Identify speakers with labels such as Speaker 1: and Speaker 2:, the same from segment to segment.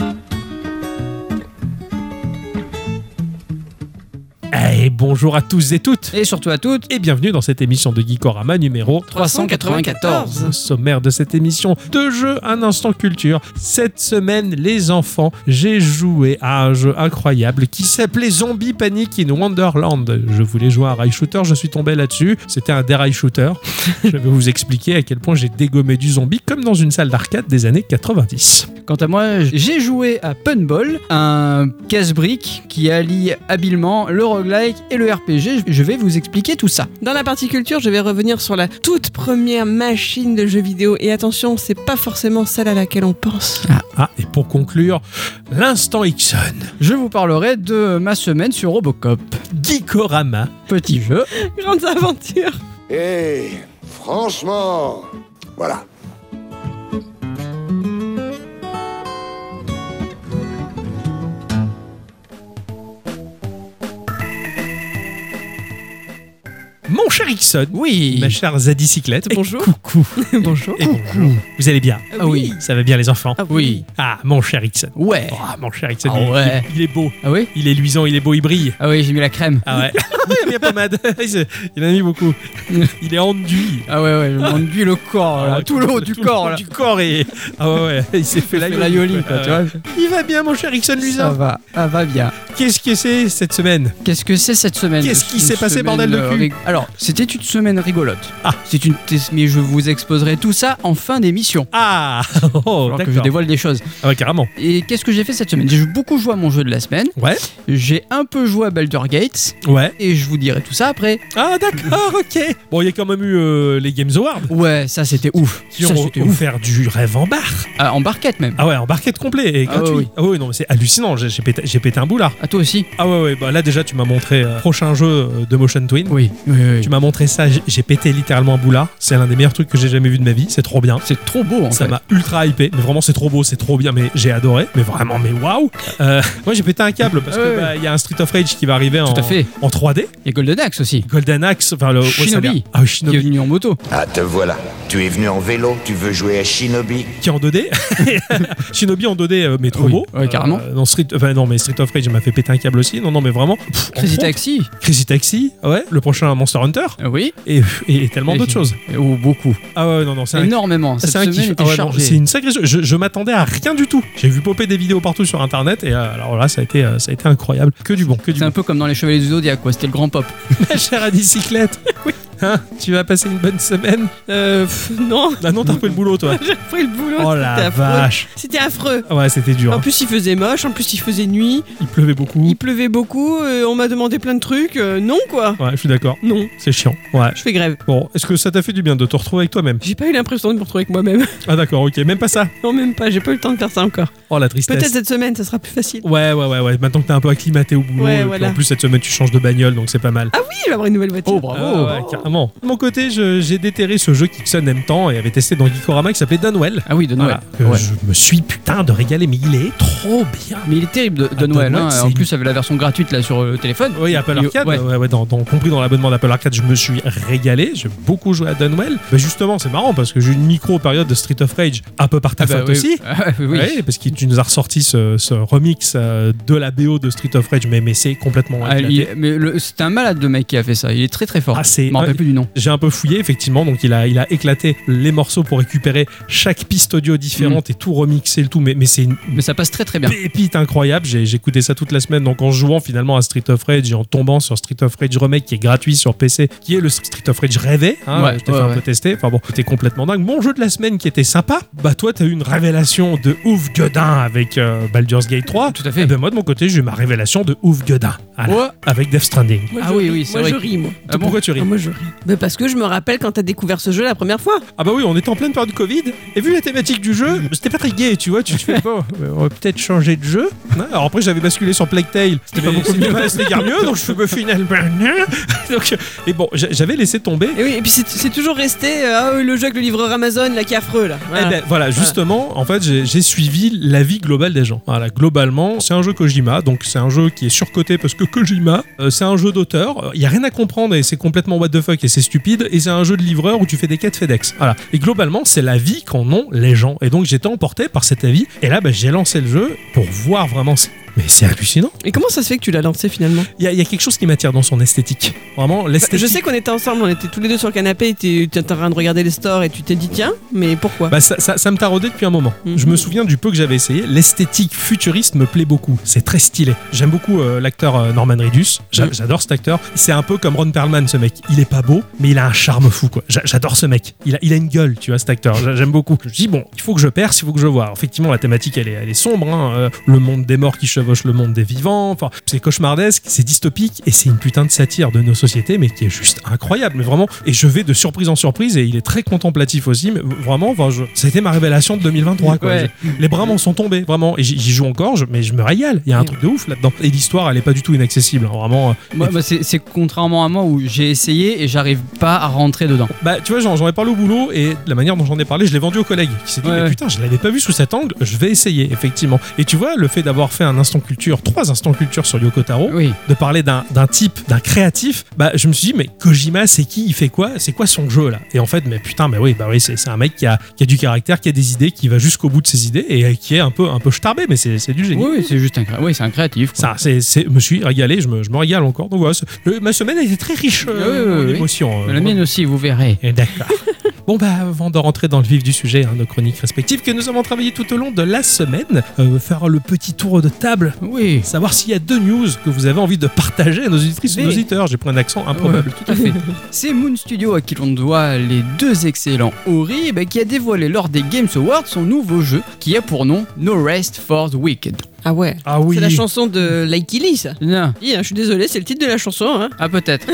Speaker 1: Et Eh, bonjour à tous et toutes
Speaker 2: Et surtout à toutes,
Speaker 1: et bienvenue dans cette émission de Geekorama numéro
Speaker 2: 394.
Speaker 1: Au sommaire de cette émission de jeu Un instant culture, cette semaine les enfants, j'ai joué à un jeu incroyable qui s'appelait Zombie Panic in Wonderland. Je voulais jouer à un rail shooter, je suis tombé là-dessus. C'était un dérail shooter. je vais vous expliquer à quel point j'ai dégommé du zombie comme dans une salle d'arcade des années 90.
Speaker 2: Quant à moi, j'ai joué à Punball, un casse-brique qui allie habilement le roguelike et le RPG. Je vais vous expliquer tout ça.
Speaker 3: Dans la partie culture, je vais revenir sur la toute première machine de jeux vidéo. Et attention, c'est pas forcément celle à laquelle on pense.
Speaker 1: Ah, et pour conclure, l'instant Ixon.
Speaker 2: Je vous parlerai de ma semaine sur Robocop.
Speaker 1: Geekorama.
Speaker 2: Petit jeu.
Speaker 3: Grandes aventures
Speaker 4: Eh, franchement, voilà.
Speaker 1: Mon cher Ixon.
Speaker 2: Oui.
Speaker 1: Ma chère Zadicyclette. Et
Speaker 3: Bonjour.
Speaker 1: Coucou.
Speaker 3: Bonjour.
Speaker 1: Et Bah, bonjour. Vous allez bien
Speaker 2: Ah oui.
Speaker 1: Ça va bien les enfants
Speaker 3: Ah
Speaker 2: Oui.
Speaker 1: Ah, mon cher Ixon.
Speaker 2: Ouais.
Speaker 1: Ah, mon cher Ixon,
Speaker 2: Ah
Speaker 1: il-
Speaker 2: ouais.
Speaker 1: il, il est beau.
Speaker 2: Ah oui
Speaker 1: Il est luisant, il est beau, il brille.
Speaker 2: Ah oui, j'ai mis la crème.
Speaker 1: Ah ouais. il a pas mal. Il en a mis beaucoup. Il est enduit.
Speaker 2: Ah ouais, ouais, je m'enduis le corps, là. Ah, tout le haut du
Speaker 1: Ah Tout
Speaker 2: corps,
Speaker 1: le haut
Speaker 2: là.
Speaker 1: Du corps et. Ah ouais, ouais. Il s'est fait la
Speaker 2: La yoli, quoi,
Speaker 1: Ah
Speaker 2: tu
Speaker 1: ouais.
Speaker 2: vois.
Speaker 1: Il va bien, mon cher Ixon
Speaker 2: Ça
Speaker 1: luisant.
Speaker 2: va, ça va bien.
Speaker 1: Qu'est-ce que c'est cette semaine
Speaker 2: Qu'est-ce que c'est cette semaine
Speaker 1: Qu'est-ce qui
Speaker 2: Une
Speaker 1: s'est passé,
Speaker 2: semaine,
Speaker 1: bordel de
Speaker 2: euh,
Speaker 1: cul
Speaker 2: rig- Alors, c'était une semaine rigolote.
Speaker 1: Ah.
Speaker 2: C'est une. Mais je vous exposerai tout ça en fin d'émission.
Speaker 1: Ah Oh,
Speaker 2: Alors que je
Speaker 1: d'accord.
Speaker 2: dévoile des choses.
Speaker 1: Ah ouais, carrément.
Speaker 2: Et qu'est-ce que j'ai fait cette semaine J'ai beaucoup joué à mon jeu de la semaine.
Speaker 1: Ouais.
Speaker 2: J'ai un peu joué à Baldur Gates.
Speaker 1: Ouais.
Speaker 2: Et je vous dirai tout ça après.
Speaker 1: Ah, d'accord, ok. Bon, il y a quand même eu euh, les Games Awards
Speaker 2: Ouais, ça c'était ouf.
Speaker 1: qui
Speaker 2: ça
Speaker 1: ont
Speaker 2: c'était ouf.
Speaker 1: offert du rêve en barre.
Speaker 2: Ah, en barquette même.
Speaker 1: Ah ouais, en barquette complet et
Speaker 2: Ah
Speaker 1: gratuit.
Speaker 2: ouais, oui.
Speaker 1: Ah ouais, non, mais c'est hallucinant. J'ai j'ai pété, j'ai pété un boulard.
Speaker 2: À toi aussi
Speaker 1: Ah ouais, ouais, bah là déjà, tu m'as montré euh, prochain jeu euh, de Motion Twin.
Speaker 2: Oui. oui, oui.
Speaker 1: Tu m'as montré ça, j'ai- j'ai pété littéralement un boulard. C'est l'un des meilleurs trucs que j'ai jamais vu de ma vie. C'est trop bien.
Speaker 2: C'est trop beau en
Speaker 1: Ça
Speaker 2: fait.
Speaker 1: m'a ultra hypé, mais vraiment c'est trop beau, c'est trop bien, mais j'ai adoré, mais vraiment, mais waouh! Euh, Moi j'ai pété un câble parce
Speaker 2: Ouais,
Speaker 1: que
Speaker 2: ouais.
Speaker 1: bah, il y a un Street of Rage qui va arriver en,
Speaker 2: Tout à fait.
Speaker 1: en 3D,
Speaker 2: Il y a Golden Axe aussi.
Speaker 1: Golden Axe, enfin le. ouais, ça a l'air-
Speaker 2: Shinobi.
Speaker 1: ah,
Speaker 2: Qui est
Speaker 1: Shinobi
Speaker 2: venu en moto.
Speaker 4: Ah, te voilà. Tu es venu en vélo, tu veux jouer à Shinobi
Speaker 1: qui est en 2D. Shinobi en 2D, euh, mais trop
Speaker 2: Oui,
Speaker 1: beau.
Speaker 2: ouais, carrément.
Speaker 1: Euh, dans Street, enfin, non, mais Street of Rage m'a fait péter un câble aussi. Non, non, mais vraiment. Pff,
Speaker 2: Crazy
Speaker 1: en front,
Speaker 2: Taxi.
Speaker 1: Crazy Taxi, ouais. Le prochain Monster Hunter
Speaker 2: Euh, Oui.
Speaker 1: et, et- et tellement d'autres choses.
Speaker 2: Oh, beaucoup.
Speaker 1: Ah ouais, non, non, c'est un
Speaker 2: Énormément. Cette
Speaker 1: C'est un
Speaker 2: semaine
Speaker 1: kiff.
Speaker 2: était
Speaker 1: Ah ouais, non,
Speaker 2: chargée.
Speaker 1: c'est une sacrée. chose. Je, je m'attendais à rien du tout. J'ai vu popper des vidéos partout sur internet et euh, alors là, ça a été, euh, ça a été incroyable. Que du bon, que du
Speaker 2: C'est
Speaker 1: bon.
Speaker 2: un peu comme dans les Chevaliers du Zodiac, quoi. C'était le grand pop.
Speaker 1: Ma chère à bicyclette. Oui. Hein, tu vas passer une bonne semaine.
Speaker 3: Euh, pff, non,
Speaker 1: Ah non, t'as repris le boulot, toi.
Speaker 3: j'ai repris le boulot.
Speaker 1: Oh
Speaker 3: c'était
Speaker 1: la
Speaker 3: affreux.
Speaker 1: vache.
Speaker 3: C'était affreux.
Speaker 1: Ah Ouais, c'était dur.
Speaker 3: En
Speaker 1: hein.
Speaker 3: plus, il faisait moche, en plus, il faisait nuit,
Speaker 2: Mmh.
Speaker 1: Il pleuvait beaucoup.
Speaker 3: il pleuvait beaucoup, euh, on m'a demandé plein de trucs. euh, non, quoi.
Speaker 1: Ouais, je suis d'accord.
Speaker 3: Non,
Speaker 1: C'est chiant. Ouais.
Speaker 3: je fais grève.
Speaker 1: Bon, est-ce que ça t'a fait du bien de te retrouver avec toi-même
Speaker 3: J'ai pas eu l'impression de me retrouver avec moi-même.
Speaker 1: Ah d'accord, ok. Même pas ça.
Speaker 3: Non, même pas, j'ai pas eu le temps de faire ça encore.
Speaker 1: Oh la
Speaker 3: Peut-être
Speaker 1: tristesse.
Speaker 3: cette semaine, ça sera plus facile.
Speaker 1: Ouais, ouais, ouais, ouais. Maintenant que t'es un peu acclimaté au boulot,
Speaker 3: Ouais,
Speaker 1: et puis
Speaker 3: voilà.
Speaker 1: en plus cette semaine tu changes de bagnole, donc c'est pas mal.
Speaker 2: Ah
Speaker 3: Oui, il va y avoir une nouvelle voiture.
Speaker 2: Oh, bravo.
Speaker 1: Ah ouais, carrément. De mon côté, je- j'ai déterré ce jeu qu'Ixon aime tant et avait testé dans Geekorama qui s'appelait Dunwell.
Speaker 2: Ah oui, de Noël.
Speaker 1: Voilà, que
Speaker 2: Ouais.
Speaker 1: Je me suis putain de régalé, mais il est trop bien.
Speaker 2: Mais il est terrible de, de
Speaker 1: Ah,
Speaker 2: Noël.
Speaker 1: Noël,
Speaker 2: hein.
Speaker 1: c'est
Speaker 2: En
Speaker 1: une-
Speaker 2: plus, ça avait la version gratuite là sur euh, le téléphone.
Speaker 1: Oui, Apple
Speaker 2: Et-
Speaker 1: Arcade,
Speaker 2: ouais.
Speaker 1: ouais, ouais, dans- dans- compris dans l'abonnement d'Apple Arcade, je me suis régalé, j'ai beaucoup joué à Dunwell. Mais justement, c'est marrant parce que j'ai eu une micro-période de Street of Rage un peu par ta
Speaker 2: Ah bah
Speaker 1: faute
Speaker 2: oui.
Speaker 1: aussi.
Speaker 2: Ah oui.
Speaker 1: Ouais, parce que tu nous as ressorti ce, ce remix euh, de la BO de Street of Rage, mais, mais c'est complètement
Speaker 2: Ah,
Speaker 1: éclaté.
Speaker 2: il- mais le- c'est un malade le mec qui a fait ça. Il est très très fort.
Speaker 1: Ah, c'est-
Speaker 2: Je m'en rappelle
Speaker 1: ah,
Speaker 2: plus du nom.
Speaker 1: J'ai un peu fouillé, effectivement. Donc, il a, il a éclaté les morceaux pour récupérer chaque piste audio différente et tout remixer le tout. Mais, mais c'est une
Speaker 2: Mais ça passe très très Mm. bien.
Speaker 1: pépite incroyable. J'ai j'ai écouté ça toute la semaine. Donc, en jouant finalement à Street of Rage et en tombant sur Street of Rage Remake qui est gratuit sur PC, qui est le Street of Rage rêvé. hein,
Speaker 2: Ouais,
Speaker 1: je t'ai
Speaker 2: ouais,
Speaker 1: fait un
Speaker 2: ouais.
Speaker 1: peu tester. Enfin bon, c'était complètement dingue. Mon jeu de la semaine qui était sympa. Bah, toi, t'as eu une révélation de ouf Godin avec euh, Baldur's Gate 3.
Speaker 2: Tout à fait.
Speaker 1: Et ben, moi, de mon côté, j'ai eu ma révélation de ouf Godin. Voilà.
Speaker 2: Ouais.
Speaker 1: Avec Death Stranding.
Speaker 3: Moi,
Speaker 2: Ah
Speaker 3: je
Speaker 2: oui,
Speaker 3: ris.
Speaker 2: oui, c'est
Speaker 3: Moi,
Speaker 2: vrai
Speaker 3: je
Speaker 2: que-
Speaker 3: ris, moi.
Speaker 2: Ah bon
Speaker 1: Pourquoi tu ris
Speaker 3: Ah, moi, je ris. Mais parce que je me rappelle quand t'as découvert ce jeu la première fois.
Speaker 1: Ah bah oui, on était en pleine période de Covid, et vu la thématique du jeu, c'était pas très gai, tu vois, tu te fais pas, on va peut-être changer de jeu. Hein, Alors après j'avais basculé sur Plague Tale, c'était pas beaucoup mieux, c'était guère mieux, donc je fais bah, finalement, hein. donc, et bon, j'a- j'avais laissé tomber.
Speaker 3: Et oui, et puis c'est- c'est toujours resté euh, ah, oui, le jeu avec le livreur Amazon là qui est affreux là.
Speaker 1: Eh ben, Voilà.
Speaker 3: Voilà.
Speaker 1: justement, en fait, j'ai j'ai suivi l'avis global des gens. Voilà, globalement, c'est un jeu Kojima, donc c'est un jeu qui est surcoté parce que Kojima, euh, c'est un jeu d'auteur, il y a rien à comprendre et c'est complètement what the fuck et c'est stupide, et c'est un jeu de livreur où tu fais des quêtes FedEx. Voilà. Et globalement, c'est l'avis qu'en ont les gens. Et donc, j'étais emporté par cet avis, et là, bah, j'ai lancé le jeu pour voir vraiment ce Mais c'est hallucinant.
Speaker 3: Et comment ça se fait que tu l'as lancé finalement
Speaker 1: Il y, a- il y a quelque chose qui m'attire dans son esthétique. Vraiment,
Speaker 3: Bah,
Speaker 1: l'esthétique.
Speaker 3: Je sais qu'on était ensemble, on était tous les deux sur le canapé, et tu étais en train de regarder les stores et tu t'es dit tiens, mais pourquoi
Speaker 1: Bah, ça, ça- ça me taraudait depuis un moment.
Speaker 3: Mhm.
Speaker 1: Je me souviens du peu que j'avais essayé. L'esthétique futuriste me plaît beaucoup. C'est très stylé. J'aime beaucoup euh, l'acteur euh, Norman Reedus. J'a-
Speaker 3: Mhm.
Speaker 1: J'adore cet acteur. C'est un peu comme Ron Perlman, ce mec. Il est pas beau, mais il a un charme fou, quoi. J'a- J'adore ce mec. Il a, il a une gueule, tu vois, cet acteur. J'a- J'aime beaucoup. Je dis, bon, il faut que je perce, il faut que je vois. Alors, Effectivement, la thématique, elle est, elle est sombre. hein. Euh, le monde des morts qui chevauche le monde des vivants. Enfin, c'est cauchemardesque, c'est dystopique, et c'est une putain de satire de nos sociétés, mais qui est juste incroyable. Mais vraiment, et je vais de surprise en surprise, et il est très contemplatif aussi. Mais vraiment, enfin, je- c'était ma révélation de 2023. Quoi.
Speaker 2: Ouais.
Speaker 1: Je- les bras m'en sont tombés, vraiment. Et j'y j'y joue encore, je- mais je me régale. Il y a un truc de ouf là-dedans. Et l'histoire, elle est pas du tout inaccessible. hein. Vraiment, euh,
Speaker 2: Moi, bah, c'est c'est contrairement à moi où j'ai essayé et j'arrive pas à rentrer dedans.
Speaker 1: Bah, tu vois, j'en, j'en ai parlé au boulot et la manière dont j'en ai parlé, je l'ai vendu au collègue qui s'est dit,
Speaker 2: Ouais,
Speaker 1: mais
Speaker 2: ouais.
Speaker 1: putain, je l'avais pas vu sous cet angle, je vais essayer, effectivement. Et tu vois, le fait d'avoir fait un instant culture, trois instants culture sur Yoko Taro,
Speaker 2: Oui.
Speaker 1: de parler d'un, d'un type, d'un créatif, bah, je me suis dit, mais Kojima, c'est qui Il fait quoi C'est quoi son jeu, là Et en fait, mais putain, mais oui, bah oui, c'est, c'est un mec qui a, qui a du caractère, qui a des idées, qui va jusqu'au bout de ses idées et euh, qui est un peu, un peu starbé, mais c'est, c'est du génie.
Speaker 2: Oui, oui, c'est juste un, cré- oui, c'est un créatif. quoi.
Speaker 1: Ça, c'est, c'est- je me suis régalé, je me, je me régale encore. Donc voilà, c'est- le- ma semaine a été très riche euh,
Speaker 2: Oui, oui, oui.
Speaker 1: d'émotions. euh,
Speaker 2: La mienne aussi, vous verrez.
Speaker 1: et D'accord. Bon bah avant de rentrer dans le vif du sujet, hein, nos chroniques respectives que nous avons travaillées tout au long de la semaine, euh, faire le petit tour de table,
Speaker 2: Oui.
Speaker 1: savoir s'il y a deux news que vous avez envie de partager à nos auditrices et nos
Speaker 2: Oui.
Speaker 1: auditeurs. J'ai pris un accent improbable.
Speaker 2: tout à fait. C'est Moon Studio à qui l'on doit les deux excellents Ori eh ben, qui a dévoilé lors des Games Awards son nouveau jeu qui a pour nom No Rest for the Wicked.
Speaker 3: Ah ouais
Speaker 1: Ah oui.
Speaker 3: C'est la chanson de Likey Lee ça
Speaker 2: Non.
Speaker 3: Oui, hein, je suis désolée, c'est le titre de la chanson. hein.
Speaker 2: Ah peut-être.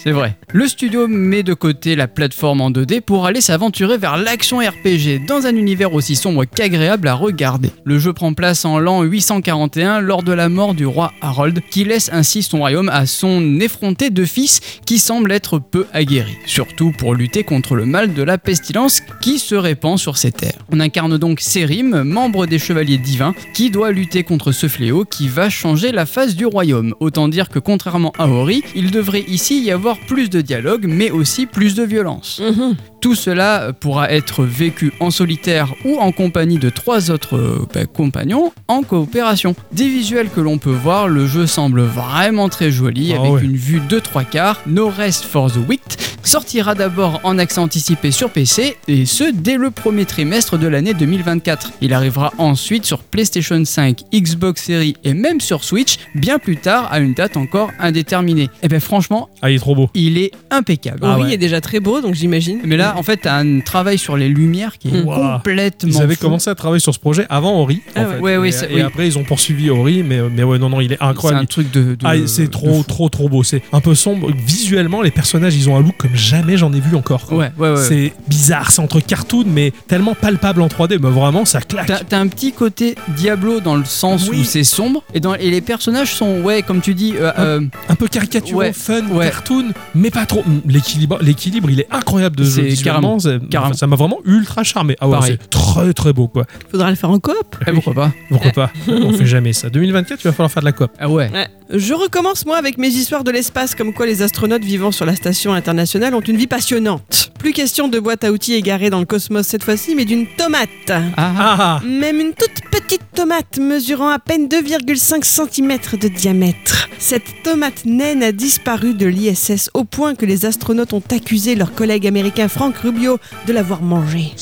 Speaker 2: C'est vrai. Le studio met de côté la plateforme en 2D pour aller s'aventurer vers l'action RPG dans un univers aussi sombre qu'agréable à regarder. Le jeu prend place en l'an 841 lors de la mort du roi Harold qui laisse ainsi son royaume à son effronté de fils qui semble être peu aguerri, surtout pour lutter contre le mal de la pestilence qui se répand sur ces terres. On incarne donc Sérim, membre des chevaliers divins, qui doit lutter contre ce fléau qui va changer la face du royaume. Autant dire que contrairement à Ori, il devrait ici y avoir plus de dialogue mais aussi plus de violence.
Speaker 3: Mhm.
Speaker 2: Tout cela euh, pourra être vécu en solitaire ou en compagnie de trois autres euh, bah, compagnons en coopération. Des visuels que l'on peut voir, le jeu semble vraiment très joli
Speaker 1: Ah
Speaker 2: avec
Speaker 1: ouais.
Speaker 2: une vue de trois quarts. No Rest for the Wicked sortira d'abord en accès anticipé sur PC et ce dès le premier trimestre de l'année 2024. Il arrivera ensuite sur PlayStation 5, Xbox Series et même sur Switch bien plus tard à une date encore indéterminée. Et ben franchement,
Speaker 1: Ah il est trop beau.
Speaker 2: il est impeccable.
Speaker 1: Ah
Speaker 3: Ori
Speaker 2: ouais.
Speaker 3: est déjà très beau, donc j'imagine.
Speaker 2: Mais là, en fait, t'as un travail sur les lumières qui est
Speaker 1: Wow.
Speaker 2: complètement.
Speaker 1: Ils avaient
Speaker 2: fou.
Speaker 1: commencé à travailler sur ce projet avant Ori. en
Speaker 3: Ah
Speaker 1: fait.
Speaker 3: ouais.
Speaker 2: Ouais, ouais,
Speaker 1: et,
Speaker 2: c'est-
Speaker 1: et
Speaker 2: oui.
Speaker 1: après ils ont poursuivi Ori, mais euh, mais ouais non non il est
Speaker 2: C'est un
Speaker 1: incroyable.
Speaker 2: truc de. de-
Speaker 1: Ah, c'est
Speaker 2: de
Speaker 1: trop,
Speaker 2: fou.
Speaker 1: trop, trop beau. C'est un peu sombre. Visuellement, les personnages, ils ont un look comme jamais j'en ai vu encore. quoi.
Speaker 2: Ouais, ouais, ouais.
Speaker 1: C'est bizarre, c'est entre cartoon, mais tellement palpable en 3D. Mais vraiment, ça claque.
Speaker 2: T'as t'as un petit côté Diablo dans le sens
Speaker 1: Oui.
Speaker 2: où c'est sombre et, dans, et les personnages sont, ouais, comme tu dis, euh,
Speaker 1: Un-
Speaker 2: euh,
Speaker 1: un peu caricaturaux,
Speaker 2: Ouais,
Speaker 1: fun,
Speaker 2: ouais.
Speaker 1: cartoon, mais pas trop. Mm, L'équilibre, l'équilibre, il est incroyable de ce jeu.
Speaker 2: C'est
Speaker 1: visuellement, c'est-
Speaker 2: carrément.
Speaker 1: Ça m'a vraiment ultra charmé. Ah ouais,
Speaker 2: Pareil.
Speaker 1: c'est très très beau quoi.
Speaker 3: Faudra le faire en coop.
Speaker 2: eh, pourquoi pas
Speaker 1: Pourquoi pas On fait jamais ça. 2024, il va falloir faire de la coop.
Speaker 2: Ah ouais.
Speaker 3: Ouais. Je recommence moi avec mes histoires de l'espace, comme quoi les astronautes vivant sur la station internationale ont une vie passionnante. Plus question de boîte à outils égarée dans le cosmos cette fois-ci, mais d'une tomate.
Speaker 2: Ah,
Speaker 1: Ah
Speaker 3: Même une toute petite tomate mesurant à peine 2,5 cm de diamètre. Cette tomate naine a disparu de l'ISS au point que les astronautes ont accusé leur collègue américain Frank Rubio de l'avoir mangée.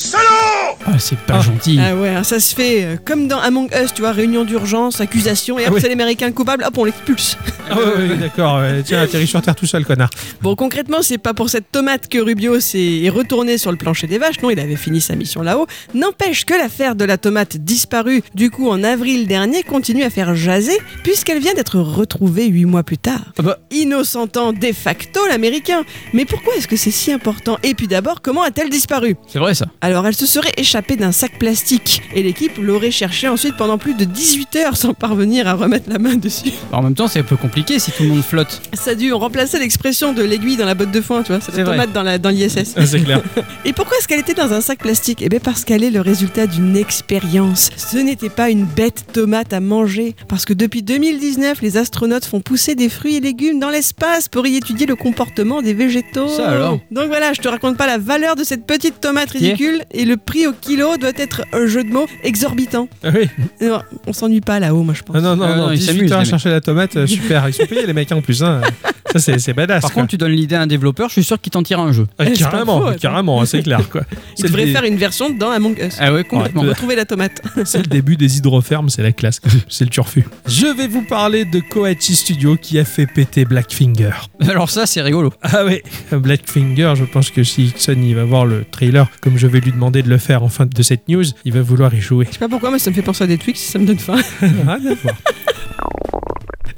Speaker 2: ah, c'est pas
Speaker 1: Ah.
Speaker 2: gentil.
Speaker 3: Ah ouais, ça se fait euh, comme dans Among Us, tu vois, réunion d'urgence, accusation, et
Speaker 1: Ah
Speaker 3: après
Speaker 1: oui.
Speaker 3: c'est l'américain coupable, hop, on l'expulse.
Speaker 1: Ah ouais, ouais, ouais, d'accord. ouais. Tiens, atterris sur Terre tout seul, connard.
Speaker 3: Bon, concrètement, c'est pas pour cette tomate que Rubio s'est est retourné sur le plancher des vaches. Non, il avait fini sa mission là-haut. N'empêche que l'affaire de la tomate disparue, du coup, en avril dernier, continue à faire jaser, puisqu'elle vient d'être retrouvée huit mois plus tard.
Speaker 2: Ah bah,
Speaker 3: Innocentant de facto l'américain. Mais pourquoi est-ce que c'est si important Et puis d'abord, comment a-t-elle disparu
Speaker 2: c'est vrai ça.
Speaker 3: alors elle se serait échappée d'un sac plastique et l'équipe l'aurait cherchée ensuite pendant plus de 18 heures sans parvenir à remettre la main dessus.
Speaker 2: Bah, en même temps, c'est un peu compliqué si tout le monde flotte.
Speaker 3: Ça a dû remplacer l'expression de l'aiguille dans la botte de foin, tu vois, c'est
Speaker 2: C'est
Speaker 3: la
Speaker 2: vrai.
Speaker 3: tomate dans la- dans l'ISS.
Speaker 1: Ah, C'est clair.
Speaker 3: Et pourquoi est-ce qu'elle était dans un sac plastique Eh bien parce qu'elle est le résultat d'une expérience. Ce n'était pas une bête tomate à manger, parce que depuis 2019, les astronautes font pousser des fruits et légumes dans l'espace pour y étudier le comportement des végétaux.
Speaker 2: Ça alors
Speaker 3: Donc voilà, je te raconte pas la valeur de cette petite tomate
Speaker 2: Qui est
Speaker 3: ridicule et le prix prix au kilo doit être un jeu de mots exorbitant.
Speaker 1: Ah oui.
Speaker 3: Non, on s'ennuie pas là-haut, moi je pense.
Speaker 1: Ah non, non,
Speaker 2: Ah
Speaker 1: non,
Speaker 2: non, ils
Speaker 1: 18
Speaker 2: s'amusent,
Speaker 1: heures à
Speaker 2: les
Speaker 1: chercher la tomate, euh, super. Ils sont payés, les mecs, hein, en plus. hein. Ça, c'est c'est badass.
Speaker 2: Par
Speaker 1: quoi.
Speaker 2: contre, tu donnes l'idée à un développeur, je suis sûr qu'il t'en tire un jeu.
Speaker 1: Ah,
Speaker 3: Eh, c'est pas
Speaker 1: carrément,
Speaker 3: faux, attends.
Speaker 1: carrément, c'est clair. quoi.
Speaker 3: Il
Speaker 1: C'est le
Speaker 3: devrait
Speaker 1: dé-
Speaker 3: faire une version dedans Among Us.
Speaker 2: Ah ouais, complètement.
Speaker 1: Ouais,
Speaker 3: Retrouver la tomate.
Speaker 1: C'est le début des hydrofermes, c'est la classe, c'est le turfu. Je vais vous parler de Koachi Studio qui a fait péter Blackfinger.
Speaker 2: Alors ça, c'est rigolo.
Speaker 1: Ah ouais, Blackfinger, je pense que si Hudson il va voir le trailer, comme je vais lui demander de le faire en fin de cette news, il va vouloir y jouer.
Speaker 3: Je sais pas pourquoi, mais ça me fait penser à des Twix, ça me donne faim.
Speaker 1: Rien à voir.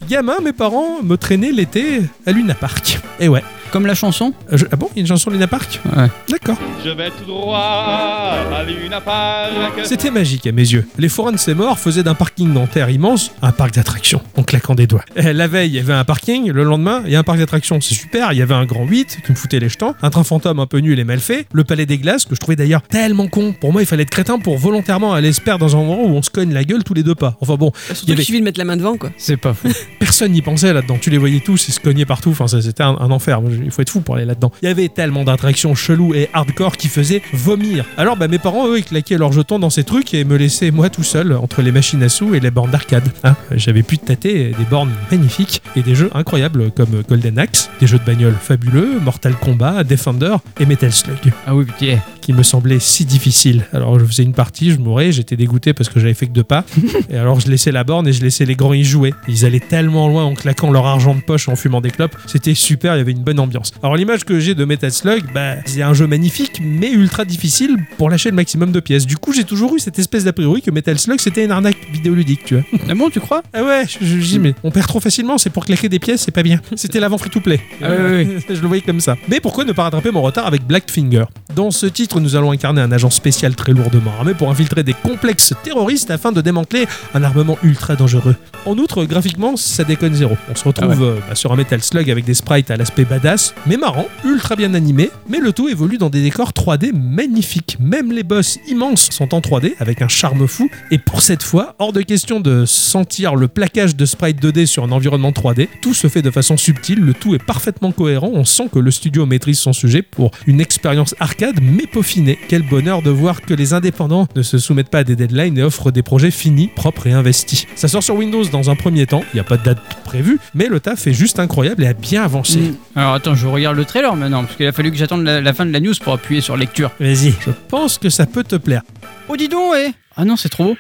Speaker 1: Gamin, mes parents me traînaient l'été à Luna Park. Et ouais.
Speaker 2: Comme la chanson.
Speaker 1: Euh, je- ah bon, il y a une chanson Luna Park
Speaker 2: Ouais.
Speaker 1: D'accord.
Speaker 5: Je vais tout droit à Luna Park.
Speaker 1: C'était magique à mes yeux. Les forains de Seymour faisaient d'un parking dentaire immense un parc d'attractions, en claquant des doigts. Euh, la veille, il y avait un parking, le lendemain, il y a un parc d'attractions, c'est super, il y avait un grand 8 qui me foutait les jetons, un train fantôme un peu nul et mal fait, le palais des glaces, que je trouvais d'ailleurs tellement con. Pour moi, il fallait être crétin pour volontairement aller se perdre dans un endroit où on se cogne la gueule tous les deux pas. Enfin bon, Il y
Speaker 3: Surtout
Speaker 1: avait-
Speaker 3: que je suis de mettre la main devant, quoi.
Speaker 2: C'est pas fou.
Speaker 1: personne n'y pensait là-dedans. Tu les voyais tous, ils se cognaient partout. Enfin, ça, c'était un, un enfer. Moi, je- Il faut être fou pour aller là-dedans. Il y avait tellement d'attractions cheloues et hardcore qui faisaient vomir. Alors, bah, mes parents, eux, ils claquaient leurs jetons dans ces trucs et me laissaient moi tout seul entre les machines à sous et les bornes d'arcade. Hein, J'avais pu tâter des bornes magnifiques et des jeux incroyables comme Golden Axe, des jeux de bagnole fabuleux, Mortal Kombat, Defender et Metal Slug
Speaker 2: Ah oui, putain.
Speaker 1: qui me semblait si difficile. Alors je faisais une partie, je mourais, j'étais dégoûté parce que j'avais fait que deux pas. et alors je laissais la borne et je laissais les grands y jouer. Ils allaient tellement loin en claquant leur argent de poche, en fumant des clopes. C'était super, il y avait une bonne ambiance. Alors l'image que j'ai de Metal Slug, bah, c'est un jeu magnifique, mais ultra difficile pour lâcher le maximum de pièces. Du coup, j'ai toujours eu cette espèce d'a priori que Metal Slug, c'était une arnaque vidéoludique, tu vois.
Speaker 2: Ah bon, tu crois
Speaker 1: Ah ouais, je, je- je dis, mais on perd trop facilement, c'est pour claquer des pièces, c'est pas bien. C'était l'avant free-to-play.
Speaker 2: Ah oui, oui,
Speaker 1: je le voyais comme ça. Mais pourquoi ne pas rattraper mon retard avec Blackfinger Dans ce titre, nous allons incarner un agent spécial très lourdement armé pour infiltrer des complexes terroristes afin de démanteler un armement ultra dangereux. En outre, graphiquement, ça déconne zéro. On se retrouve
Speaker 2: Ah
Speaker 1: euh, bah, sur un Metal Slug avec des sprites à l'aspect badass, mais marrant, ultra bien animé, mais le tout évolue dans des décors 3D magnifiques. Même les boss immenses sont en 3D avec un charme fou, et pour cette fois, hors de question de sentir le plaquage de sprites 2D sur un environnement 3D, tout se fait de façon subtile, le tout est parfaitement cohérent, on sent que le studio maîtrise son sujet pour une expérience arcade mais peaufinée. Quel bonheur de voir que les indépendants ne se soumettent pas à des deadlines et offrent des projets finis, propres et investis. Ça sort sur Windows dans un premier temps, il n'y a pas de date prévue, mais le taf est juste incroyable et a bien avancé.
Speaker 2: Mm. Alors attends, je regarde le trailer maintenant, parce qu'il a fallu que j'attende la, la fin de la news pour appuyer sur lecture.
Speaker 1: Vas-y, je pense que ça peut te plaire.
Speaker 2: Oh dis donc, eh Ah non, c'est trop beau.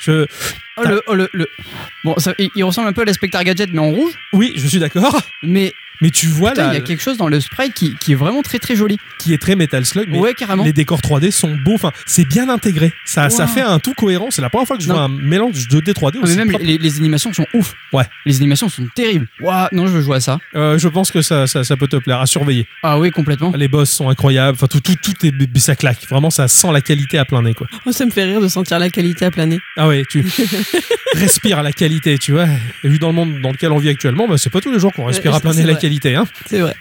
Speaker 1: Je...
Speaker 2: Oh le, oh le, le- Bon, ça, il, il ressemble un peu à l'inspecteur gadget, mais en rouge.
Speaker 1: Oui, je suis d'accord,
Speaker 2: Mais
Speaker 1: mais tu vois
Speaker 2: putain, il
Speaker 1: là,
Speaker 2: y a quelque chose dans Ah, le sprite qui, qui est vraiment très très joli.
Speaker 1: qui est très Metal Slug, mais
Speaker 2: ouais, carrément.
Speaker 1: Les décors 3D sont beaux, enfin, c'est bien intégré. Ça, ça
Speaker 2: Ah Wow.
Speaker 1: fait un tout cohérent. C'est la première fois que je
Speaker 2: Non.
Speaker 1: vois un mélange de d 3D
Speaker 2: Ah, mais
Speaker 1: aussi
Speaker 2: même
Speaker 1: propre.
Speaker 2: les, les animations sont ouf.
Speaker 1: Ouais.
Speaker 2: Les animations sont terribles. Waouh, non, je veux jouer à ça.
Speaker 1: Euh, je pense que ça, ça, ça peut te plaire à surveiller.
Speaker 2: Ah oui, complètement.
Speaker 1: Les boss sont incroyables. Enfin, tout, tout, tout est, ça claque. Vraiment, ça sent la qualité à plein nez, quoi.
Speaker 3: Oh, ça me fait rire de sentir la qualité à planer.
Speaker 1: Ah ouais, tu respires la qualité, tu vois. Et vu dans le monde dans lequel on vit actuellement, bah, c'est pas tous les jours qu'on respire
Speaker 3: Euh,
Speaker 1: à plein
Speaker 3: c'est
Speaker 1: nez la
Speaker 3: vrai.
Speaker 1: qualité, hein.
Speaker 3: C'est vrai.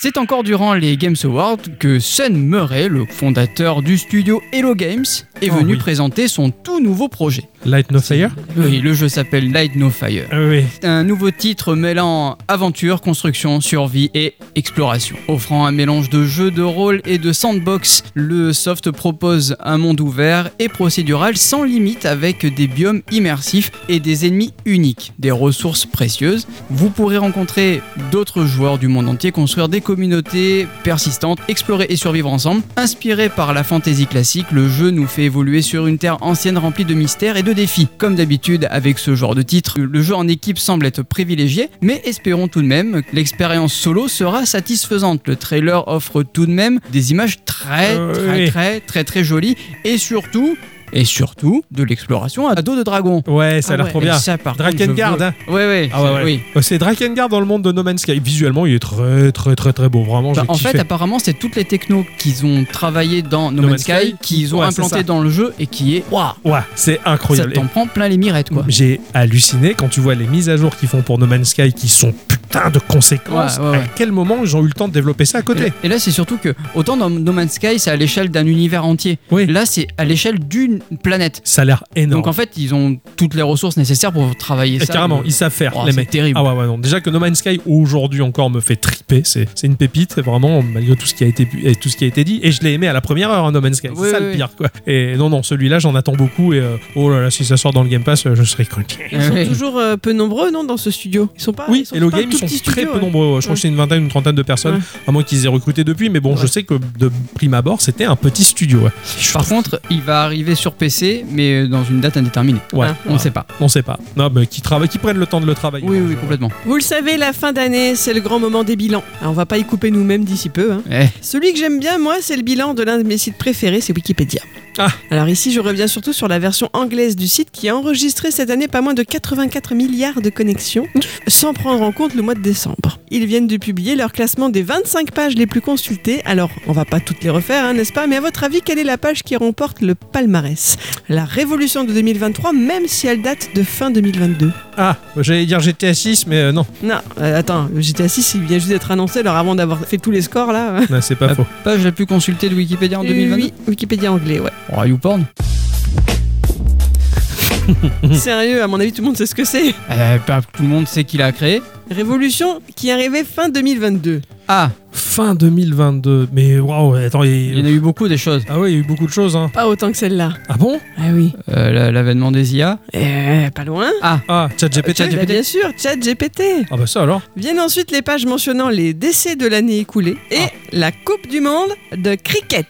Speaker 2: C'est encore durant les Games Awards que Sun Murray, le fondateur du studio Hello Games, est
Speaker 1: Oh,
Speaker 2: venu
Speaker 1: oui.
Speaker 2: présenter son tout nouveau projet.
Speaker 1: Light No Fire.
Speaker 2: Oui, le jeu s'appelle Light No Fire.
Speaker 1: Ah oui.
Speaker 2: Un nouveau titre mêlant aventure, construction, survie et exploration. Offrant un mélange de jeux de rôle et de sandbox, le soft propose un monde ouvert et procédural sans limite avec des biomes immersifs et des ennemis uniques, des ressources précieuses. Vous pourrez rencontrer d'autres joueurs du monde entier, construire des communautés persistantes, explorer et survivre ensemble. Inspiré par la fantasy classique, le jeu nous fait évoluer sur une terre ancienne remplie de mystères et de défis. Comme d'habitude avec ce genre de titre, le jeu en équipe semble être privilégié, mais espérons tout de même que l'expérience solo sera satisfaisante. Le trailer offre tout de même des images très
Speaker 1: Euh,
Speaker 2: très
Speaker 1: oui.
Speaker 2: très très très jolies et surtout et surtout de l'exploration à dos de dragon.
Speaker 1: Ouais, ça a
Speaker 3: Ah
Speaker 1: l'air
Speaker 3: ouais.
Speaker 1: trop
Speaker 2: Et
Speaker 1: bien.
Speaker 2: ça, par contre, je
Speaker 1: Drakengard,
Speaker 2: veux-
Speaker 1: hein.
Speaker 2: Ouais ouais.
Speaker 1: Ah ouais, ouais.
Speaker 2: Oui.
Speaker 1: Euh, C'est Drakengard dans le monde de No Man's Sky. Visuellement, il est très, très, très, très beau. Vraiment,
Speaker 2: Bah,
Speaker 1: j'ai
Speaker 2: en
Speaker 1: kiffé.
Speaker 2: fait, apparemment, c'est toutes les technos qu'ils ont travaillé dans No,
Speaker 1: No
Speaker 2: Man's
Speaker 1: Man's
Speaker 2: Sky,
Speaker 1: Sky,
Speaker 2: qu'ils ont
Speaker 1: ouais, c'est ça.
Speaker 2: implanté dans le jeu et qui est. Waouh
Speaker 1: Ouais, c'est
Speaker 2: Ça
Speaker 1: incroyable. Et-
Speaker 2: t'en prend plein les mirettes, quoi.
Speaker 1: J'ai halluciné quand tu vois les mises à jour qu'ils font pour No Man's Sky qui sont putain de conséquences.
Speaker 2: Ouais, ouais, ouais.
Speaker 1: À quel moment ils ont eu le temps de développer ça à côté
Speaker 2: Et là, c'est surtout que, autant dans No Man's Sky, c'est à l'échelle d'un univers entier.
Speaker 1: Oui.
Speaker 2: Là, c'est à l'échelle d'une planète.
Speaker 1: Ça a l'air énorme.
Speaker 2: Donc en fait, ils ont toutes les ressources nécessaires pour travailler
Speaker 1: Et
Speaker 2: ça.
Speaker 1: carrément,
Speaker 2: Mais-
Speaker 1: ils savent faire,
Speaker 2: Oh,
Speaker 1: les
Speaker 2: c'est
Speaker 1: mecs.
Speaker 2: terrible.
Speaker 1: Ah ouais, ouais, non. Déjà que No Man's Sky aujourd'hui encore me fait triper, c'est c'est une pépite, c'est vraiment, malgré tout ce qui a été, pu- et tout ce qui a été dit. Et je l'ai aimé à la première heure, hein, No Man's Sky.
Speaker 2: Oui,
Speaker 1: c'est ça
Speaker 2: oui,
Speaker 1: le
Speaker 2: oui.
Speaker 1: pire, quoi. Et non, non, celui-là, j'en attends beaucoup. Et euh, oh là là, si ça sort dans le Game Pass, euh, je serai content.
Speaker 3: Ils sont
Speaker 2: Ouais.
Speaker 3: toujours euh, peu nombreux, non, dans ce studio Ils sont pas. Ah, ils
Speaker 1: Oui,
Speaker 3: sont
Speaker 1: Hello
Speaker 3: pas un
Speaker 1: Games
Speaker 3: tout
Speaker 1: sont
Speaker 3: petit
Speaker 1: très
Speaker 3: studio,
Speaker 1: peu
Speaker 3: ouais.
Speaker 1: nombreux. Je crois que c'est une vingtaine, une trentaine de personnes,
Speaker 3: Ouais.
Speaker 1: à moins qu'ils aient recruté depuis. Mais bon, je
Speaker 3: Ouais.
Speaker 1: sais que de prime abord, c'était un petit studio. ouais. Je
Speaker 2: Par contre, il va arriver sur PC, mais dans une date indéterminée.
Speaker 1: Ouais.
Speaker 3: Ah.
Speaker 2: On ne sait pas.
Speaker 1: On sait pas. Non, mais qui travaillent, qui prennent le temps de le travailler.
Speaker 2: Oui,
Speaker 1: hein,
Speaker 2: oui,
Speaker 1: je-
Speaker 2: complètement.
Speaker 3: Vous le savez, la fin d'année, c'est le grand moment des bilans. Alors, on va pas y couper nous-mêmes d'ici peu. hein.
Speaker 2: Eh,
Speaker 3: Celui que j'aime bien, moi, c'est le bilan de l'un de mes sites préférés, c'est Wikipédia.
Speaker 1: Ah.
Speaker 3: Alors ici, je reviens surtout sur la version anglaise du site qui a enregistré cette année pas moins de 84 milliards de connexions, sans prendre en compte le mois de décembre. Ils viennent de publier leur classement des 25 pages les plus consultées. Alors, on va pas toutes les refaire, hein, n'est-ce pas Mais à votre avis, quelle est la page qui remporte le palmarès La révolution de 2023, même si elle date de fin 2022.
Speaker 1: Ah, j'allais dire GTA 6, mais euh, non,
Speaker 3: Non, euh, attends, GTA 6, il vient juste d'être annoncé, alors avant d'avoir fait tous les scores, là... euh,
Speaker 1: non, c'est pas
Speaker 2: Ah,
Speaker 1: faux.
Speaker 2: page la plus consultée de Wikipédia en 2022
Speaker 3: Oui, Wikipédia anglais, ouais.
Speaker 2: Oh, YouPorn
Speaker 3: Sérieux, à mon avis, tout le monde sait ce que c'est.
Speaker 2: Eh, bah, Tout le monde sait qui l'a créé.
Speaker 3: Révolution qui arrivait fin 2022.
Speaker 2: Ah,
Speaker 1: Fin 2022. Mais waouh, attends, il-
Speaker 2: il y en a eu beaucoup des choses.
Speaker 1: Ah oui, il y a eu beaucoup de choses. Hein.
Speaker 3: Pas autant que celle-là.
Speaker 1: Ah bon
Speaker 3: Ah oui.
Speaker 2: Euh, la- L'avènement des IA.
Speaker 3: Euh, pas loin.
Speaker 1: Ah, ChatGPT.
Speaker 2: Euh, ChatGPT.
Speaker 3: Bah, bien sûr, chat GPT.
Speaker 1: Ah bah ça alors.
Speaker 3: Viennent ensuite les pages mentionnant les décès de l'année écoulée et la Coupe du Monde de cricket.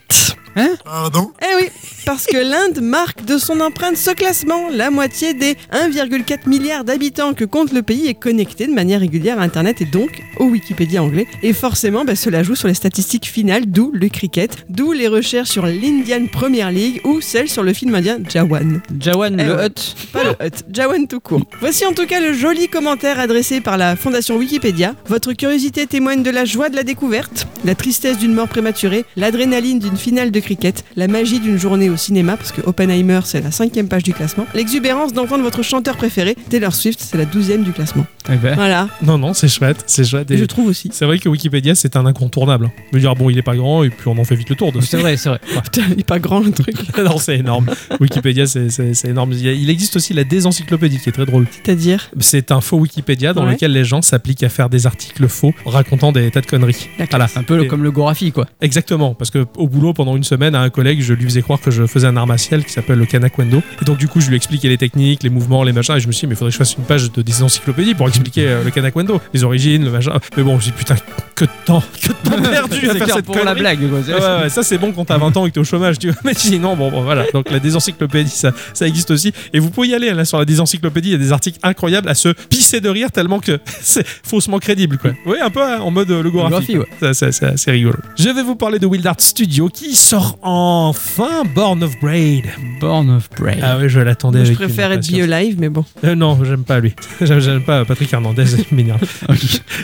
Speaker 4: Pardon
Speaker 3: Eh oui, parce que l'Inde marque de son empreinte ce classement. La moitié des 1,4 milliard d'habitants que compte le pays est connectée de manière régulière à Internet et donc au Wikipédia anglais. Et forcément, bah, cela joue sur les statistiques finales, d'où le cricket, d'où les recherches sur l'Indian Premier League ou celles sur le film indien Jawan.
Speaker 2: Jawan
Speaker 3: Eh
Speaker 2: le
Speaker 3: ouais.
Speaker 2: Hutt.
Speaker 3: Pas le hut, Jawan tout court. Voici en tout cas le joli commentaire adressé par la Fondation Wikipédia. Votre curiosité témoigne de la joie de la découverte, la tristesse d'une mort prématurée, l'adrénaline d'une finale de cricket, la magie d'une journée au cinéma, parce que Oppenheimer c'est la cinquième page du classement, l'exubérance d'entendre votre chanteur préféré, Taylor Swift c'est la douzième du classement.
Speaker 2: Eh ben,
Speaker 3: Voilà,
Speaker 1: Non, non, c'est chouette. C'est chouette.
Speaker 3: et
Speaker 1: et-
Speaker 3: je trouve aussi.
Speaker 1: C'est vrai que Wikipédia, c'est un incontournable. Je veux dire, bon, il est pas grand et puis on en fait vite le tour de
Speaker 2: C'est vrai, c'est vrai.
Speaker 3: Putain, il est pas grand le truc,
Speaker 1: non, c'est énorme. Wikipédia, c'est- c'est c'est énorme. Il y a- il existe aussi la désencyclopédie qui est très drôle.
Speaker 3: c'est-à-dire
Speaker 1: C'est un faux Wikipédia dans
Speaker 3: Ouais.
Speaker 1: lequel les gens s'appliquent à faire des articles faux racontant des tas de conneries.
Speaker 3: La
Speaker 1: Voilà.
Speaker 2: Un peu le-
Speaker 1: Et-
Speaker 2: comme le Gorafi, quoi.
Speaker 1: Exactement, parce que au boulot pendant une semaine à un collègue, je lui faisais croire que je faisais un art martial qui s'appelle le Kanakwendo. Et donc du coup, je lui expliquais les techniques, les mouvements, les machins. Et je me suis dit, mais il faudrait que je fasse une page de des encyclopédies pour expliquer euh, le Kanakwendo, les origines, le machin. Mais bon, je me suis dit, putain, que de temps, que de temps perdu à
Speaker 2: C'est
Speaker 1: Ah, faire
Speaker 2: clair,
Speaker 1: cette
Speaker 2: pour la
Speaker 1: connerie.
Speaker 2: blague, quoi. C'est-
Speaker 1: Ah ouais, ouais, ça c'est bon quand t'as 20 ans et que t'es au chômage, tu vois. Mais sinon, bon, bon, voilà. Donc la désencyclopédie, ça, ça existe aussi. Et vous pouvez y aller là, sur la désencyclopédie, il y a des articles incroyables à se pisser de rire tellement que c'est faussement crédible, quoi. Oui, un peu hein, en mode euh,
Speaker 2: Le
Speaker 1: logographie.
Speaker 2: Gorafi, ouais.
Speaker 1: Ça, ça, ça, c'est rigolo. Je vais vous parler de Wild Art Studio qui sort enfin Born of Braid.
Speaker 2: Born of Prey.
Speaker 1: Ah ouais, je l'attendais.
Speaker 3: Eh. Je
Speaker 1: avec
Speaker 3: préfère
Speaker 1: une
Speaker 3: être
Speaker 1: impatience.
Speaker 3: bio live, mais bon.
Speaker 1: Euh, non, j'aime pas lui. J'aime- J'aime pas Patrick Hernandez, il m'énerve.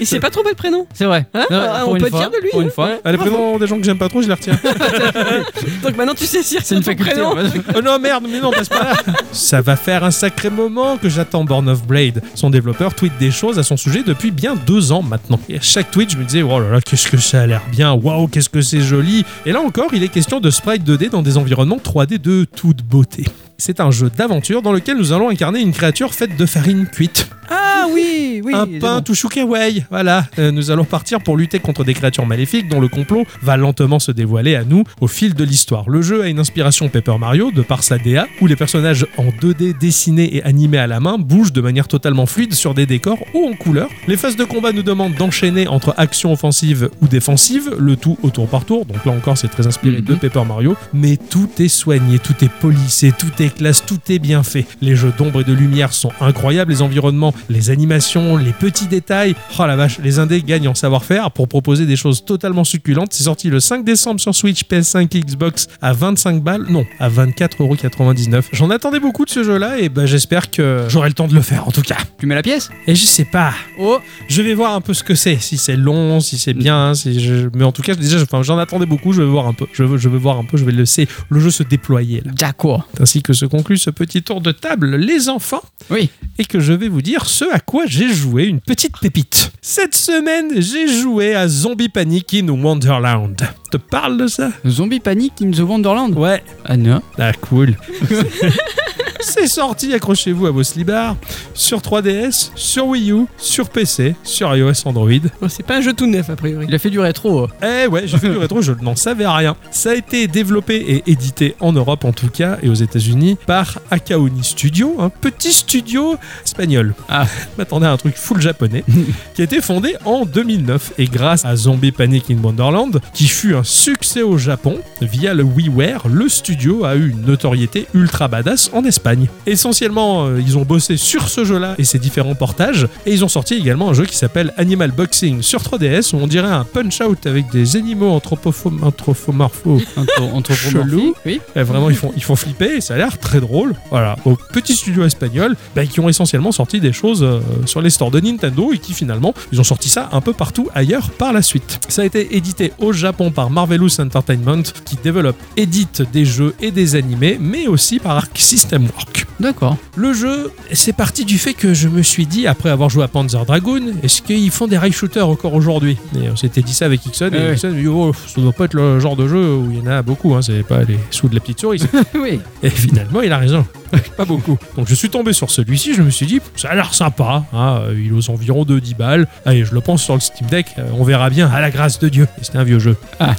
Speaker 3: Et c'est pas trop bel prénom
Speaker 2: C'est vrai.
Speaker 3: Hein
Speaker 2: C'est vrai,
Speaker 3: Ah,
Speaker 2: pour
Speaker 3: on
Speaker 2: une
Speaker 3: peut
Speaker 2: fois,
Speaker 3: dire de lui,
Speaker 2: Pour
Speaker 3: hein.
Speaker 2: une fois.
Speaker 3: Ouais.
Speaker 1: Ah, les prénoms des gens que j'aime pas trop, je les retiens.
Speaker 3: Donc maintenant tu sais si
Speaker 2: C'est une faculté.
Speaker 3: prénom.
Speaker 2: en fait.
Speaker 1: Oh non, merde, mais non, passe pas là. Ça va faire un sacré moment que j'attends Born of Blade. Son développeur tweet des choses à son sujet depuis bien deux ans maintenant. Et à chaque tweet, je me disais, oh là là, qu'est-ce que ça a l'air bien, waouh, qu'est-ce que c'est joli. Et là encore, il est question de sprite 2D dans des environnements 3D de toute beauté. C'est un jeu d'aventure dans lequel nous allons incarner une créature faite de farine cuite.
Speaker 3: Ah oui, oui.
Speaker 1: un
Speaker 3: il est
Speaker 1: pain
Speaker 3: bon.
Speaker 1: Tushukaway, voilà. Euh, nous allons partir pour lutter contre des créatures maléfiques dont le complot va lentement se dévoiler à nous au fil de l'histoire. Le jeu a une inspiration Paper Mario de par sa DA, où les personnages en 2D dessinés et animés à la main bougent de manière totalement fluide sur des décors ou en couleur. Les phases de combat nous demandent d'enchaîner entre actions offensives ou défensives, le tout au tour par tour, donc là encore c'est très inspiré de
Speaker 2: Mhm.
Speaker 1: Paper Mario, mais tout est soigné, tout est polissé, tout est classe, tout est bien fait. Les jeux d'ombre et de lumière sont incroyables, les environnements, les animations, les petits détails. Oh la vache, les indés gagnent en savoir-faire pour proposer des choses totalement succulentes. C'est sorti le 5 décembre sur Switch, PS5, Xbox à 25 balles, non, à 24,99€. J'en attendais beaucoup de ce jeu-là et bah, j'espère que j'aurai le temps de le faire en tout cas.
Speaker 2: Tu mets la pièce
Speaker 1: Et je sais pas,
Speaker 2: Oh
Speaker 1: je vais voir un peu ce que c'est, si c'est long, si c'est bien, si je... mais en tout cas déjà, enfin, j'en attendais beaucoup, je vais voir un peu, je veux, je veux voir un peu, je vais laisser le jeu se déployer là
Speaker 2: D'accord.
Speaker 1: ainsi que que se conclut ce petit tour de table, les enfants,
Speaker 2: Oui.
Speaker 1: et que je vais vous dire ce à quoi j'ai joué, une petite pépite. Cette semaine, j'ai joué à Zombie Panic in Wonderland. Te parle de ça
Speaker 2: Zombie Panic in the Wonderland
Speaker 1: Ouais,
Speaker 2: Ah non.
Speaker 1: ah cool. C'est sorti, accrochez-vous à vos slibards, sur 3DS, sur Wii U, sur PC, sur iOS Android.
Speaker 3: Bon, c'est pas un jeu tout neuf, a priori.
Speaker 2: Il a fait du rétro. euh.
Speaker 1: Eh ouais, j'ai fait du rétro, je n'en savais rien. Ça a été développé et édité en Europe en tout cas et aux États-Unis par Akaoni Studio, un petit studio espagnol.
Speaker 2: Ah.
Speaker 1: Je m'attendais à un truc full japonais qui a été fondé en 2009 et grâce à Zombie Panic in Wonderland, qui fut un succès au Japon via le WiiWare, le studio a eu une notoriété ultra badass en Espagne. Essentiellement, euh, ils ont bossé sur ce jeu-là et ses différents portages et ils ont sorti également un jeu qui s'appelle Animal Boxing sur 3DS où on dirait un punch-out avec des animaux anthropophom- anthropomorpho.
Speaker 2: Anthro- anthropomorphique,
Speaker 1: Chelou.
Speaker 2: Oui.
Speaker 1: Eh, vraiment, ils font, ils font flipper et ça a l'air très drôle. Voilà, aux petits studios espagnols bah, qui ont essentiellement sorti des choses euh, sur les stores de Nintendo et qui finalement, ils ont sorti ça un peu partout ailleurs par la suite. Ça a été édité au Japon par Marvelous Entertainment qui développe, édite des jeux et des animés, mais aussi par Arc System Work.
Speaker 2: D'accord.
Speaker 1: Le jeu, c'est parti du fait que je me suis dit, après avoir joué à Panzer Dragoon, est-ce qu'ils font des rail shooters encore aujourd'hui Et on s'était dit ça avec Ixon,
Speaker 2: Ouais.
Speaker 1: et Ixon a dit, oh, ça doit pas être le genre de jeu où il y en a beaucoup, hein, c'est pas les sous de la petite souris.
Speaker 2: oui.
Speaker 1: Et finalement, il a raison. pas beaucoup. Donc je suis tombé sur celui-ci, je me suis dit, ça a l'air sympa. hein, euh, il aux environs de 10 balles. Allez, je le pense sur le Steam Deck, euh, on verra bien, à la grâce de Dieu. Et c'était un vieux jeu.
Speaker 2: Ah.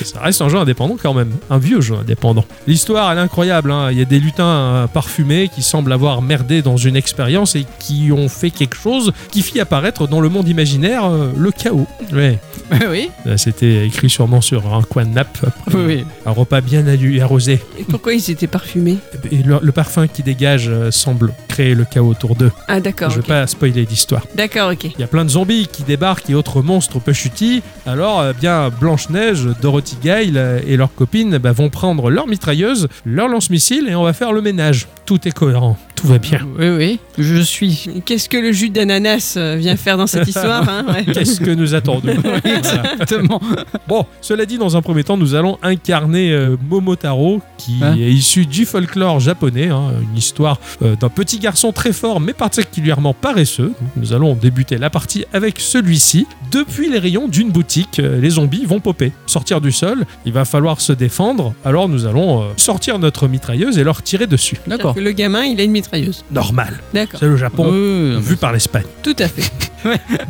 Speaker 1: Et ça reste un jeu indépendant quand même. Un vieux jeu indépendant. L'histoire, elle est incroyable. hein. Il y a des lutins euh, parfumés qui semblent avoir merdé dans une expérience et qui ont fait quelque chose qui fit apparaître dans le monde imaginaire euh, le chaos. Ouais.
Speaker 2: oui.
Speaker 1: Euh, C'était écrit sûrement sur un coin de nappe. après
Speaker 2: Oui. oui.
Speaker 1: Un repas bien allu- arrosé.
Speaker 3: Et pourquoi ils étaient parfumés
Speaker 1: Et le, le parfum qui dégage euh, semble créer le chaos autour d'eux.
Speaker 3: Ah, d'accord.
Speaker 1: Je vais
Speaker 3: ok.
Speaker 1: pas spoiler l'histoire.
Speaker 3: D'accord, ok.
Speaker 1: Il y a plein de zombies qui débarquent et autres monstres pechutis. Alors, euh, bien, Blanche-Neige, Dorothy Gale euh, et leurs copines bah, vont prendre leur mitrailleuse, leur lance-missile et on va faire le ménage. Tout est cohérent, tout va bien.
Speaker 2: Oui, oui. Je suis.
Speaker 3: Qu'est-ce que le jus d'ananas euh, vient faire dans cette histoire hein Ouais.
Speaker 1: Qu'est-ce que nous attendons Voilà.
Speaker 2: Exactement.
Speaker 1: Bon, cela dit, dans un premier temps, nous allons incarner euh, Momotaro, qui
Speaker 2: Hein
Speaker 1: est issu du folklore japonais, hein, une histoire euh, d'un petit garçon très fort, mais particulièrement paresseux. Donc, nous allons débuter la partie avec celui-ci. Depuis les rayons d'une boutique, euh, les zombies vont popper. Sortir du sol, il va falloir se défendre, alors nous allons euh, sortir notre mitrailleuse et leur tirer dessus.
Speaker 2: D'accord.
Speaker 3: Que Le gamin, il a une mitrailleuse.
Speaker 1: Normal,
Speaker 3: D'accord.
Speaker 1: c'est le Japon,
Speaker 2: Oui, oui, oui.
Speaker 1: vu par l'Espagne.
Speaker 3: Tout à fait.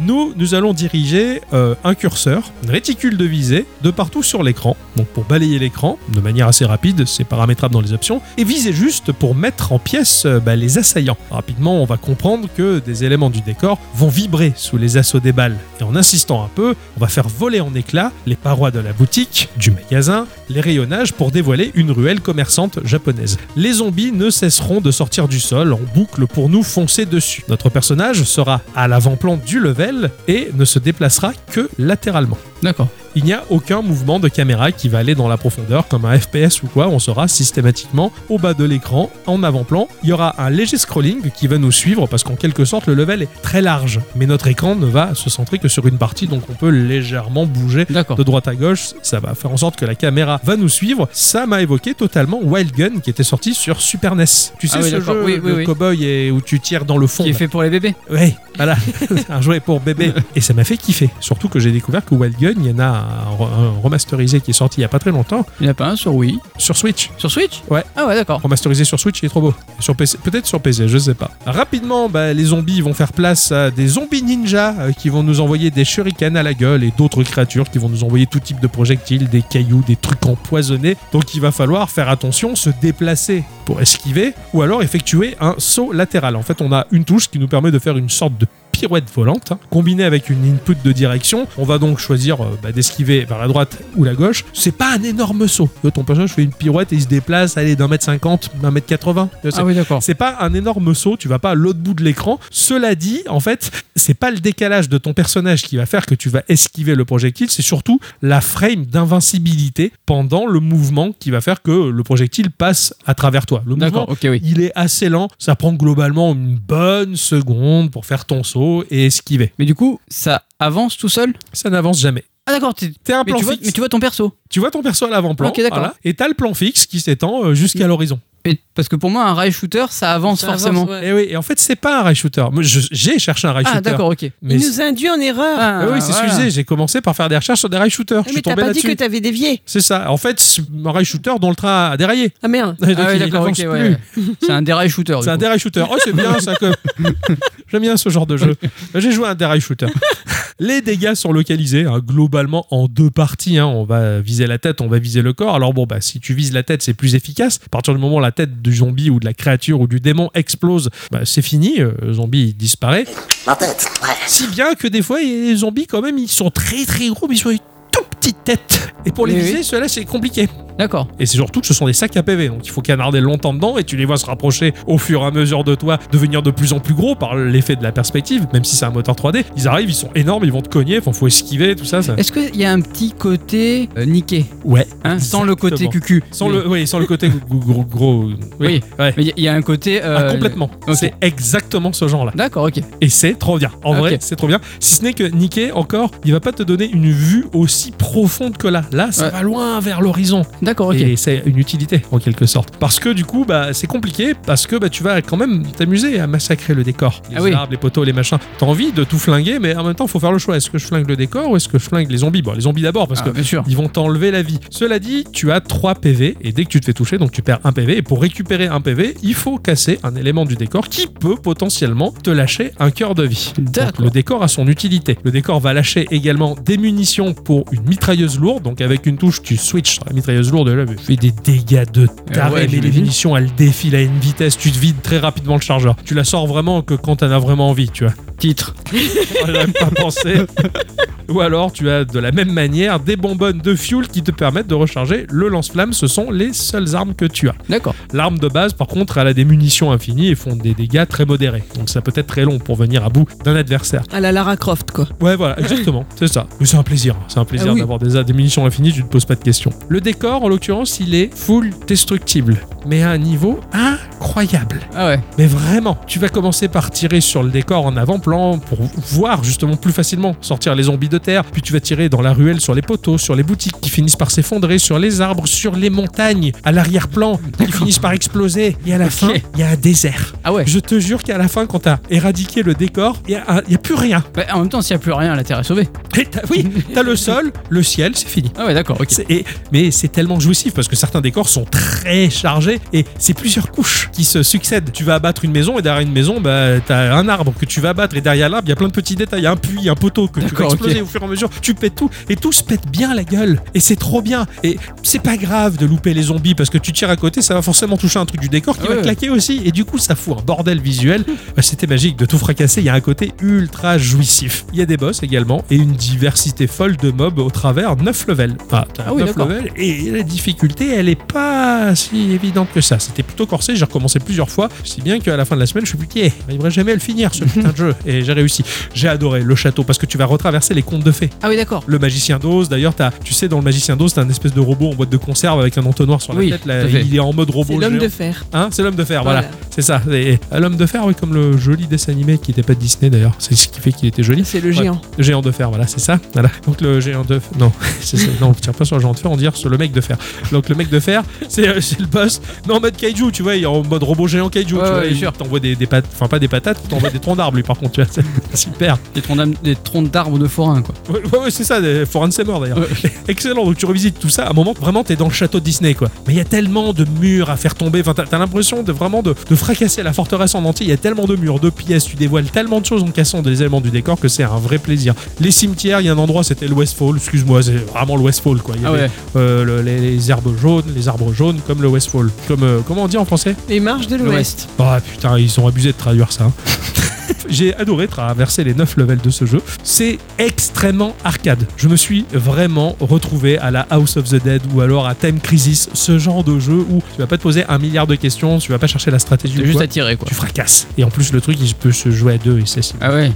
Speaker 1: Nous, nous allons diriger euh, un curseur, une réticule de visée, de partout sur l'écran. Donc pour balayer l'écran, de manière assez rapide, c'est paramétrable dans les options, et viser juste pour mettre en pièces euh, bah, les assaillants. Rapidement, on va comprendre que des éléments du décor vont vibrer sous les assauts des balles. Et en insistant un peu, on va faire voler en éclats les parois de la boutique, du magasin, les rayonnages pour dévoiler une ruelle commerçante japonaise. Les zombies ne cesseront de sortir du sol en boucle pour nous foncer dessus. Notre personnage sera à l'avant-plan du level et ne se déplacera que latéralement.
Speaker 2: D'accord.
Speaker 1: Il n'y a aucun mouvement de caméra qui va aller dans la profondeur comme un FPS ou quoi, on sera systématiquement au bas de l'écran, en avant-plan. Il y aura un léger scrolling qui va nous suivre parce qu'en quelque sorte le level est très large, mais notre écran ne va se centrer que sur une partie donc on peut légèrement bouger
Speaker 2: D'accord.
Speaker 1: de droite à gauche, ça va faire en sorte que la caméra va nous suivre. Ça m'a évoqué totalement Wild Gun qui était sorti sur Super NES. Tu sais
Speaker 2: Ah oui,
Speaker 1: ce
Speaker 2: d'accord.
Speaker 1: jeu
Speaker 2: Oui, oui,
Speaker 1: le
Speaker 2: oui.
Speaker 1: cowboy et où tu tires dans le fond.
Speaker 2: Qui est
Speaker 1: là.
Speaker 2: fait pour les bébés.
Speaker 1: Ouais, voilà, un jouet pour bébé. Et ça m'a fait kiffer. Surtout que j'ai découvert que Wild Gun, il y en a un, re- un remasterisé qui est sorti il y a pas très longtemps
Speaker 2: Il n'y en a pas un sur Wii.
Speaker 1: sur Switch.
Speaker 2: Sur Switch
Speaker 1: Ouais.
Speaker 2: Ah ouais, d'accord.
Speaker 1: Remasterisé sur Switch, il est trop beau. Sur PC, peut-être sur PC, je sais pas. Rapidement, bah, les zombies vont faire place à des zombies ninjas euh, qui vont nous envoyer des shurikens à la gueule et d'autres créatures qui vont nous envoyer tout type de projectiles, des cailloux, des trucs empoisonnés. Donc il va falloir faire attention, se déplacer pour esquiver ou alors effectuer un saut latéral. En fait, on a une touche qui nous permet de faire une sorte de pirouette volante, hein, combinée avec une input de direction. On va donc choisir euh, bah, d'esquiver vers la droite ou la gauche. C'est pas un énorme saut. Tu vois, Ton personnage fait une pirouette et il se déplace, allez, d'un mètre cinquante, d'un mètre quatre-vingts. Tu vois, c'est-
Speaker 2: Ah oui, d'accord.
Speaker 1: c'est pas un énorme saut, tu vas pas à l'autre bout de l'écran. Cela dit, en fait, c'est pas le décalage de ton personnage qui va faire que tu vas esquiver le projectile, c'est surtout la frame d'invincibilité pendant le mouvement qui va faire que le projectile passe à travers toi. Le mouvement
Speaker 2: D'accord, ok, oui.
Speaker 1: il est assez lent, ça prend globalement une bonne seconde pour faire ton saut et esquiver.
Speaker 2: Mais du coup, ça avance tout seul
Speaker 1: Ça n'avance jamais.
Speaker 2: Ah d'accord, t'es-
Speaker 1: T'es un
Speaker 2: mais
Speaker 1: plan
Speaker 2: tu, vois,
Speaker 1: fixe.
Speaker 2: mais tu vois ton perso.
Speaker 1: Tu vois ton perso à l'avant-plan,
Speaker 2: Ok, d'accord.
Speaker 1: voilà, et t'as le plan fixe qui s'étend euh, jusqu'à l'horizon.
Speaker 2: Et- parce que pour moi, un rail shooter, ça avance
Speaker 3: Ça avance,
Speaker 2: forcément.
Speaker 3: ouais.
Speaker 1: Et oui, et en fait, c'est pas un rail shooter. Moi, je- J'ai cherché un rail
Speaker 2: Ah,
Speaker 1: shooter.
Speaker 2: d'accord, ok.
Speaker 1: Mais
Speaker 3: Il nous induit en erreur.
Speaker 2: Ah,
Speaker 1: Ah oui, c'est ce que
Speaker 2: voilà.
Speaker 1: je disais. J'ai commencé par faire des recherches sur des rail shooters. je
Speaker 3: mais
Speaker 1: suis
Speaker 3: t'as
Speaker 1: tombé
Speaker 3: pas dit que
Speaker 1: là-dessus.
Speaker 3: t'avais dévié.
Speaker 1: C'est ça. En fait, c'est un rail shooter dont le train a déraillé.
Speaker 3: Ah merde.
Speaker 1: Donc,
Speaker 2: Ah ouais,
Speaker 1: il
Speaker 2: d'accord, ok,
Speaker 1: avance plus.
Speaker 2: ouais. C'est un dérail shooter.
Speaker 1: C'est un
Speaker 2: du coup.
Speaker 1: dérail shooter. Oh, c'est bien ça. Comme... J'aime bien ce genre de jeu. Bah, J'ai joué à un dérail shooter. Les dégâts sont localisés hein, globalement en deux parties. hein. On va viser la tête, on va viser le corps. Alors bon, bah, si tu vises la tête, c'est plus efficace. À partir du moment où la tête du zombie ou de la créature ou du démon explose, bah, c'est fini. Euh, Le zombie il disparaît.
Speaker 6: Ma tête, ouais.
Speaker 1: Si bien que des fois, il y a des zombies quand même, ils sont très très gros, mais ils ont une toute petite tête. Et pour les
Speaker 2: Oui,
Speaker 1: viser, ceux-là, c'est compliqué.
Speaker 2: D'accord.
Speaker 1: Et c'est surtout que ce sont des sacs à PV, donc il faut canarder longtemps dedans et tu les vois se rapprocher au fur et à mesure de toi, devenir de plus en plus gros par l'effet de la perspective, même si c'est un moteur 3D. Ils arrivent, ils sont énormes, ils vont te cogner, il faut esquiver, tout ça. ça-
Speaker 2: Est-ce qu'il y a un petit côté euh, niqué
Speaker 1: Ouais.
Speaker 2: hein, Sans le côté
Speaker 1: Exactement.
Speaker 2: cucu.
Speaker 1: Sans le, oui, sans le côté gros. gros, gros-
Speaker 2: Oui.
Speaker 1: ouais.
Speaker 2: Mais il y a- il y, a un côté. euh,
Speaker 1: Ah, complètement.
Speaker 2: le- ok.
Speaker 1: C'est exactement ce genre-là.
Speaker 2: D'accord, ok.
Speaker 1: Et c'est trop bien. En
Speaker 2: Ok.
Speaker 1: vrai, c'est trop bien. Si ce n'est que Nikkei, encore, il va pas te donner une vue aussi profonde que là. Là, ça
Speaker 2: Ouais.
Speaker 1: va loin vers l'horizon.
Speaker 2: D'accord, ok. Ah,
Speaker 1: Et c'est une utilité, en quelque sorte. Parce que du coup, bah, c'est compliqué, parce que bah, tu vas quand même t'amuser à massacrer le décor. Les
Speaker 2: Ah oui.
Speaker 1: arbres, les poteaux, les machins. T'as envie de tout flinguer, mais en même temps, faut faire le choix. Est-ce que je flingue le décor ou est-ce que je flingue les zombies Bon, les zombies d'abord, parce
Speaker 2: Ah,
Speaker 1: que
Speaker 2: bien sûr.
Speaker 1: ils vont t'enlever la vie. Cela dit, tu as 3 PV et dès que tu te fais toucher, donc tu perds un PV. Et pour récupérer un PV, il faut casser un élément du décor qui peut potentiellement te lâcher un cœur de vie.
Speaker 2: D'accord.
Speaker 1: Donc, Le décor a son utilité. Le décor va lâcher également des munitions pour une mitrailleuse lourde. Donc avec une touche, tu switches sur la mitrailleuse lourde. Là, tu fais des dégâts de taré.
Speaker 2: Eh ouais,
Speaker 1: mais les
Speaker 2: j'imagine.
Speaker 1: munitions, elles défilent à une vitesse. Tu te vides très rapidement le chargeur. Tu la sors vraiment que quand t'en as vraiment envie, tu vois.
Speaker 2: Titre.
Speaker 1: On l'a même pas pensé. Ou alors, tu as de la même manière des bonbonnes de fuel qui te permettent de recharger le lance-flamme. Ce sont les seules armes que tu as.
Speaker 2: D'accord.
Speaker 1: L'arme de base, par contre, elle a des munitions infinies et font des dégâts très modérés. Donc, ça peut être très long pour venir à bout d'un adversaire.
Speaker 3: À la Ah Lara Croft, quoi.
Speaker 1: Ouais, voilà, exactement. C'est ça. Mais c'est un plaisir. hein, C'est un plaisir
Speaker 2: Ah oui.
Speaker 1: d'avoir des, des munitions infinies, tu ne te poses pas de questions. Le décor, en l'occurrence, il est full destructible, mais à un niveau incroyable.
Speaker 2: Ah ouais.
Speaker 1: Mais vraiment, tu vas commencer par tirer sur le décor en avant-plan pour voir justement plus facilement sortir les zombies de terre, puis tu vas tirer dans la ruelle sur les poteaux, sur les boutiques qui finissent par s'effondrer, sur les arbres, sur les montagnes, à l'arrière-plan qui finissent par exploser, et à la
Speaker 2: Ok.
Speaker 1: fin, il y a un désert.
Speaker 2: Ah ouais.
Speaker 1: Je te jure qu'à la fin, quand t'as éradiqué le décor, il n'y a, il y a plus rien.
Speaker 2: Bah, en même temps, s'il n'y a plus rien, la Terre est sauvée.
Speaker 1: Et t'as- oui, t'as le sol, le ciel, c'est fini.
Speaker 2: Ah ouais, d'accord, ok.
Speaker 1: C'est- et- mais c'est tellement jouissif parce que certains décors sont très chargés et c'est plusieurs couches qui se succèdent. Tu vas abattre une maison et derrière une maison, bah, t'as un arbre que tu vas abattre et derrière l'arbre, il y a plein de petits détails. Il y a un puits, il y a un poteau que tu vas
Speaker 2: D'accord,
Speaker 1: exploser
Speaker 2: ok.
Speaker 1: au fur et à mesure. Tu pètes tout et tout se pète bien la gueule. Et c'est trop bien. Et c'est pas grave de louper les zombies parce que tu tires à côté, ça va forcément toucher un truc du décor qui
Speaker 2: Ah Ouais.
Speaker 1: va claquer aussi. Et du coup, ça fout un bordel visuel. Bah, C'était magique de tout fracasser. Il y a un côté ultra jouissif. Il y a des boss également et une diversité folle de mobs au travers 9 levels. Ah, t'as
Speaker 2: Ah oui,
Speaker 1: neuf
Speaker 2: d'accord.
Speaker 1: levels et la difficulté, elle est pas si évidente que ça. C'était plutôt corsé. J'ai recommencé plusieurs fois, si bien qu'à la fin de la semaine, je suis eh, plus tié. J'arriverai jamais à le finir ce putain de jeu. Et j'ai réussi. J'ai adoré le château parce que tu vas retraverser les contes de fées.
Speaker 2: Ah oui, d'accord.
Speaker 1: Le magicien d'Oz, d'ailleurs, t'as- tu sais, dans le magicien d'Oz, t'as un espèce de robot en boîte de conserve avec un entonnoir sur la
Speaker 2: Oui,
Speaker 1: tête. là.
Speaker 2: tout à fait.
Speaker 1: il est en mode
Speaker 3: C'est
Speaker 1: robot.
Speaker 3: l'homme
Speaker 1: géant.
Speaker 3: de fer.
Speaker 1: Hein, c'est l'homme de fer, voilà.
Speaker 3: Voilà.
Speaker 1: C'est ça. Et- et L'homme de fer, oui, comme le joli dessin animé qui n'était pas de Disney d'ailleurs. C'est ce qui fait qu'il était joli.
Speaker 3: C'est le
Speaker 1: Ouais.
Speaker 3: géant.
Speaker 1: Le géant de fer, voilà, c'est ça. Voilà. Donc le géant de fer. Non, c'est ça. non, on tire pas sur le géant de fer, on tire sur le mec de fer. Donc le mec de fer, c'est euh, c'est le boss. Non, en mode kaiju, tu vois, il est en mode robot géant kaiju.
Speaker 2: Ouais,
Speaker 1: tu vois,
Speaker 2: ouais,
Speaker 1: il
Speaker 2: sûr.
Speaker 1: t'envoie des, des patates, enfin pas des patates, il t'envoie des troncs d'arbres lui par contre, tu vois. C'est super.
Speaker 2: Des troncs d'am- des troncs d'arbres de forains, quoi.
Speaker 1: Ouais, ouais, ouais, c'est ça, des- Foreign Summer d'ailleurs.
Speaker 2: Ouais.
Speaker 1: Excellent, donc tu revisites tout ça. À un moment, vraiment, t'es dans le château de Disney, quoi. Mais il y a tellement de murs à faire tomber. Enfin, t'as t'as l'impression de vraiment de, de fracasser la forteresse en entier. Il y a tellement de murs, de pièces. Tu dévoiles tellement de choses en cassant des éléments du décor que c'est un vrai plaisir. Les cimetières, il y a un endroit, c'était le Westfall. Excuse-moi, c'est vraiment le Westfall, quoi. Il y
Speaker 2: Ah
Speaker 1: avait,
Speaker 2: ouais.
Speaker 1: euh, le- les, les herbes jaunes, les arbres jaunes, comme le Westfall. Comme, euh, comment on dit en français
Speaker 3: Les marches de l'Ouest.
Speaker 2: L'Ouest.
Speaker 1: ah putain, ils ont abusé de traduire ça. hein. J'ai adoré traverser les 9 levels de ce jeu. C'est extrêmement arcade. Je me suis vraiment retrouvé à la House of the Dead ou alors à Time Crisis, ce genre de jeu où tu vas pas te poser un milliard de questions, tu vas pas chercher la stratégie.
Speaker 2: T'as
Speaker 1: ou
Speaker 2: juste
Speaker 1: quoi.
Speaker 2: à tirer, quoi.
Speaker 1: Tu fracasses. Et en plus, le truc, il peut se jouer à deux et c'est. c'est-
Speaker 2: Ah ouais.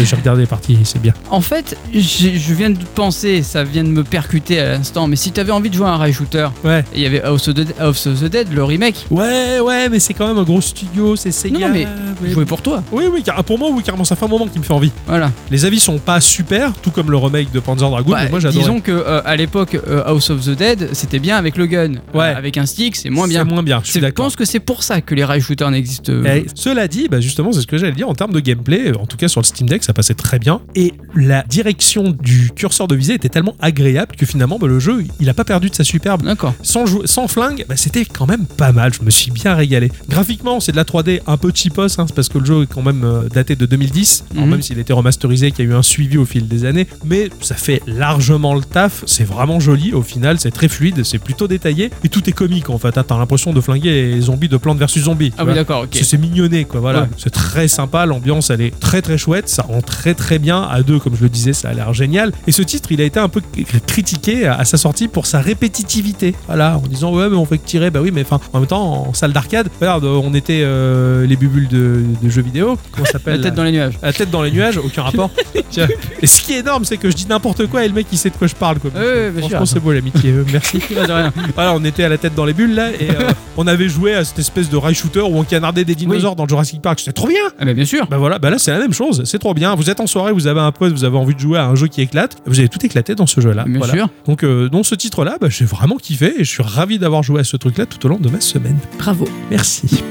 Speaker 1: J'ai regardé les parties, c'est bien.
Speaker 2: En fait, j'ai- je viens de penser, ça vient de me percuter à l'instant, mais si t'avais envie de jouer à un rail shooter,
Speaker 1: Ouais.
Speaker 2: et il y avait House of, the Dead, House of the Dead, le remake,
Speaker 1: Ouais, ouais, mais c'est quand même un gros studio, c'est Sega.
Speaker 2: Non, non, mais- joué pour toi.
Speaker 1: Oui, oui, car- pour moi, oui, carrément, ça fait un moment qu'il me fait envie.
Speaker 2: Voilà.
Speaker 1: Les avis sont pas super, tout comme le remake de Panzer Dragoon,
Speaker 2: Bah,
Speaker 1: mais moi j'adore.
Speaker 2: disons que euh, à l'époque, euh, House of the Dead, c'était bien avec le gun.
Speaker 1: Ouais.
Speaker 2: Euh, avec un stick, c'est moins bien.
Speaker 1: C'est moins bien, je suis
Speaker 2: C'est- Je
Speaker 1: d'accord.
Speaker 2: pense que c'est pour ça que les rail shooters n'existent. euh,
Speaker 1: Eh, cela dit, bah justement, c'est ce que j'allais dire en termes de gameplay. euh, En tout cas, sur le Steam Deck, ça passait très bien. Et la direction du curseur de visée était tellement agréable que finalement, bah, le jeu, il a pas perdu de sa superbe.
Speaker 2: D'accord.
Speaker 1: Sans, jou- sans flingue, bah, c'était quand même pas mal. Je me suis bien régalé. Graphiquement, c'est de la 3D un peu cheapos, hein, c'est parce que le jeu est quand même euh, daté de 2010. Alors,
Speaker 2: Mhm.
Speaker 1: Même s'il était remasterisé, qu'il y a eu un suivi au fil des années, mais ça fait largement le taf. C'est vraiment joli. Au final, c'est très fluide, c'est plutôt détaillé et tout est comique en fait. hein. T'as l'impression de flinguer les zombies de Plante versus Zombies.
Speaker 2: Ah oui, d'accord, ok.
Speaker 1: C'est- C'est mignonné, quoi. Voilà,
Speaker 2: Ouais.
Speaker 1: c'est très sympa. L'ambiance, elle est très très chouette. Ça rend très très bien à deux, comme je le disais, ça a l'air génial. Et ce titre, il a été un peu cri- critiqué à à sa sortie pour sa répétitivité. Voilà, en disant ouais, mais on fait que tirer. Bah oui, mais enfin, en même temps, en salle d'arcade, regarde, on était euh, les bubules de, de jeux vidéo. Comment ça
Speaker 2: La
Speaker 1: s'appelle
Speaker 2: tête dans les nuages.
Speaker 1: la tête dans les nuages, aucun rapport. Tiens. Et ce qui est énorme, c'est que je dis n'importe quoi et le mec il sait de quoi je parle. Quoi.
Speaker 2: Ouais, ouais, bien sûr.
Speaker 1: Franchement, c'est beau l'amitié. Euh, Merci.
Speaker 2: Ah, de rien.
Speaker 1: Voilà, on était à la tête dans les bulles là et euh, on avait joué à cette espèce de rail shooter où on canardait des dinosaures dans Jurassic Park. C'était trop bien.
Speaker 2: Ah, mais bien sûr.
Speaker 1: Bah voilà, bah là c'est la même chose, c'est trop bien. Vous êtes en soirée, vous avez un pote, vous avez envie de jouer à un jeu qui éclate, vous avez tout éclaté dans ce jeu-là.
Speaker 2: bien
Speaker 1: Voilà.
Speaker 2: sûr.
Speaker 1: Donc euh, dans ce titre-là, bah, j'ai vraiment kiffé et je suis ravi d'avoir joué à ce truc-là tout au long de ma semaine.
Speaker 3: Bravo.
Speaker 1: Merci.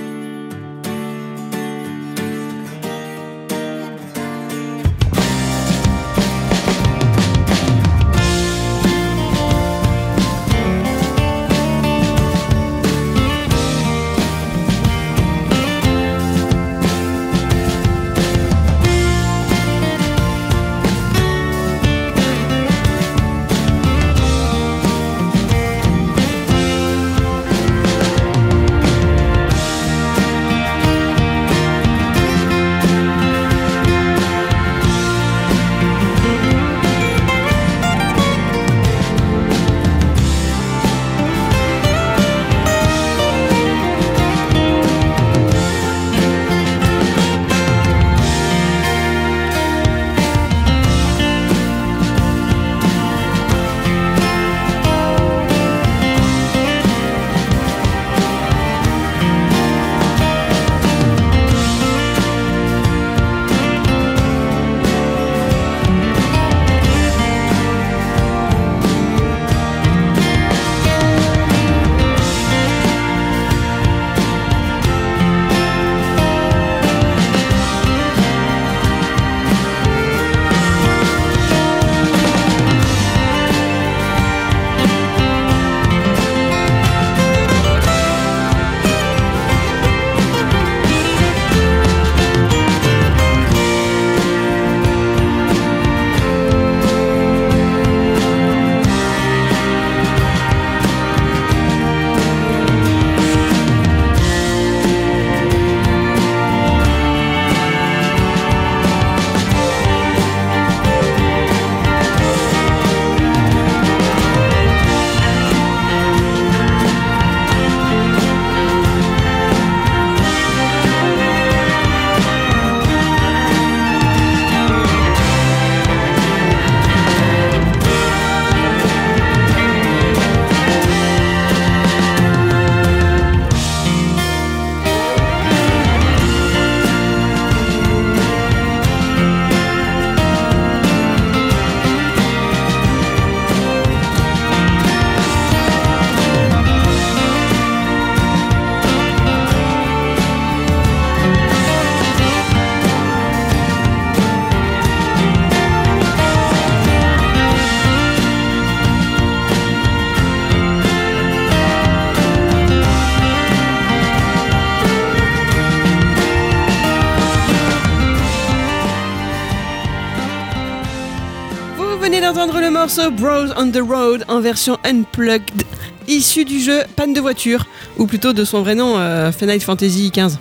Speaker 3: Vous venez d'entendre le morceau Bros on the Road en version unplugged, issu du jeu Panne de voiture, ou plutôt de son vrai nom euh, Final Fantasy XV.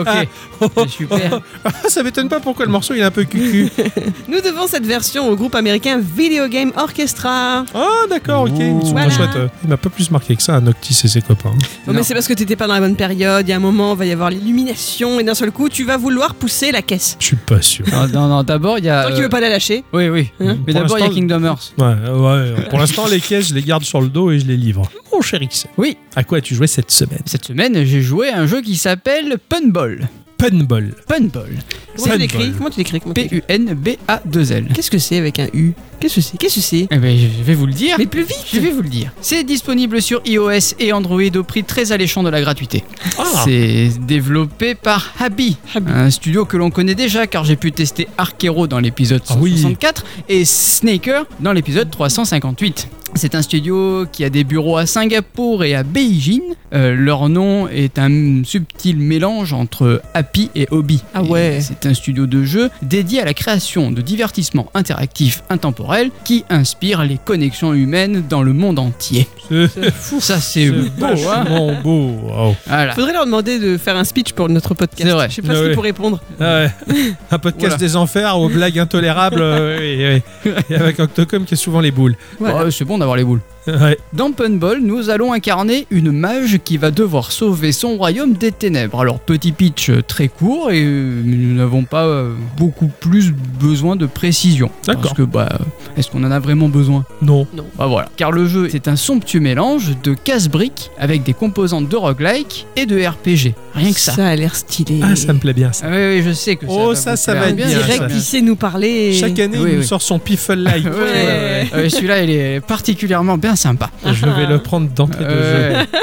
Speaker 2: ok. C'est Super.
Speaker 1: Ah, ça m'étonne pas pourquoi le morceau il est un peu cucu.
Speaker 3: Nous devons cette version au groupe américain Video Game Orchestra. Oh,
Speaker 1: Ah d'accord, ok. Ils sont
Speaker 3: Voilà.
Speaker 1: très chouettes, euh. Il m'a pas plus marqué que ça, Noctis et ses copains.
Speaker 2: Non.
Speaker 3: mais c'est parce que t'étais pas dans la bonne période, il y a un moment, il va y avoir l'illumination, et d'un seul coup, tu vas vouloir pousser la caisse.
Speaker 1: Je suis pas sûr.
Speaker 2: Non, non, non, d'abord, il y a.
Speaker 3: Toi qui
Speaker 2: euh,
Speaker 3: veux pas la lâcher.
Speaker 2: Oui, oui.
Speaker 3: Hein
Speaker 2: Mais
Speaker 1: Pour
Speaker 2: d'abord, il y a
Speaker 1: l'instant,
Speaker 2: Kingdom Hearts.
Speaker 1: Ouais, ouais. Pour l'instant, les caisses, je les garde sur le dos et je les livre. Mon cher X.
Speaker 2: Oui.
Speaker 1: À quoi as-tu joué cette semaine
Speaker 2: Cette semaine, j'ai joué à un jeu qui s'appelle Punball.
Speaker 1: Punball.
Speaker 2: Punball.
Speaker 3: Comment tu l'écris
Speaker 1: Sunball.
Speaker 3: Comment tu l'écris Comment tu l'écris
Speaker 2: P-U-N-B-A-2-L.
Speaker 3: Qu'est-ce que c'est avec un U Qu'est-ce que c'est Qu'est-ce que c'est
Speaker 2: Eh ben, je vais vous le dire.
Speaker 3: Mais plus vite
Speaker 2: Je vais vous le dire. C'est disponible sur iOS et Android au prix très alléchant de la gratuité.
Speaker 1: Ah,
Speaker 2: C'est développé par Habi, un studio que l'on connaît déjà car j'ai pu tester Arkero dans l'épisode
Speaker 1: Ah oui.
Speaker 2: 164 et Snaker dans l'épisode 358. C'est un studio qui a des bureaux à Singapour et à Beijing. Euh, leur nom est un subtil mélange entre Happy et Hobby.
Speaker 3: Ah ouais.
Speaker 2: Et C'est un studio de jeu dédié à la création de divertissements interactifs intemporels qui inspirent les connexions humaines dans le monde entier.
Speaker 1: c'est
Speaker 2: Ça c'est
Speaker 1: c'est
Speaker 2: beau, hein
Speaker 1: vachement beau. Oh. Wow.
Speaker 2: Voilà.
Speaker 3: Faudrait leur demander de faire un speech pour notre podcast.
Speaker 2: C'est vrai.
Speaker 3: Je sais pas
Speaker 1: Ah
Speaker 3: ce qu'ils
Speaker 1: ouais.
Speaker 3: pourront répondre.
Speaker 1: Ah ouais. Un podcast
Speaker 2: Voilà.
Speaker 1: des enfers aux blagues intolérables euh, et, et- et avec Octocom qui est souvent les boules.
Speaker 3: Voilà.
Speaker 2: Oh, c'est bon d'avoir les boules.
Speaker 1: Ouais.
Speaker 2: Dans Punball, nous allons incarner une mage qui va devoir sauver son royaume des ténèbres. Alors, petit pitch euh, très court et euh, nous n'avons pas euh, beaucoup plus besoin de précision.
Speaker 1: D'accord.
Speaker 2: Parce que, bah, euh, est-ce qu'on en a vraiment besoin
Speaker 1: Non.
Speaker 2: Bah voilà. Car le jeu c'est un somptueux mélange de casse-briques avec des composantes de roguelike et de RPG. Rien que ça.
Speaker 3: a l'air stylé.
Speaker 1: Ah, ça me plaît bien ça.
Speaker 2: Ah oui, oui, je sais que ça.
Speaker 1: Oh,
Speaker 2: va
Speaker 1: ça,
Speaker 2: vous
Speaker 1: ça
Speaker 2: plaire.
Speaker 1: va être bien,
Speaker 3: Direct,
Speaker 1: ça.
Speaker 3: il sait nous parler.
Speaker 1: Chaque année,
Speaker 2: Oui,
Speaker 1: il nous
Speaker 2: oui.
Speaker 1: sort son Piffle Light.
Speaker 2: Ouais, ouais, ouais. Ouais, Celui-là, il est particulièrement bien sympa.
Speaker 1: Je vais le prendre d'entrée de jeu.
Speaker 2: Euh,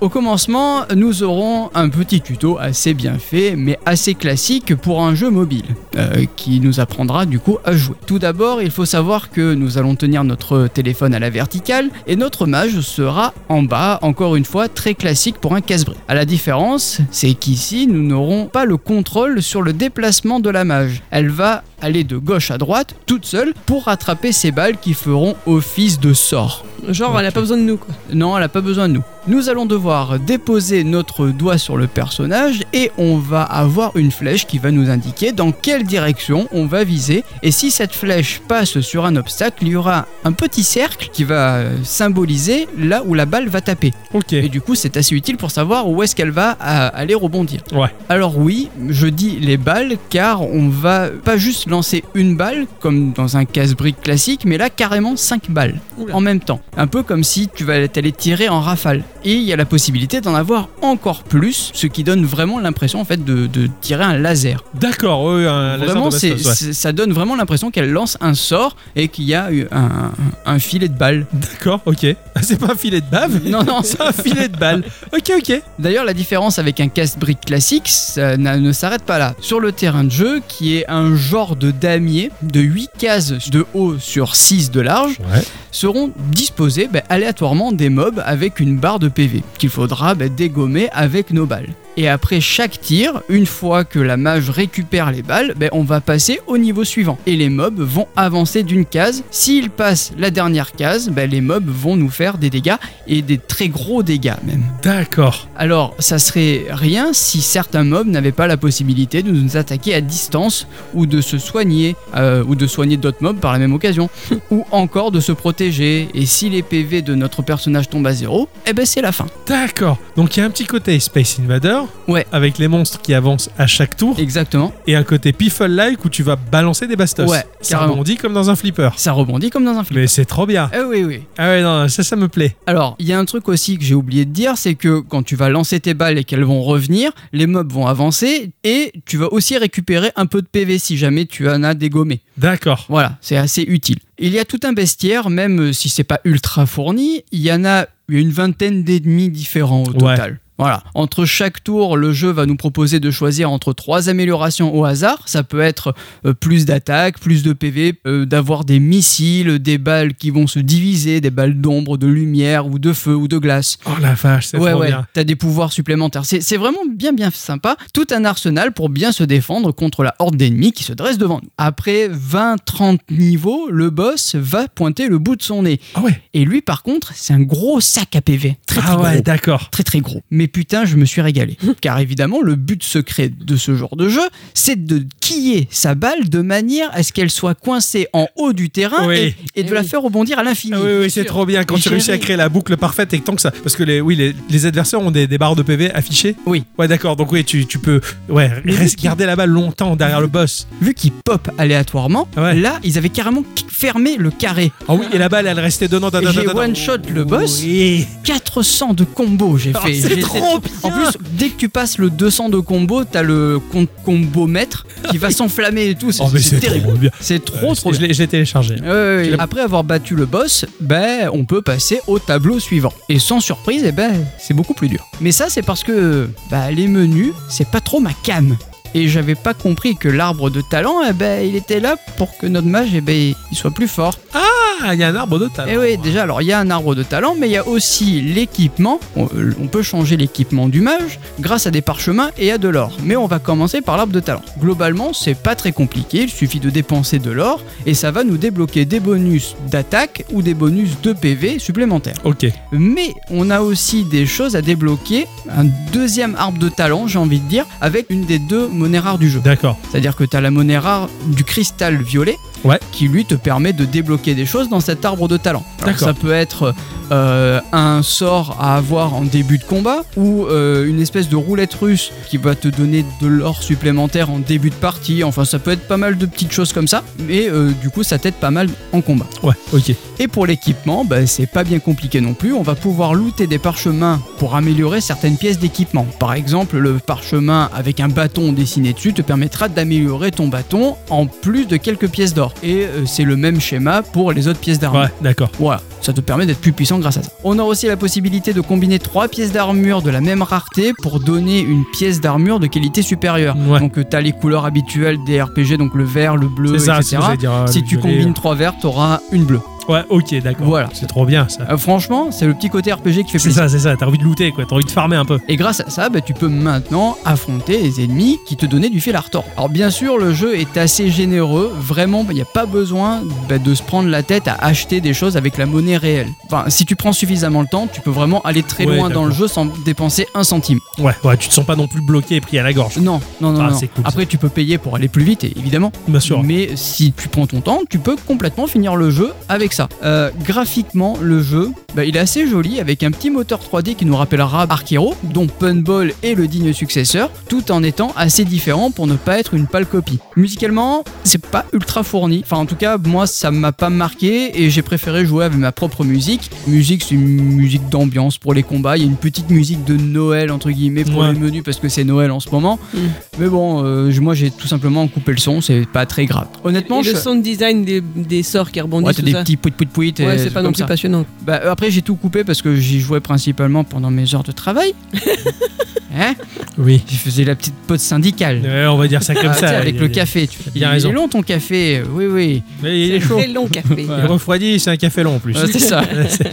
Speaker 2: Au commencement, nous aurons un petit tuto assez bien fait, mais assez classique pour un jeu mobile, euh, qui nous apprendra du coup à jouer. Tout d'abord, il faut savoir que nous allons tenir notre téléphone à la verticale et notre mage sera en bas, encore une fois très classique pour un casse-brique. À la différence, c'est qu'ici, nous n'aurons pas le contrôle sur le déplacement de la mage. Elle va aller de gauche à droite, toute seule, pour rattraper ses balles qui feront office de sort.
Speaker 3: Genre, elle a pas besoin de nous, quoi.
Speaker 2: Non, elle n'a pas besoin de nous. Nous allons devoir déposer notre doigt sur le personnage et on va avoir une flèche qui va nous indiquer dans quelle direction on va viser. Et si cette flèche passe sur un obstacle, il y aura un petit cercle qui va euh, symboliser là où la balle va taper.
Speaker 1: Ok.
Speaker 2: Et du coup, c'est assez utile pour savoir où est-ce qu'elle va euh, aller rebondir.
Speaker 1: Ouais.
Speaker 2: Alors oui, je dis les balles car on va pas juste lancer une balle comme dans un casse-brique classique, mais là carrément 5 balles
Speaker 3: Oula.
Speaker 2: en même temps. Un peu comme si tu vas t'aller tirer en rafale. Et il y a la possibilité d'en avoir encore plus, ce qui donne vraiment l'impression en fait de, de tirer un laser.
Speaker 1: D'accord, oui, un laser
Speaker 2: vraiment,
Speaker 1: de
Speaker 2: c'est-
Speaker 1: bastos, ouais.
Speaker 2: c'est- ça donne vraiment l'impression qu'elle lance un sort et qu'il y a eu un, un filet de balles.
Speaker 1: D'accord, ok. Ah, C'est pas un filet de bave
Speaker 2: Non, non,
Speaker 1: c'est un filet de balle. Ok, ok.
Speaker 2: D'ailleurs, la différence avec un casse-brique classique, ça n'a- ne s'arrête pas là. Sur le terrain de jeu, qui est un genre de damier de 8 cases de haut sur 6 de large,
Speaker 1: Ouais.
Speaker 2: seront disposés bah, aléatoirement des mobs avec une barre de PV, qu'il faudra bah, dégommer avec nos balles. Et après chaque tir, une fois que la mage récupère les balles, ben, on va passer au niveau suivant. Et les mobs vont avancer d'une case. S'ils passent la dernière case, ben, les mobs vont nous faire des dégâts, et des très gros dégâts même.
Speaker 1: D'accord.
Speaker 2: Alors, ça serait rien si certains mobs n'avaient pas la possibilité de nous attaquer à distance ou de se soigner, euh, ou de soigner d'autres mobs par la même occasion, ou encore de se protéger. Et si les PV de notre personnage tombent à zéro, eh ben c'est la fin.
Speaker 1: D'accord. Donc il y a un petit côté Space Invader.
Speaker 2: Ouais.
Speaker 1: Avec les monstres qui avancent à chaque tour.
Speaker 2: Exactement.
Speaker 1: Et un côté Piffle-like où tu vas balancer des bastos.
Speaker 2: Ouais,
Speaker 1: Ça
Speaker 2: carrément.
Speaker 1: rebondit comme dans un flipper.
Speaker 2: Ça rebondit comme dans un film.
Speaker 1: Mais c'est trop bien.
Speaker 2: Eh oui, oui.
Speaker 1: Ah ouais, non, ça, ça me plaît.
Speaker 2: Alors, il y a un truc aussi que j'ai oublié de dire, c'est que quand tu vas lancer tes balles et qu'elles vont revenir, les mobs vont avancer et tu vas aussi récupérer un peu de PV si jamais tu en as dégommé.
Speaker 1: D'accord.
Speaker 2: Voilà, c'est assez utile. Il y a tout un bestiaire, même si c'est pas ultra fourni, il y en a une vingtaine d'ennemis différents au
Speaker 1: Ouais.
Speaker 2: total. Voilà. Entre chaque tour, le jeu va nous proposer de choisir entre trois améliorations au hasard. Ça peut être euh, plus d'attaques, plus de PV, euh, d'avoir des missiles, des balles qui vont se diviser, des balles d'ombre, de lumière ou de feu ou de glace.
Speaker 1: Oh la vache, c'est
Speaker 2: Ouais,
Speaker 1: trop
Speaker 2: ouais,
Speaker 1: bien.
Speaker 2: t'as des pouvoirs supplémentaires. C'est c'est vraiment bien, bien sympa. Tout un arsenal pour bien se défendre contre la horde d'ennemis qui se dresse devant nous. Après 20-30 niveaux, le boss va pointer le bout de son nez.
Speaker 1: Ah ouais.
Speaker 2: Et lui, par contre, c'est un gros sac à PV. Très, très
Speaker 1: Ah ouais,
Speaker 2: gros.
Speaker 1: d'accord.
Speaker 2: Très très gros. Mais putain, je me suis régalé. Car évidemment, le but secret de ce genre de jeu, c'est de quiller sa balle de manière à ce qu'elle soit coincée en haut du terrain
Speaker 1: Oui.
Speaker 2: et, et de
Speaker 3: Eh
Speaker 2: la
Speaker 3: oui.
Speaker 2: faire rebondir à l'infini.
Speaker 1: Ah oui, oui, c'est trop bien quand
Speaker 2: Et
Speaker 1: tu réussis à
Speaker 2: chérie.
Speaker 1: créer la boucle parfaite et que tant que ça. Parce que les, oui, les, les adversaires ont des, des barres de PV affichées.
Speaker 2: Oui.
Speaker 1: Ouais, d'accord. Donc, oui, tu, tu peux ouais,
Speaker 2: Mais
Speaker 1: reste-
Speaker 2: vu qu'il-
Speaker 1: garder la balle longtemps derrière le boss.
Speaker 2: Vu qu'il pop aléatoirement,
Speaker 1: Ouais.
Speaker 2: là, ils avaient carrément fermé le carré.
Speaker 1: Ah oui, et la balle, elle restait dedans. dedans,
Speaker 2: Et
Speaker 1: dedans,
Speaker 2: J'ai
Speaker 1: dedans.
Speaker 2: one shot le boss,
Speaker 1: Oui.
Speaker 2: 400 de combos j'ai
Speaker 1: Oh,
Speaker 2: fait.
Speaker 1: c'est
Speaker 2: J'étais
Speaker 1: trop
Speaker 2: c'est-
Speaker 1: trop bien
Speaker 2: En plus, dès que tu passes le 200 de combo, t'as le com- combo maître qui va s'enflammer et tout. C'est
Speaker 1: Oh, mais
Speaker 2: c'est
Speaker 1: c'est
Speaker 2: terrible.
Speaker 1: trop bien.
Speaker 2: C'est trop,
Speaker 1: Euh,
Speaker 2: trop
Speaker 1: je
Speaker 2: bien.
Speaker 1: l'ai- je l'ai téléchargé.
Speaker 2: Ouais, ouais,
Speaker 1: Je
Speaker 2: ouais.
Speaker 1: l'ai-
Speaker 2: Après avoir battu le boss, ben, on peut passer au tableau suivant. Et sans surprise, eh ben, c'est beaucoup plus dur. Mais ça, c'est parce que bah, les menus, c'est pas trop ma cam. Et j'avais pas compris que l'arbre de talent, eh ben, il était là pour que notre mage, eh ben, il soit plus fort.
Speaker 1: Ah, il y a un arbre de talent.
Speaker 2: Eh oui, déjà, alors il y a un arbre de talent, mais il y a aussi l'équipement. On, euh, on peut changer l'équipement du mage grâce à des parchemins et à de l'or. Mais on va commencer par l'arbre de talent. Globalement, c'est pas très compliqué, il suffit de dépenser de l'or et ça va nous débloquer des bonus d'attaque ou des bonus de PV supplémentaires.
Speaker 1: Ok.
Speaker 2: Mais on a aussi des choses à débloquer, un deuxième arbre de talent, j'ai envie de dire, avec une des deux monnaies rares du jeu.
Speaker 1: D'accord.
Speaker 2: C'est-à-dire que tu as la monnaie rare du cristal violet
Speaker 1: Ouais.
Speaker 2: qui lui te permet de débloquer des choses dans cet arbre de talent. Alors,
Speaker 1: D'accord.
Speaker 2: Ça peut être euh, un sort à avoir en début de combat ou euh, une espèce de roulette russe qui va te donner de l'or supplémentaire en début de partie. Enfin, ça peut être pas mal de petites choses comme ça, mais euh, du coup, ça t'aide pas mal en combat.
Speaker 1: Ouais, ok.
Speaker 2: Et pour l'équipement, bah, c'est pas bien compliqué non plus. On va pouvoir looter des parchemins pour améliorer certaines pièces d'équipement. Par exemple, le parchemin avec un bâton dessiné dessus te permettra d'améliorer ton bâton en plus de quelques pièces d'or. Et euh, c'est le même schéma pour les autres pièces d'armure.
Speaker 1: Ouais, d'accord.
Speaker 2: Voilà, ça te permet d'être plus puissant grâce à ça. On a aussi la possibilité de combiner trois pièces d'armure de la même rareté pour donner une pièce d'armure de qualité supérieure.
Speaker 1: Ouais.
Speaker 2: Donc euh, t'as les couleurs habituelles des RPG, donc le vert, le bleu,
Speaker 1: C'est ça, c'est ce
Speaker 2: etc.
Speaker 1: que j'allais dire. euh,
Speaker 2: Si
Speaker 1: le
Speaker 2: tu
Speaker 1: violet.
Speaker 2: combines trois verts, t'auras une bleue.
Speaker 1: Ouais, ok, d'accord.
Speaker 2: Voilà.
Speaker 1: C'est trop bien ça.
Speaker 2: Euh, franchement, c'est le petit côté RPG qui fait
Speaker 1: C'est
Speaker 2: plaisir.
Speaker 1: ça, c'est ça. T'as envie de looter, quoi. T'as envie de farmer un peu.
Speaker 2: Et grâce à ça, bah, tu peux maintenant affronter les ennemis qui te donnaient du fil à retordre. Alors bien sûr, le jeu est assez généreux. Vraiment, il n'y a pas besoin bah, de se prendre la tête à acheter des choses avec la monnaie réelle. Enfin, si tu prends suffisamment le temps, tu peux vraiment aller très
Speaker 1: Ouais,
Speaker 2: loin dans le
Speaker 1: d'accord.
Speaker 2: jeu sans dépenser un centime.
Speaker 1: Ouais, ouais, tu te sens pas non plus bloqué et pris à la gorge.
Speaker 2: Non, non, non.
Speaker 1: Ah,
Speaker 2: non.
Speaker 1: c'est cool, ça.
Speaker 2: Après, tu peux payer pour aller plus vite, évidemment.
Speaker 1: Bien sûr.
Speaker 2: Mais si tu prends ton temps, tu peux complètement finir le jeu avec ça. Euh, graphiquement, le jeu, bah, il est assez joli avec un petit moteur 3D qui nous rappellera Arc Hero, dont Punball est le digne successeur, tout en étant assez différent pour ne pas être une pâle copie. Musicalement, c'est pas ultra fourni. Enfin, en tout cas, moi, ça m'a pas marqué et j'ai préféré jouer avec ma propre musique. Musique, c'est une musique d'ambiance pour les combats. Il y a une petite musique de Noël, entre guillemets, pour
Speaker 1: Ouais.
Speaker 2: les menus parce que c'est Noël en ce moment.
Speaker 3: Mm.
Speaker 2: Mais bon, euh, moi, j'ai tout simplement coupé le son, c'est pas très grave. Honnêtement,
Speaker 3: Et
Speaker 2: je.
Speaker 3: le sound design des, des sorts qui
Speaker 2: Ouais,
Speaker 3: rebondissent,
Speaker 2: t'as
Speaker 3: tout
Speaker 2: des
Speaker 3: ça.
Speaker 2: petits pouit pouit pouit. et
Speaker 3: Ouais, c'est
Speaker 2: trucs
Speaker 3: pas non
Speaker 2: comme
Speaker 3: plus
Speaker 2: ça.
Speaker 3: passionnant.
Speaker 2: Bah, euh, après, j'ai tout coupé parce que j'y jouais principalement pendant mes heures de travail. hein
Speaker 1: Oui.
Speaker 2: Je faisais la petite pote syndicale.
Speaker 1: Ouais, on va dire ça comme
Speaker 2: Ah, tu sais,
Speaker 1: ça.
Speaker 2: avec
Speaker 1: Il-
Speaker 2: le
Speaker 1: il-
Speaker 2: café. Tu...
Speaker 1: il a raison.
Speaker 2: est long ton café. Oui, oui.
Speaker 1: Mais il est chaud.
Speaker 3: Très long café.
Speaker 1: Il refroidit, c'est un café long en plus.
Speaker 2: Ouais, c'est ça.
Speaker 1: C'est-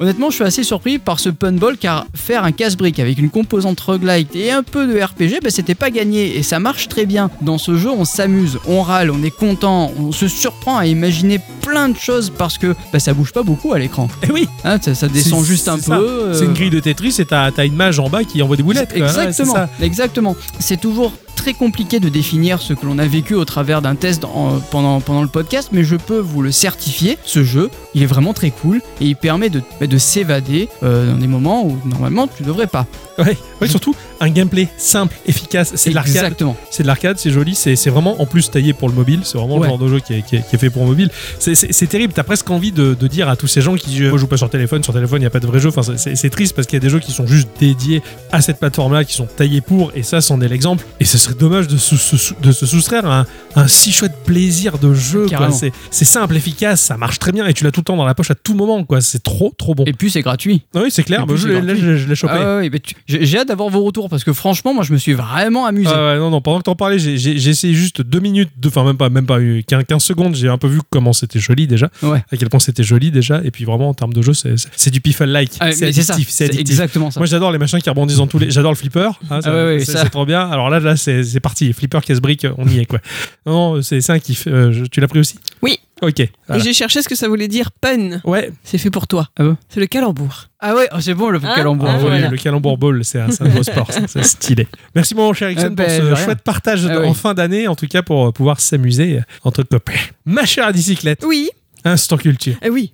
Speaker 2: Honnêtement, je suis assez surpris par ce punball car faire un casse-brique avec une composante roguelite et un peu de RPG, bah, c'était pas gagné et ça marche très bien. Dans ce jeu, on s'amuse, on râle, on est content, on se surprend à imaginer plein de choses parce que bah, ça bouge pas beaucoup à l'écran.
Speaker 1: Eh oui,
Speaker 2: Hein, ça, ça descend
Speaker 1: C'est-
Speaker 2: juste un peu.
Speaker 1: c'est ça. c'est
Speaker 2: euh,
Speaker 1: une grille de Tetris et t'as t'as une mage en bas qui envoie des boulettes. quoi. Ouais, c'est
Speaker 2: Exactement,
Speaker 1: ça.
Speaker 2: exactement. C'est toujours très compliqué de définir ce que l'on a vécu au travers d'un test en- pendant, pendant le podcast, mais je peux vous le certifier. Ce jeu, il est vraiment très cool et il permet de, bah, de s'évader euh, dans des moments où normalement tu devrais pas.
Speaker 1: Ouais, ouais, surtout un gameplay simple, efficace. C'est de l'arcade.
Speaker 2: Exactement.
Speaker 1: C'est de l'arcade, c'est joli, c'est c'est vraiment en plus taillé pour le mobile, c'est vraiment
Speaker 2: Ouais.
Speaker 1: le genre de jeu qui est, qui est- qui est fait pour mobile. C'est- C'est c'est terrible, t'as presque envie de, de dire à tous ces gens qui disent Moi je joue pas sur téléphone, sur téléphone il n'y a pas de vrai jeu. Enfin, c'est- c'est c'est triste parce qu'il y a des jeux qui sont juste dédiés à cette plateforme-là, qui sont taillés pour, et ça c'en est l'exemple. Et ce serait dommage de, sou- sou- sou- de se soustraire à un, un si chouette plaisir de jeu. quoi.
Speaker 2: Carrément.
Speaker 1: C'est c'est simple, efficace, ça marche très bien, et tu l'as tout le temps dans la poche à tout moment, quoi. C'est trop, trop bon.
Speaker 2: Et puis c'est gratuit.
Speaker 1: Ah oui, c'est
Speaker 2: et
Speaker 1: clair, bah,
Speaker 2: puis
Speaker 1: je
Speaker 2: c'est
Speaker 1: l'ai- là,
Speaker 2: gratuit.
Speaker 1: je l'ai je l'ai chopé.
Speaker 2: Ah ouais, ouais, mais tu- J'ai j'ai hâte d'avoir vos retours parce que franchement, moi je me suis vraiment amusé.
Speaker 1: Ah ouais, non, non, pendant que t'en parlais, j'ai- j'ai j'ai essayé juste deux minutes, de- enfin même pas, même pas eu 15, 15 secondes, j'ai un peu vu comment c'était joli déjà,
Speaker 2: Ouais.
Speaker 1: à quel point c'était joli déjà, et puis vraiment en termes de jeu, c'est- c'est c'est du piffle-like,
Speaker 2: Ah,
Speaker 1: c'est
Speaker 2: mais ça,
Speaker 1: addictif, c'est
Speaker 2: c'est
Speaker 1: addictif.
Speaker 2: exactement ça.
Speaker 1: Moi j'adore les machins qui rebondissent dans tous les. J'adore le flipper, hein, ça-
Speaker 2: Ah ouais, ouais,
Speaker 1: c'est
Speaker 2: ça.
Speaker 1: c'est trop bien. Alors là, là c'est c'est parti, flipper casse-brique, on y est quoi. Non, non, c'est c'est un kiff. Euh, je- tu l'as pris aussi
Speaker 3: Oui.
Speaker 1: Ok. voilà.
Speaker 3: Et j'ai cherché ce que ça voulait dire pun.
Speaker 1: Ouais,
Speaker 3: C'est fait pour toi.
Speaker 2: Ah bon
Speaker 3: c'est le calembour.
Speaker 2: Ah ouais, oh, c'est bon le
Speaker 3: Hein
Speaker 2: calembour.
Speaker 3: Ah
Speaker 1: ouais,
Speaker 3: voilà.
Speaker 1: le calembour ball, c'est un, c'est un beau sport, ça, c'est stylé. Merci mon cher Ixon
Speaker 2: Eh ben,
Speaker 1: pour
Speaker 2: de
Speaker 1: ce
Speaker 2: rien.
Speaker 1: chouette partage
Speaker 2: Ah
Speaker 1: en
Speaker 2: oui.
Speaker 1: fin d'année, en tout cas pour euh, pouvoir s'amuser entre copains. Ma chère bicyclette,
Speaker 3: Oui.
Speaker 1: instant culture.
Speaker 3: Ah oui.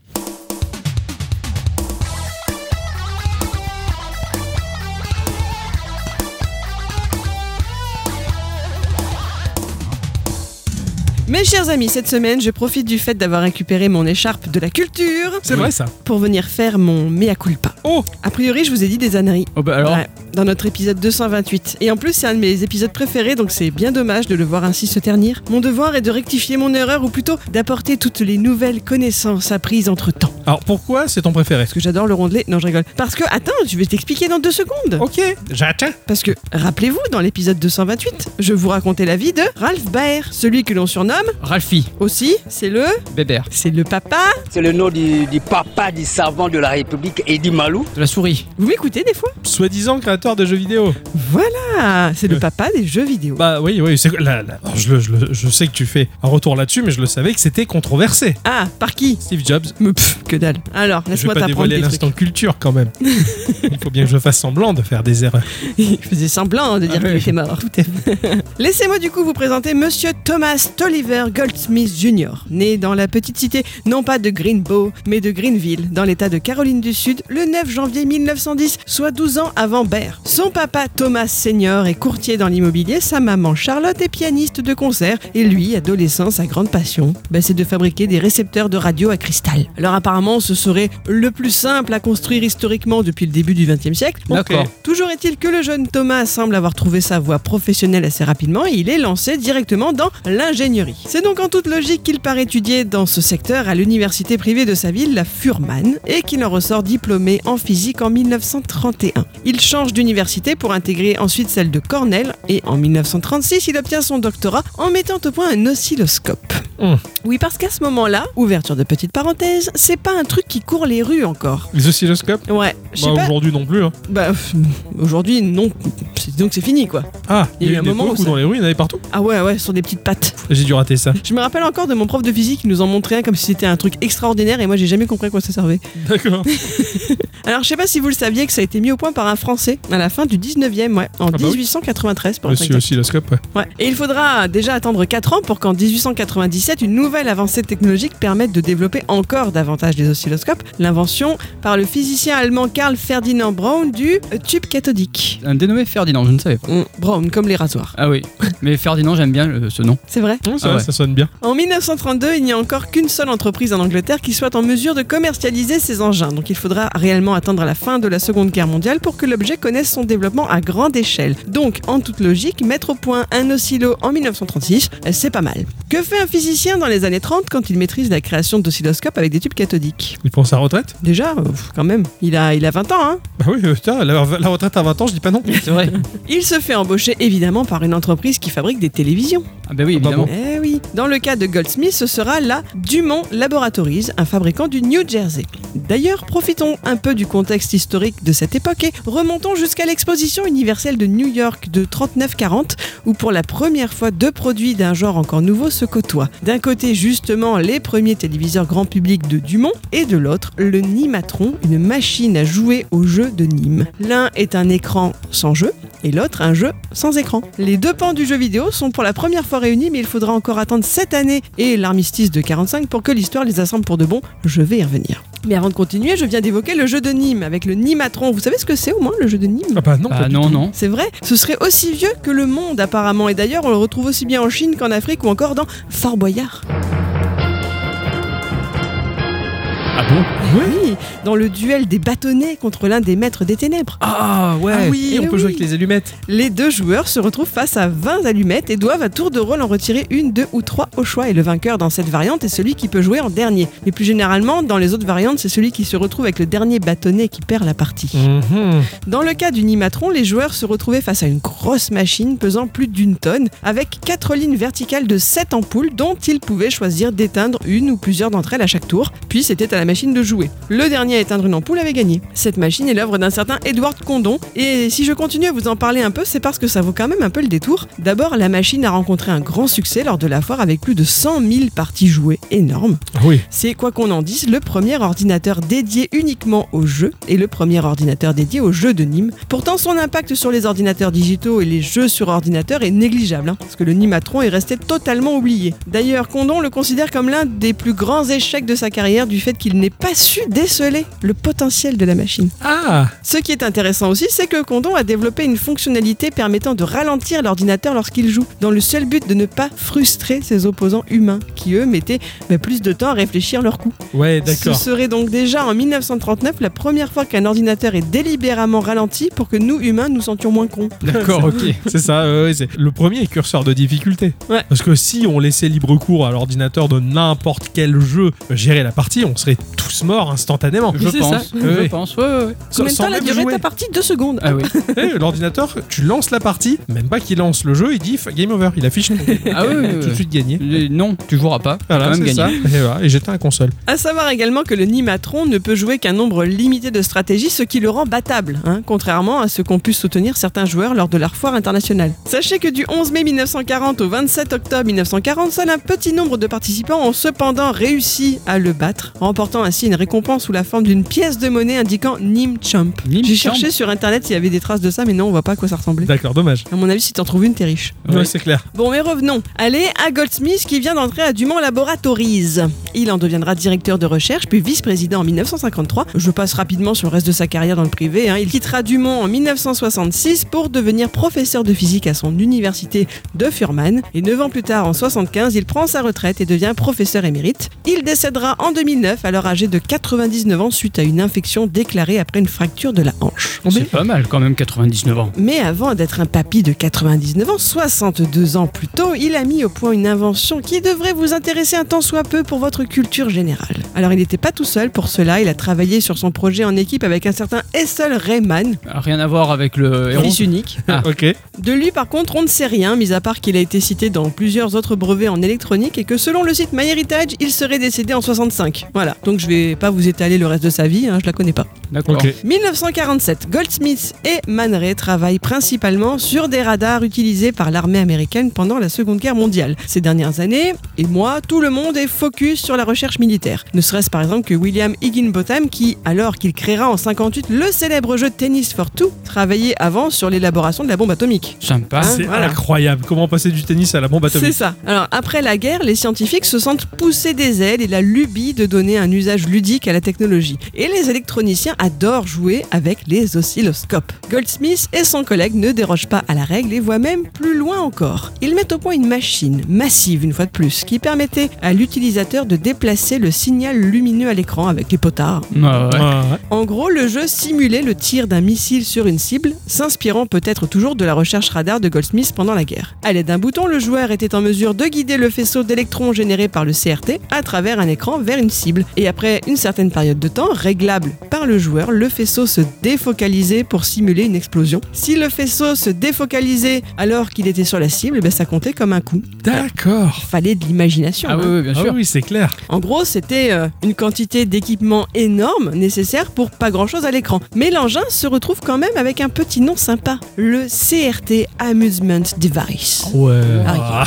Speaker 3: Mes chers amis, cette semaine, je profite du fait d'avoir récupéré mon écharpe de la culture
Speaker 1: C'est vrai ça.
Speaker 3: pour venir faire mon mea culpa.
Speaker 1: Oh
Speaker 3: A priori, je vous ai dit des âneries.
Speaker 2: Oh bah alors,
Speaker 3: Ouais, dans notre épisode 228. Et en plus, c'est un de mes épisodes préférés, donc c'est bien dommage de le voir ainsi se ternir. Mon devoir est de rectifier mon erreur, ou plutôt d'apporter toutes les nouvelles connaissances apprises entre temps.
Speaker 1: Alors pourquoi c'est ton préféré
Speaker 3: Parce que j'adore le rondelet. Non, je rigole. Parce que, attends, je vais t'expliquer dans deux secondes.
Speaker 1: Ok, j'attends.
Speaker 3: Parce que, rappelez-vous, dans l'épisode 228, je vous racontais la vie de Ralph Baer, celui que l'on surnomme
Speaker 2: Ralphie,
Speaker 3: aussi, c'est le.
Speaker 2: Bébert,
Speaker 3: C'est le papa.
Speaker 6: C'est le nom du, du papa du savant de la République, Eddie Malou.
Speaker 2: de la souris.
Speaker 3: Vous m'écoutez des fois
Speaker 1: Soi-disant créateur de jeux vidéo.
Speaker 3: Voilà, c'est le papa des jeux vidéo.
Speaker 1: Bah oui, oui, c'est là, là. alors, je, le- je le- je sais que tu fais un retour là-dessus, mais je le savais que c'était controversé.
Speaker 3: Ah, par qui
Speaker 1: Steve Jobs.
Speaker 3: Mais pff, que dalle. Alors,
Speaker 1: Je vais
Speaker 3: laisse-moi
Speaker 1: pas
Speaker 3: t'apprendre
Speaker 1: dévoiler
Speaker 3: des trucs.
Speaker 1: l'instant culture quand même. Il faut bien que je fasse semblant de faire des erreurs.
Speaker 3: Il faisait semblant de dire
Speaker 1: Ah
Speaker 3: qu'il
Speaker 1: oui.
Speaker 3: était mort. Laissez-moi du coup vous présenter monsieur Thomas Tolliver Goldsmith Jr., né dans la petite cité, non pas de Greenbow, mais de Greenville, dans l'état de Caroline du Sud, le 9 janvier 1910, soit 12 ans avant Baer. Son papa Thomas Senior est courtier dans l'immobilier, sa maman Charlotte est pianiste de concert, et lui, adolescent, sa grande passion, bah, c'est de fabriquer des récepteurs de radio à cristal. Alors apparemment, ce serait le plus simple à construire historiquement depuis le début du XXe siècle.
Speaker 2: D'accord.
Speaker 3: Toujours est-il que le jeune Thomas semble avoir trouvé sa voie professionnelle assez rapidement et il est lancé directement dans l'ingénierie. C'est donc en toute logique qu'il part étudier dans ce secteur à l'université privée de sa ville, la Furman, et qu'il en ressort diplômé en physique en 1931. Il change d'université pour intégrer ensuite celle de Cornell et en 1936 il obtient son doctorat en mettant au point un oscilloscope.
Speaker 1: Mmh.
Speaker 3: Oui parce qu'à ce moment-là, ouverture de petite parenthèse, c'est pas un truc qui court les rues encore.
Speaker 1: Les oscilloscopes
Speaker 3: Ouais, je sais
Speaker 1: bah,
Speaker 3: pas.
Speaker 1: Aujourd'hui non plus. hein.
Speaker 3: Bah, pff, aujourd'hui, non. C'est- Donc c'est fini, quoi.
Speaker 1: Ah, il y a eu
Speaker 3: un
Speaker 1: une
Speaker 3: moment
Speaker 1: époque
Speaker 3: où
Speaker 1: où
Speaker 3: ça-
Speaker 1: dans les rues, il y en avait partout.
Speaker 3: Ah ouais, ouais, sur des petites pattes.
Speaker 1: J'ai dû rater ça.
Speaker 3: Je me rappelle encore de mon prof de physique qui nous en montrait un comme si c'était un truc extraordinaire et moi j'ai jamais compris à quoi ça servait.
Speaker 1: D'accord.
Speaker 3: Alors je sais pas si vous le saviez que ça a été mis au point par un Français à la fin du 19e, ouais, en
Speaker 1: bah oui.
Speaker 3: 1893 pour être
Speaker 1: Monsieur
Speaker 3: exact.
Speaker 1: oscilloscope, ouais.
Speaker 3: Ouais. Et il faudra déjà attendre 4 ans pour qu'en 1897, une nouvelle avancée technologique permette de développer encore davantage les oscilloscopes, l'invention par le physicien allemand Karl Ferdinand Braun du euh, tube cathodique.
Speaker 2: Un dénommé Ferdinand, je ne savais pas.
Speaker 3: Hum, Braun, comme les rasoirs.
Speaker 2: Ah oui, mais Ferdinand, j'aime bien euh, ce nom.
Speaker 3: C'est vrai
Speaker 1: Ouais, c'est
Speaker 2: Ah
Speaker 1: vrai,
Speaker 2: ouais.
Speaker 1: ça sonne bien.
Speaker 3: En 1932, il n'y a encore qu'une seule entreprise en Angleterre qui soit en mesure de commercialiser ses engins. Donc il faudra réellement attendre la fin de la Seconde Guerre mondiale pour que l'objet connaisse son développement à grande échelle. Donc, en toute logique, mettre au point un oscillo en 1936, euh, c'est pas mal. Que fait un physicien dans les années 30 quand il maîtrise la création d'oscilloscopes avec des tubes cathodiques
Speaker 1: Il prend sa retraite
Speaker 3: Déjà, euh, quand même, il a, il a 20 ans, hein
Speaker 1: Bah oui, euh, putain, la, la retraite à 20 ans, je dis pas non.
Speaker 2: C'est vrai.
Speaker 3: Il se fait embaucher évidemment par une entreprise qui fabrique des télévisions.
Speaker 2: Ah bah oui,
Speaker 1: bah
Speaker 2: évidemment.
Speaker 3: Eh oui. Dans le cas de Goldsmith, ce sera la Dumont Laboratories, un fabricant du New Jersey. D'ailleurs, profitons un peu du contexte historique de cette époque et remontons jusqu'à l'exposition universelle de New York de 39-40, où pour la première fois deux produits d'un genre encore nouveau se côtoient. D'un côté, justement, les premiers téléviseurs grand public de Dumont, et de l'autre, le Nimatron, une machine à jouer aux jeux de Nîmes. L'un est un écran sans jeu, et l'autre un jeu sans écran. Les deux pans du jeu vidéo sont pour la première fois réunis, mais il faudra encore attendre cette année et l'armistice de 45 pour que l'histoire les assemble pour de bon. Je vais y revenir. Mais avant de continuer, je viens d'évoquer le jeu de Nîmes avec le Nimatron. Vous savez ce que c'est au moins le jeu de Nîmes
Speaker 1: Ah bah non, pas
Speaker 2: Ah
Speaker 1: du
Speaker 2: non,
Speaker 1: tout.
Speaker 2: non.
Speaker 3: c'est vrai, ce serait aussi vieux que le monde apparemment, et d'ailleurs on le retrouve aussi bien en Chine qu'en Afrique ou encore dans Fort Boyard.
Speaker 2: Ah bon
Speaker 3: Eh Oui, dans le duel des bâtonnets contre l'un des maîtres des ténèbres.
Speaker 2: Ah ouais.
Speaker 1: Ah oui,
Speaker 3: Eh
Speaker 1: on peut jouer
Speaker 3: oui.
Speaker 1: avec les allumettes.
Speaker 3: Les deux joueurs se retrouvent face à 20 allumettes et doivent à tour de rôle en retirer une, deux ou trois au choix. Et le vainqueur dans cette variante est celui qui peut jouer en dernier. Mais plus généralement, dans les autres variantes, c'est celui qui se retrouve avec le dernier bâtonnet qui perd la partie.
Speaker 1: Mhm.
Speaker 3: Dans le cas du Nimatron, les joueurs se retrouvaient face à une grosse machine pesant plus d'une tonne, avec quatre lignes verticales de 7 ampoules dont ils pouvaient choisir d'éteindre une ou plusieurs d'entre elles à chaque tour, puis c'était à la machine de jouer. Le dernier à éteindre une ampoule avait gagné. Cette machine est l'œuvre d'un certain Edward Condon, et si je continue à vous en parler un peu, c'est parce que ça vaut quand même un peu le détour. D'abord, la machine a rencontré un grand succès lors de la foire avec plus de 100 000 parties jouées. énorme.
Speaker 1: Oui.
Speaker 3: C'est quoi qu'on en dise, le premier ordinateur dédié uniquement au jeu et le premier ordinateur dédié aux jeux de Nîmes. Pourtant, son impact sur les ordinateurs digitaux et les jeux sur ordinateur est négligeable, hein, parce que le Nimatron est resté totalement oublié. D'ailleurs, Condon le considère comme l'un des plus grands échecs de sa carrière du fait qu'il n'ait pas su déceler le potentiel de la machine.
Speaker 1: Ah
Speaker 3: Ce qui est intéressant aussi, c'est que Condon a développé une fonctionnalité permettant de ralentir l'ordinateur lorsqu'il joue, dans le seul but de ne pas frustrer ses opposants humains, qui eux mettaient bah, plus de temps à réfléchir leur coup.
Speaker 1: Ouais,
Speaker 3: Ce
Speaker 1: d'accord.
Speaker 3: serait donc déjà en 1939 la première fois qu'un ordinateur est délibérément ralenti pour que nous humains nous sentions moins cons.
Speaker 2: D'accord, ok.
Speaker 1: C'est ça, ouais, ouais, c'est le premier curseur de difficulté.
Speaker 3: Ouais.
Speaker 1: Parce que si on laissait libre cours à l'ordinateur de n'importe quel jeu euh, gérer la partie, on serait tous morts instantanément.
Speaker 2: Je
Speaker 1: Oui, c'est
Speaker 2: pense,
Speaker 1: ça.
Speaker 2: je
Speaker 1: Oui.
Speaker 2: pense, ouais, ouais, ouais.
Speaker 1: Sans-
Speaker 3: Combien de
Speaker 1: sans
Speaker 3: temps la
Speaker 1: même
Speaker 3: durée de
Speaker 1: jouer.
Speaker 3: ta partie Deux secondes.
Speaker 2: Ah oui.
Speaker 1: Eh, L'ordinateur, tu lances la partie, même pas qu'il lance le jeu, il dit f- game over, il affiche ton game.
Speaker 2: Ah oui, oui, oui.
Speaker 1: tout de suite gagné.
Speaker 2: Les- Non, tu joueras pas. T'as
Speaker 1: Voilà,
Speaker 2: quand même
Speaker 1: c'est
Speaker 2: gagné.
Speaker 1: ça. Et, voilà, et j'étais un console.
Speaker 3: À savoir également que le Nimatron ne peut jouer qu'un nombre limité de stratégies, ce qui le rend battable, hein, contrairement à ce qu'ont pu soutenir certains joueurs lors de leur foire internationale. Sachez que du 11 mai 1940 au 27 octobre 1940, seul un petit nombre de participants ont cependant réussi à le battre, remportant ainsi une récompense sous la forme d'une pièce de monnaie indiquant Nim Chump.
Speaker 2: Nim
Speaker 3: J'ai
Speaker 2: Chump.
Speaker 3: cherché sur internet s'il y avait des traces de ça, mais non, on voit pas à quoi ça ressemblait.
Speaker 1: D'accord, dommage.
Speaker 3: À mon avis, si t'en trouves une, t'es riche.
Speaker 1: Ouais,
Speaker 2: Ouais.
Speaker 1: c'est clair.
Speaker 3: Bon, mais revenons. Allez à Goldsmith qui vient d'entrer à Dumont Laboratories. Il en deviendra directeur de recherche puis vice-président en 1953. Je passe rapidement sur le reste de sa carrière dans le privé. hein. Il quittera Dumont en 1966 pour devenir professeur de physique à son université de Furman. Et 9 ans plus tard, en 75, il prend sa retraite et devient professeur émérite. Il décédera en 2009, alors âgé de 99 ans, suite à une infection déclarée après une fracture de la hanche.
Speaker 2: C'est pas mal quand même, 99 ans.
Speaker 3: Mais avant d'être un papy de 99 ans, 62 ans plus tôt, il a mis au point une invention qui devrait vous intéresser un tant soit peu pour votre culture générale. Alors il n'était pas tout seul pour cela, il a travaillé sur son projet en équipe avec un certain Essel Rayman,
Speaker 2: Rien à voir avec le héros.
Speaker 3: fils unique.
Speaker 2: Ah.
Speaker 1: Ok.
Speaker 3: De lui par contre on ne sait rien, mis à part qu'il a été cité dans plusieurs autres brevets en électronique et que selon le site MyHeritage, il serait décédé en 65. Voilà, donc je vais pas vous étaler le reste de sa vie, hein, je la connais pas.
Speaker 2: D'accord.
Speaker 1: Ok.
Speaker 3: 1947, Goldsmith et Man Ray travaillent principalement sur des radars utilisés par l'armée américaine pendant la Seconde Guerre mondiale. Ces dernières années, et moi, tout le monde est focus sur la recherche militaire. Ne serait-ce par exemple que William Higginbotham qui, alors qu'il créera en 58 le célèbre jeu Tennis for Two, travaillait avant sur l'élaboration de la bombe atomique.
Speaker 2: Sympa.
Speaker 1: c'est
Speaker 3: voilà.
Speaker 1: incroyable. Comment passer du tennis à la bombe
Speaker 3: C'est
Speaker 1: atomique
Speaker 3: ça. Alors, après la guerre, les scientifiques se sentent poussés des ailes et la lubie de donner un usage ludique à la technologie. Et les électroniciens adorent jouer avec les oscilloscopes. Goldsmith et son collègue ne dérogent pas à la règle et voient même plus loin encore. Ils mettent au point une machine, massive une fois de plus, qui permettait à l'utilisateur de déplacer le signal lumineux à l'écran avec les potards.
Speaker 2: Ah ouais.
Speaker 1: Ah, ouais.
Speaker 3: En gros, le jeu simulait le tir d'un missile sur une cible, s'inspirant peut-être toujours de la recherche radar de Goldsmith pendant la guerre. À l'aide d'un bouton, le joueur était en mesure de guider le faisceau d'électrons généré par le CRT à travers un écran vers une cible. Et après une certaine période de temps, réglable par le joueur, le faisceau se défocalisait pour simuler une explosion. Si le faisceau se défocalisait alors qu'il était sur la cible, eh ben, ça comptait comme un coup.
Speaker 1: D'accord.
Speaker 3: Fallait de l'imagination.
Speaker 2: Ah
Speaker 3: hein.
Speaker 2: oui, oui, bien
Speaker 1: Ah
Speaker 2: sûr.
Speaker 1: oui, c'est clair.
Speaker 3: En gros, c'était euh, une quantité d'équipement énorme nécessaire pour pas grand-chose à l'écran. Mais l'engin se retrouve quand même avec un petit nom sympa, le CRT Amusement Device.
Speaker 1: Ouais.
Speaker 3: Ah,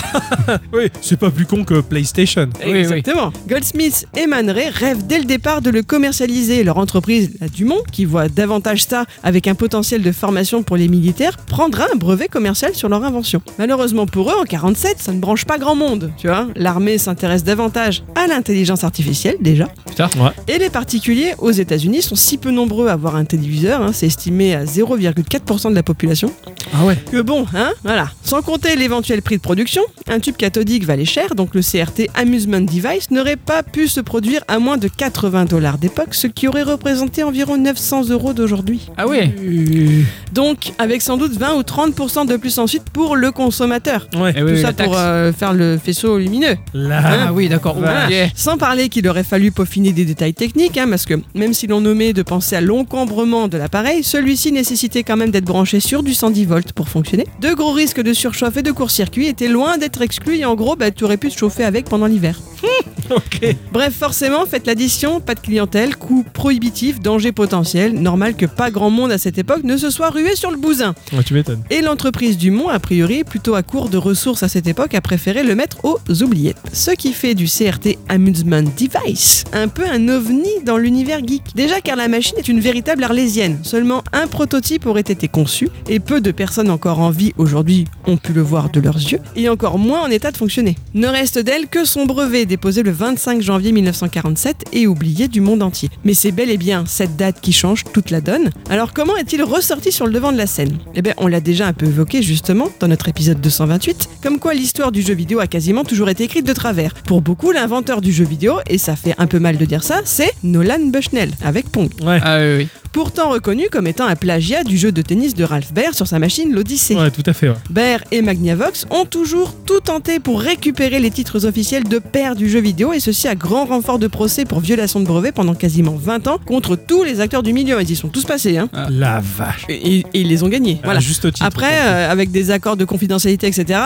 Speaker 1: oui, c'est pas plus con que PlayStation.
Speaker 2: Oui, oui.
Speaker 3: Exactement. Goldsmith et Man Ray rêvent dès le départ de le commercialiser. Leur entreprise, la Dumont, qui voit davantage ça avec un potentiel de formation pour les militaires, prendra un brevet commercial sur leur invention. Malheureusement pour eux, en 47, ça ne branche pas grand monde. Tu vois, l'armée s'intéresse davantage à l'intelligence artificielle déjà.
Speaker 2: Putain.
Speaker 3: Et les particuliers aux États-Unis sont si peu nombreux à avoir un téléviseur, hein, c'est estimé à 0,4% de la population.
Speaker 2: Ah ouais.
Speaker 3: Que bon, hein, voilà. Sans compter l'éventuel prix de production, un tube cathodique valait cher, donc le CRT Amusement Device n'aurait pas pu se produire à moins de 80 dollars d'époque, ce qui aurait représenté environ 900 euros d'aujourd'hui.
Speaker 2: Ah ouais.
Speaker 1: Euh,
Speaker 3: Donc, avec sans doute 20 ou 30% de plus ensuite pour le consommateur.
Speaker 1: Ouais.
Speaker 2: Eh oui,
Speaker 3: Tout
Speaker 2: oui,
Speaker 3: ça
Speaker 2: la
Speaker 3: pour
Speaker 2: taxe.
Speaker 3: euh, faire le faisceau lumineux.
Speaker 1: Là.
Speaker 2: Ah oui, d'accord.
Speaker 1: Vache.
Speaker 2: ok.
Speaker 3: Sans parler qu'il aurait fallu peaufiner des détails techniques, hein, parce que même si l'on omet de penser à l'encombrement de l'appareil, celui-ci nécessitait quand même d'être branché sur du 110 volts pour fonctionner. De gros risques de surchauffe et de court-circuit étaient loin d'être exclus et en gros, bah, tu aurais pu te chauffer avec pendant l'hiver.
Speaker 1: ok.
Speaker 3: Bref, forcément, faites l'addition, pas de clientèle, coût prohibitif, danger potentiel, normal que pas grand monde à cette époque ne se soit rué sur le bousin.
Speaker 1: Ouais, tu m'étonnes.
Speaker 3: Et l'entreprise du Mont, a priori, plutôt à court de ressources à cette époque, a préféré le mettre aux oubliettes. Ce qui fait du CRT Amusement Device un peu un ovni dans l'univers geek. Déjà car la machine est une véritable arlésienne. Seulement un prototype aurait été conçu et peu de personnes encore en vie aujourd'hui ont pu le voir de leurs yeux et encore moins en état de fonctionner. Ne reste d'elle que son brevet déposé le 25 janvier 1947 et oublié du monde entier. Mais c'est bel et bien cette date qui change toute la donne. Alors comment est-il ressorti sur le devant de la scène Eh bien on l'a déjà un peu évoqué justement dans notre épisode 228, comme quoi l'histoire du jeu vidéo a quasiment toujours été écrite de travers. Pour beaucoup, l'inventeur du jeu vidéo, et ça fait un peu mal de dire ça, c'est Nolan Bushnell avec Pong
Speaker 1: Ouais.
Speaker 2: Ah oui, oui.
Speaker 3: pourtant reconnu comme étant un plagiat du jeu de tennis de Ralph Baer sur sa machine l'Odyssée.
Speaker 1: Ouais, tout à fait. ouais.
Speaker 3: Baer et Magnavox ont toujours tout tenté pour récupérer les titres officiels de père du jeu vidéo et ceci à grand renfort de procès pour violation de brevet pendant quasiment 20 ans contre tous les acteurs du milieu. Ils y sont tous passés, hein.
Speaker 2: Ah.
Speaker 1: La vache.
Speaker 3: Et, et- et ils les ont gagnés.
Speaker 1: À
Speaker 3: Voilà.
Speaker 1: Juste titre.
Speaker 3: Après, euh, avec des accords de confidentialité, etc.,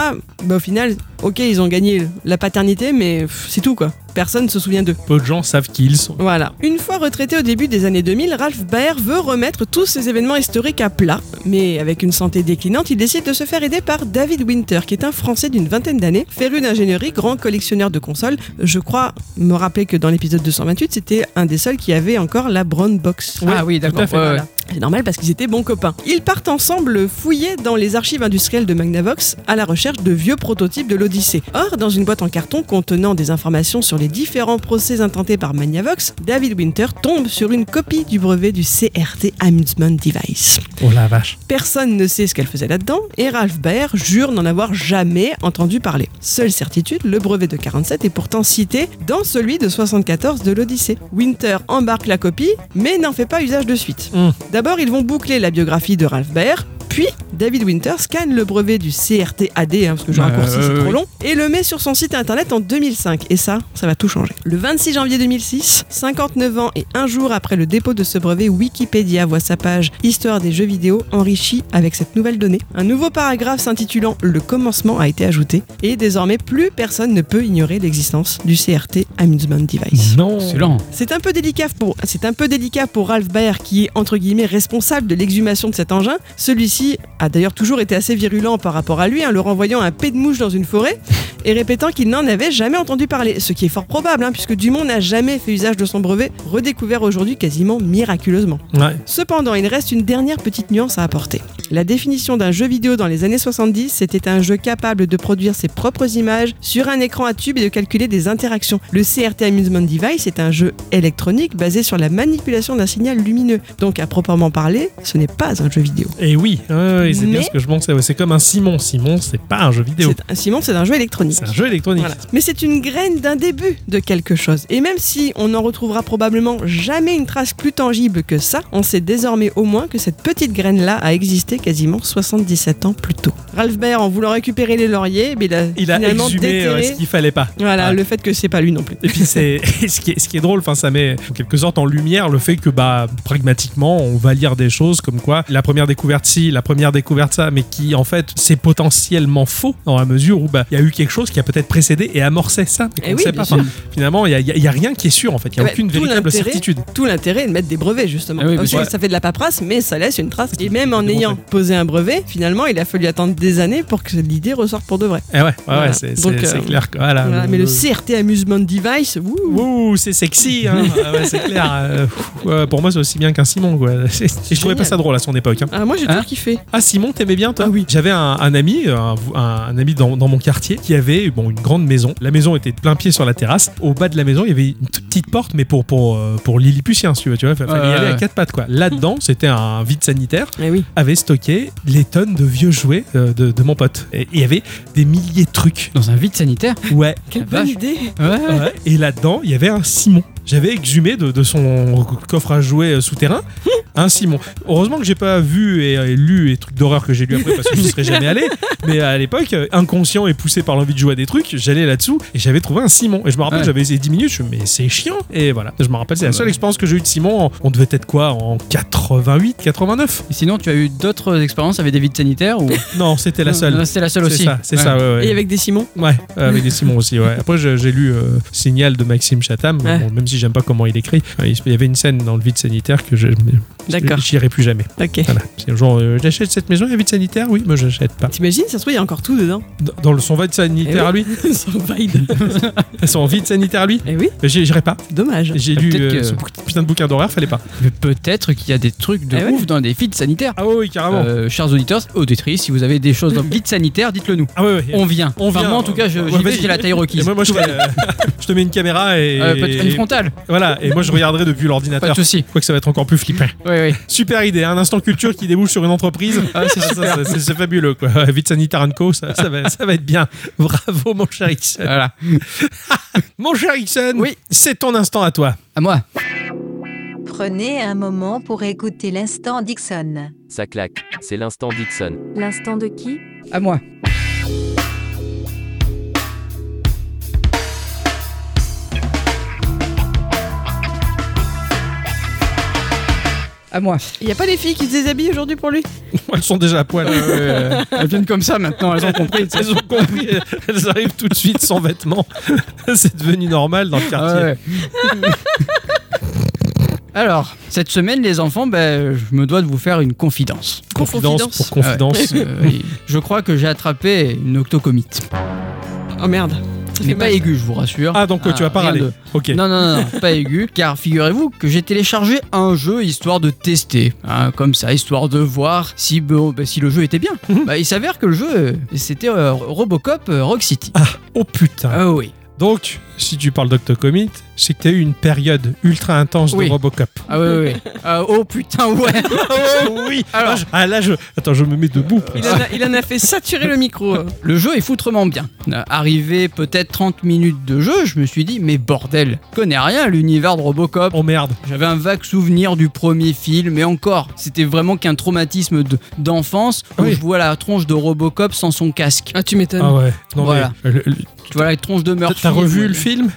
Speaker 3: bah, au final, ok, ils ont gagné la paternité, mais pff, c'est tout quoi. Personne ne se souvient d'eux.
Speaker 1: Peu de gens savent qui ils sont.
Speaker 3: Voilà. Une fois retraité au début des années 2000, Ralph Baer veut remettre tous ces événements historiques à plat. Mais avec une santé déclinante, il décide de se faire aider par David Winter, qui est un Français d'une vingtaine d'années, féru d'ingénierie, grand collectionneur de consoles. Je crois me rappeler que dans l'épisode 228, c'était un des seuls qui avait encore la Brown Box.
Speaker 2: ah oui, d'accord.
Speaker 1: fait,
Speaker 2: ouais,
Speaker 1: voilà.
Speaker 2: ouais.
Speaker 3: C'est normal parce qu'ils étaient bons copains. Ils partent ensemble fouiller dans les archives industrielles de Magnavox à la recherche de vieux prototypes de l'Odyssée. Or, dans une boîte en carton contenant des informations sur les différents procès intentés par Magnavox, David Winter tombe sur une copie du brevet du CRT Amusement Device.
Speaker 1: Oh la vache.
Speaker 3: Personne ne sait ce qu'elle faisait là-dedans et Ralph Baer jure n'en avoir jamais entendu parler. Seule certitude, le brevet de 47 est pourtant cité dans celui de 74 de l'Odyssée. Winter embarque la copie mais n'en fait pas usage de suite.
Speaker 2: Hmm.
Speaker 1: Hum.
Speaker 3: D'abord, ils vont boucler la biographie de Ralph Baer, puis David Winter scanne le brevet du CRTAD, hein, parce que je
Speaker 2: Bah,
Speaker 3: raccourcis,
Speaker 2: euh,
Speaker 3: c'est trop
Speaker 2: oui.
Speaker 3: long, et le met sur son site internet en 2005. Et ça, ça va tout changer. Le 26 janvier 2006, 59 ans et un jour après le dépôt de ce brevet, Wikipédia voit sa page Histoire des jeux vidéo enrichie avec cette nouvelle donnée. Un nouveau paragraphe s'intitulant Le commencement a été ajouté, et désormais plus personne ne peut ignorer l'existence du CRT Amusement Device.
Speaker 1: Non.
Speaker 2: C'est lent.
Speaker 3: C'est un peu délicat pour c'est un peu délicat pour Ralph Baer qui est entre guillemets responsable de l'exhumation de cet engin. Celui-ci a d'ailleurs toujours été assez virulent par rapport à lui, hein, le renvoyant un pet de mouche dans une forêt et répétant qu'il n'en avait jamais entendu parler, ce qui est fort probable hein, puisque Dumont n'a jamais fait usage de son brevet, redécouvert aujourd'hui quasiment miraculeusement.
Speaker 1: Ouais.
Speaker 3: Cependant, il reste une dernière petite nuance à apporter. La définition d'un jeu vidéo dans les années 70, c'était un jeu capable de produire ses propres images sur un écran à tube et de calculer des interactions. Le CRT Amusement Device est un jeu électronique basé sur la manipulation d'un signal lumineux. Donc, à proprement parler, ce n'est pas un jeu vidéo.
Speaker 1: Et oui, ouais, ouais, c'est bien
Speaker 3: Mais-
Speaker 1: ce que je pensais. ouais. C'est comme un Simon. Simon, c'est pas un jeu vidéo.
Speaker 3: C'est un- Simon, c'est un jeu électronique.
Speaker 1: C'est un jeu électronique.
Speaker 3: Voilà. Mais c'est une graine d'un début de quelque chose. Et même si on n'en retrouvera probablement jamais une trace plus tangible que ça, on sait désormais au moins que cette petite graine-là a existé quasiment 77 ans plus tôt. Ralph Baer, en voulant récupérer les lauriers, mais il a,
Speaker 1: Il a
Speaker 3: finalement
Speaker 1: exhumé euh,
Speaker 3: déterré
Speaker 1: ce Ah. qu'il fallait pas.
Speaker 3: voilà,
Speaker 1: Ouais.
Speaker 3: le fait que c'est pas lui non plus.
Speaker 1: Et puis c'est ce qui est, ce qui est drôle, enfin ça met en quelque sorte en lumière le fait que bah pragmatiquement on va lire des choses comme quoi la première découverte ci, la première découverte ça, mais qui en fait c'est potentiellement faux dans la mesure où bah il y a eu quelque chose qui a peut-être précédé et amorcé ça. mais qu'on
Speaker 3: Eh
Speaker 1: ne
Speaker 3: oui,
Speaker 1: sait
Speaker 3: bien
Speaker 1: pas. Enfin, finalement il y a- il y, a- il y a rien qui est sûr en fait, il y a
Speaker 3: Ouais,
Speaker 1: aucune
Speaker 3: tout
Speaker 1: véritable
Speaker 3: l'intérêt-
Speaker 1: certitude.
Speaker 3: Tout l'intérêt est de mettre des brevets justement.
Speaker 2: Ah oui,
Speaker 3: Parce
Speaker 2: mais
Speaker 3: que
Speaker 2: ouais.
Speaker 3: ça fait de la paperasse, mais ça laisse une trace. Et même en
Speaker 1: démontré.
Speaker 3: ayant posé un brevet, finalement, il a fallu attendre des années pour que l'idée ressorte pour de vrai.
Speaker 1: Eh ouais, ouais,
Speaker 3: Voilà.
Speaker 1: ouais, c'est
Speaker 3: Donc,
Speaker 1: c'est- c'est
Speaker 3: euh,
Speaker 1: clair. que- Voilà,
Speaker 3: Voilà, mais le CRT Amusement Device, wouh,
Speaker 1: Ouh, c'est sexy, hein. Ah ouais, c'est clair. Euh, pff, ouais, pour moi, c'est aussi bien qu'un Simon, quoi. Et je trouvais pas
Speaker 3: Génial.
Speaker 1: ça drôle à son époque. hein.
Speaker 3: Ah, moi j'ai
Speaker 2: Hein
Speaker 3: toujours kiffé.
Speaker 1: Ah Simon, t'aimais bien toi
Speaker 3: Ah oui.
Speaker 1: J'avais un, un ami, euh, un, un- un ami dans, dans mon quartier, qui avait bon une grande maison. La maison était de plein pied sur la terrasse. Au bas de la maison, il y avait une toute petite porte, mais pour pour euh, pour Lilliputien, si tu veux, tu vois, fa- fallait y
Speaker 2: Ouais,
Speaker 1: aller à
Speaker 2: ouais.
Speaker 1: quatre pattes quoi. Là-dedans, c'était un vide sanitaire
Speaker 3: Eh oui.
Speaker 1: avait stocké les tonnes de vieux jouets euh, de, de mon pote. Et il y avait des milliers de trucs.
Speaker 2: Dans un vide sanitaire.
Speaker 1: Ouais.
Speaker 3: Quelle
Speaker 2: La
Speaker 3: bonne
Speaker 2: vache.
Speaker 3: idée
Speaker 2: Ouais.
Speaker 1: Ouais. Et là-dedans, il y avait un Simon. j'avais exhumé de, de son coffre à jouets euh, souterrain
Speaker 2: Mmh.
Speaker 1: un Simon. Heureusement que j'ai pas vu et, euh, lu les trucs d'horreur que j'ai lu après parce que je n'y serais jamais allé. Mais à l'époque, euh, inconscient et poussé par l'envie de jouer à des trucs, j'allais là-dessous et j'avais trouvé un Simon. Et je me rappelle,
Speaker 2: Ouais.
Speaker 1: j'avais essayé 10 minutes, je me suis dit, mais c'est chiant. Et voilà, je me rappelle, c'est la seule expérience que j'ai eue de Simon. en- on devait être quoi En 88, 89
Speaker 2: Et sinon, tu as eu d'autres expériences avec des vides sanitaires ou
Speaker 1: Non, c'était la seule.
Speaker 2: Non, C'est la seule
Speaker 1: C'est
Speaker 2: aussi.
Speaker 1: ça, c'est
Speaker 2: Ouais.
Speaker 1: ça, ouais, ouais.
Speaker 3: Et avec des Simons
Speaker 1: Ouais, euh, avec des Simons aussi, ouais. Après, je- j'ai lu euh, Signal de Maxime Chatham,
Speaker 3: Ouais.
Speaker 1: bon, même si j'aime pas comment il écrit. euh, Il se- il y avait une scène dans le vide sanitaire que je.
Speaker 3: D'accord.
Speaker 1: J'irai plus jamais.
Speaker 3: Ok.
Speaker 1: Voilà. C'est le genre, euh, j'achète cette maison, il y a vide sanitaire Oui, mais j'achète pas.
Speaker 3: T'imagines, ça se trouve, il y a encore tout dedans.
Speaker 1: Dans- Dans le son vide
Speaker 2: Eh
Speaker 1: sanitaire à lui euh,
Speaker 3: Sans Biden.
Speaker 1: Son vide sanitaire à lui
Speaker 3: Eh oui,
Speaker 1: J'ai- J'irai pas.
Speaker 3: dommage.
Speaker 1: J'ai lu
Speaker 2: Peut-être
Speaker 1: euh,
Speaker 2: que-
Speaker 1: ce bou- putain de bouquin d'horreur, fallait pas.
Speaker 2: Mais peut-être qu'il y a des trucs de
Speaker 3: Eh ouais.
Speaker 2: ouf dans des vides sanitaires.
Speaker 1: Ah ouais, oui, carrément.
Speaker 2: Euh, chers auditeurs, auditrices, si vous avez des choses dans le vide sanitaire, dites-le nous.
Speaker 1: ah ouais, ouais.
Speaker 2: On vient.
Speaker 1: On
Speaker 2: Enfin,
Speaker 1: vient.
Speaker 2: moi, en tout cas, je-
Speaker 1: Ouais,
Speaker 2: j'y vais,
Speaker 1: vas-y.
Speaker 2: j'ai la taille
Speaker 1: Et
Speaker 2: requise.
Speaker 1: moi, moi, je,
Speaker 2: Tout va
Speaker 1: fais, euh, je te mets une caméra et,
Speaker 2: bien. Euh, peut-être une frontale.
Speaker 1: voilà et moi je regarderai depuis
Speaker 2: Pas de
Speaker 1: l'ordinateur.
Speaker 2: souci.
Speaker 1: Je crois que ça va être encore plus flippant.
Speaker 2: Oui, oui.
Speaker 1: Super idée, hein, un instant culture qui débouche sur une entreprise.
Speaker 2: Ah, c'est
Speaker 1: Ah, ça,
Speaker 2: super.
Speaker 1: ça, c'est- c'est fabuleux, quoi. Ouais, Vite Sanitaire Co, ça, ça va, ça va être bien. Bravo, mon cher Ixon.
Speaker 2: Voilà.
Speaker 1: Mon cher Ixon,
Speaker 2: Ah. Oui.
Speaker 1: c'est ton instant à toi.
Speaker 2: À moi.
Speaker 7: Prenez un moment pour écouter l'instant Dixon.
Speaker 8: Ça claque, c'est l'instant Dixon.
Speaker 7: L'instant de qui
Speaker 2: À moi. À moi.
Speaker 3: Il y a pas les filles qui se déshabillent aujourd'hui pour lui
Speaker 1: Elles sont déjà à poil.
Speaker 2: Euh, elles viennent comme ça maintenant, elles ont compris.
Speaker 1: Elles ont compris, elles arrivent tout de suite sans vêtements. C'est devenu normal dans le
Speaker 2: Ah
Speaker 1: quartier.
Speaker 2: ouais. Alors, cette semaine, les enfants, ben, je me dois de vous faire une confidence.
Speaker 1: Confidence
Speaker 3: Confidence.
Speaker 1: pour confidence.
Speaker 2: Euh, et je crois que j'ai attrapé une octocomite.
Speaker 3: Oh merde. Ça fait
Speaker 2: Mais pas
Speaker 3: mal.
Speaker 2: aiguë, je vous rassure.
Speaker 1: Ah, donc tu vas pas
Speaker 2: rien
Speaker 1: râler.
Speaker 2: de-
Speaker 1: Ok.
Speaker 2: Non, non, non, non, pas aigu, car figurez-vous que j'ai téléchargé un jeu histoire de tester, hein, comme ça, histoire de voir si, bon, bah, si le jeu était bien.
Speaker 1: Mhm.
Speaker 2: Bah, il s'avère que le jeu, euh, c'était euh, Robocop euh, Rock City.
Speaker 1: Oh putain.
Speaker 2: Ah oui.
Speaker 1: Donc, si tu parles d'Octocomit, c'est que t'as eu une période ultra intense
Speaker 2: Oui.
Speaker 1: de Robocop.
Speaker 2: Ah oui, oui, oui. Ah, oh putain, ouais.
Speaker 1: Oh oui
Speaker 2: Alors,
Speaker 1: Ah là, je... Attends, je me mets debout.
Speaker 2: Euh,
Speaker 1: presque.
Speaker 3: Il en, a, il en a fait saturer le micro. euh.
Speaker 2: Le jeu est foutrement bien. Euh, Arrivé peut-être 30 minutes de jeu, je me suis dit, mais bordel, je connais rien à l'univers de Robocop.
Speaker 1: Oh merde.
Speaker 2: J'avais un vague souvenir du premier film, et encore, c'était vraiment qu'un traumatisme de- d'enfance où
Speaker 1: Oui.
Speaker 2: je vois la tronche de Robocop sans son casque.
Speaker 3: Ah, tu m'étonnes.
Speaker 1: Ah ouais. Non,
Speaker 2: Hum. Voilà.
Speaker 1: mais,
Speaker 2: euh,
Speaker 1: le- le-
Speaker 2: Tu vois la tronche de meurtre.
Speaker 1: T'as revu le film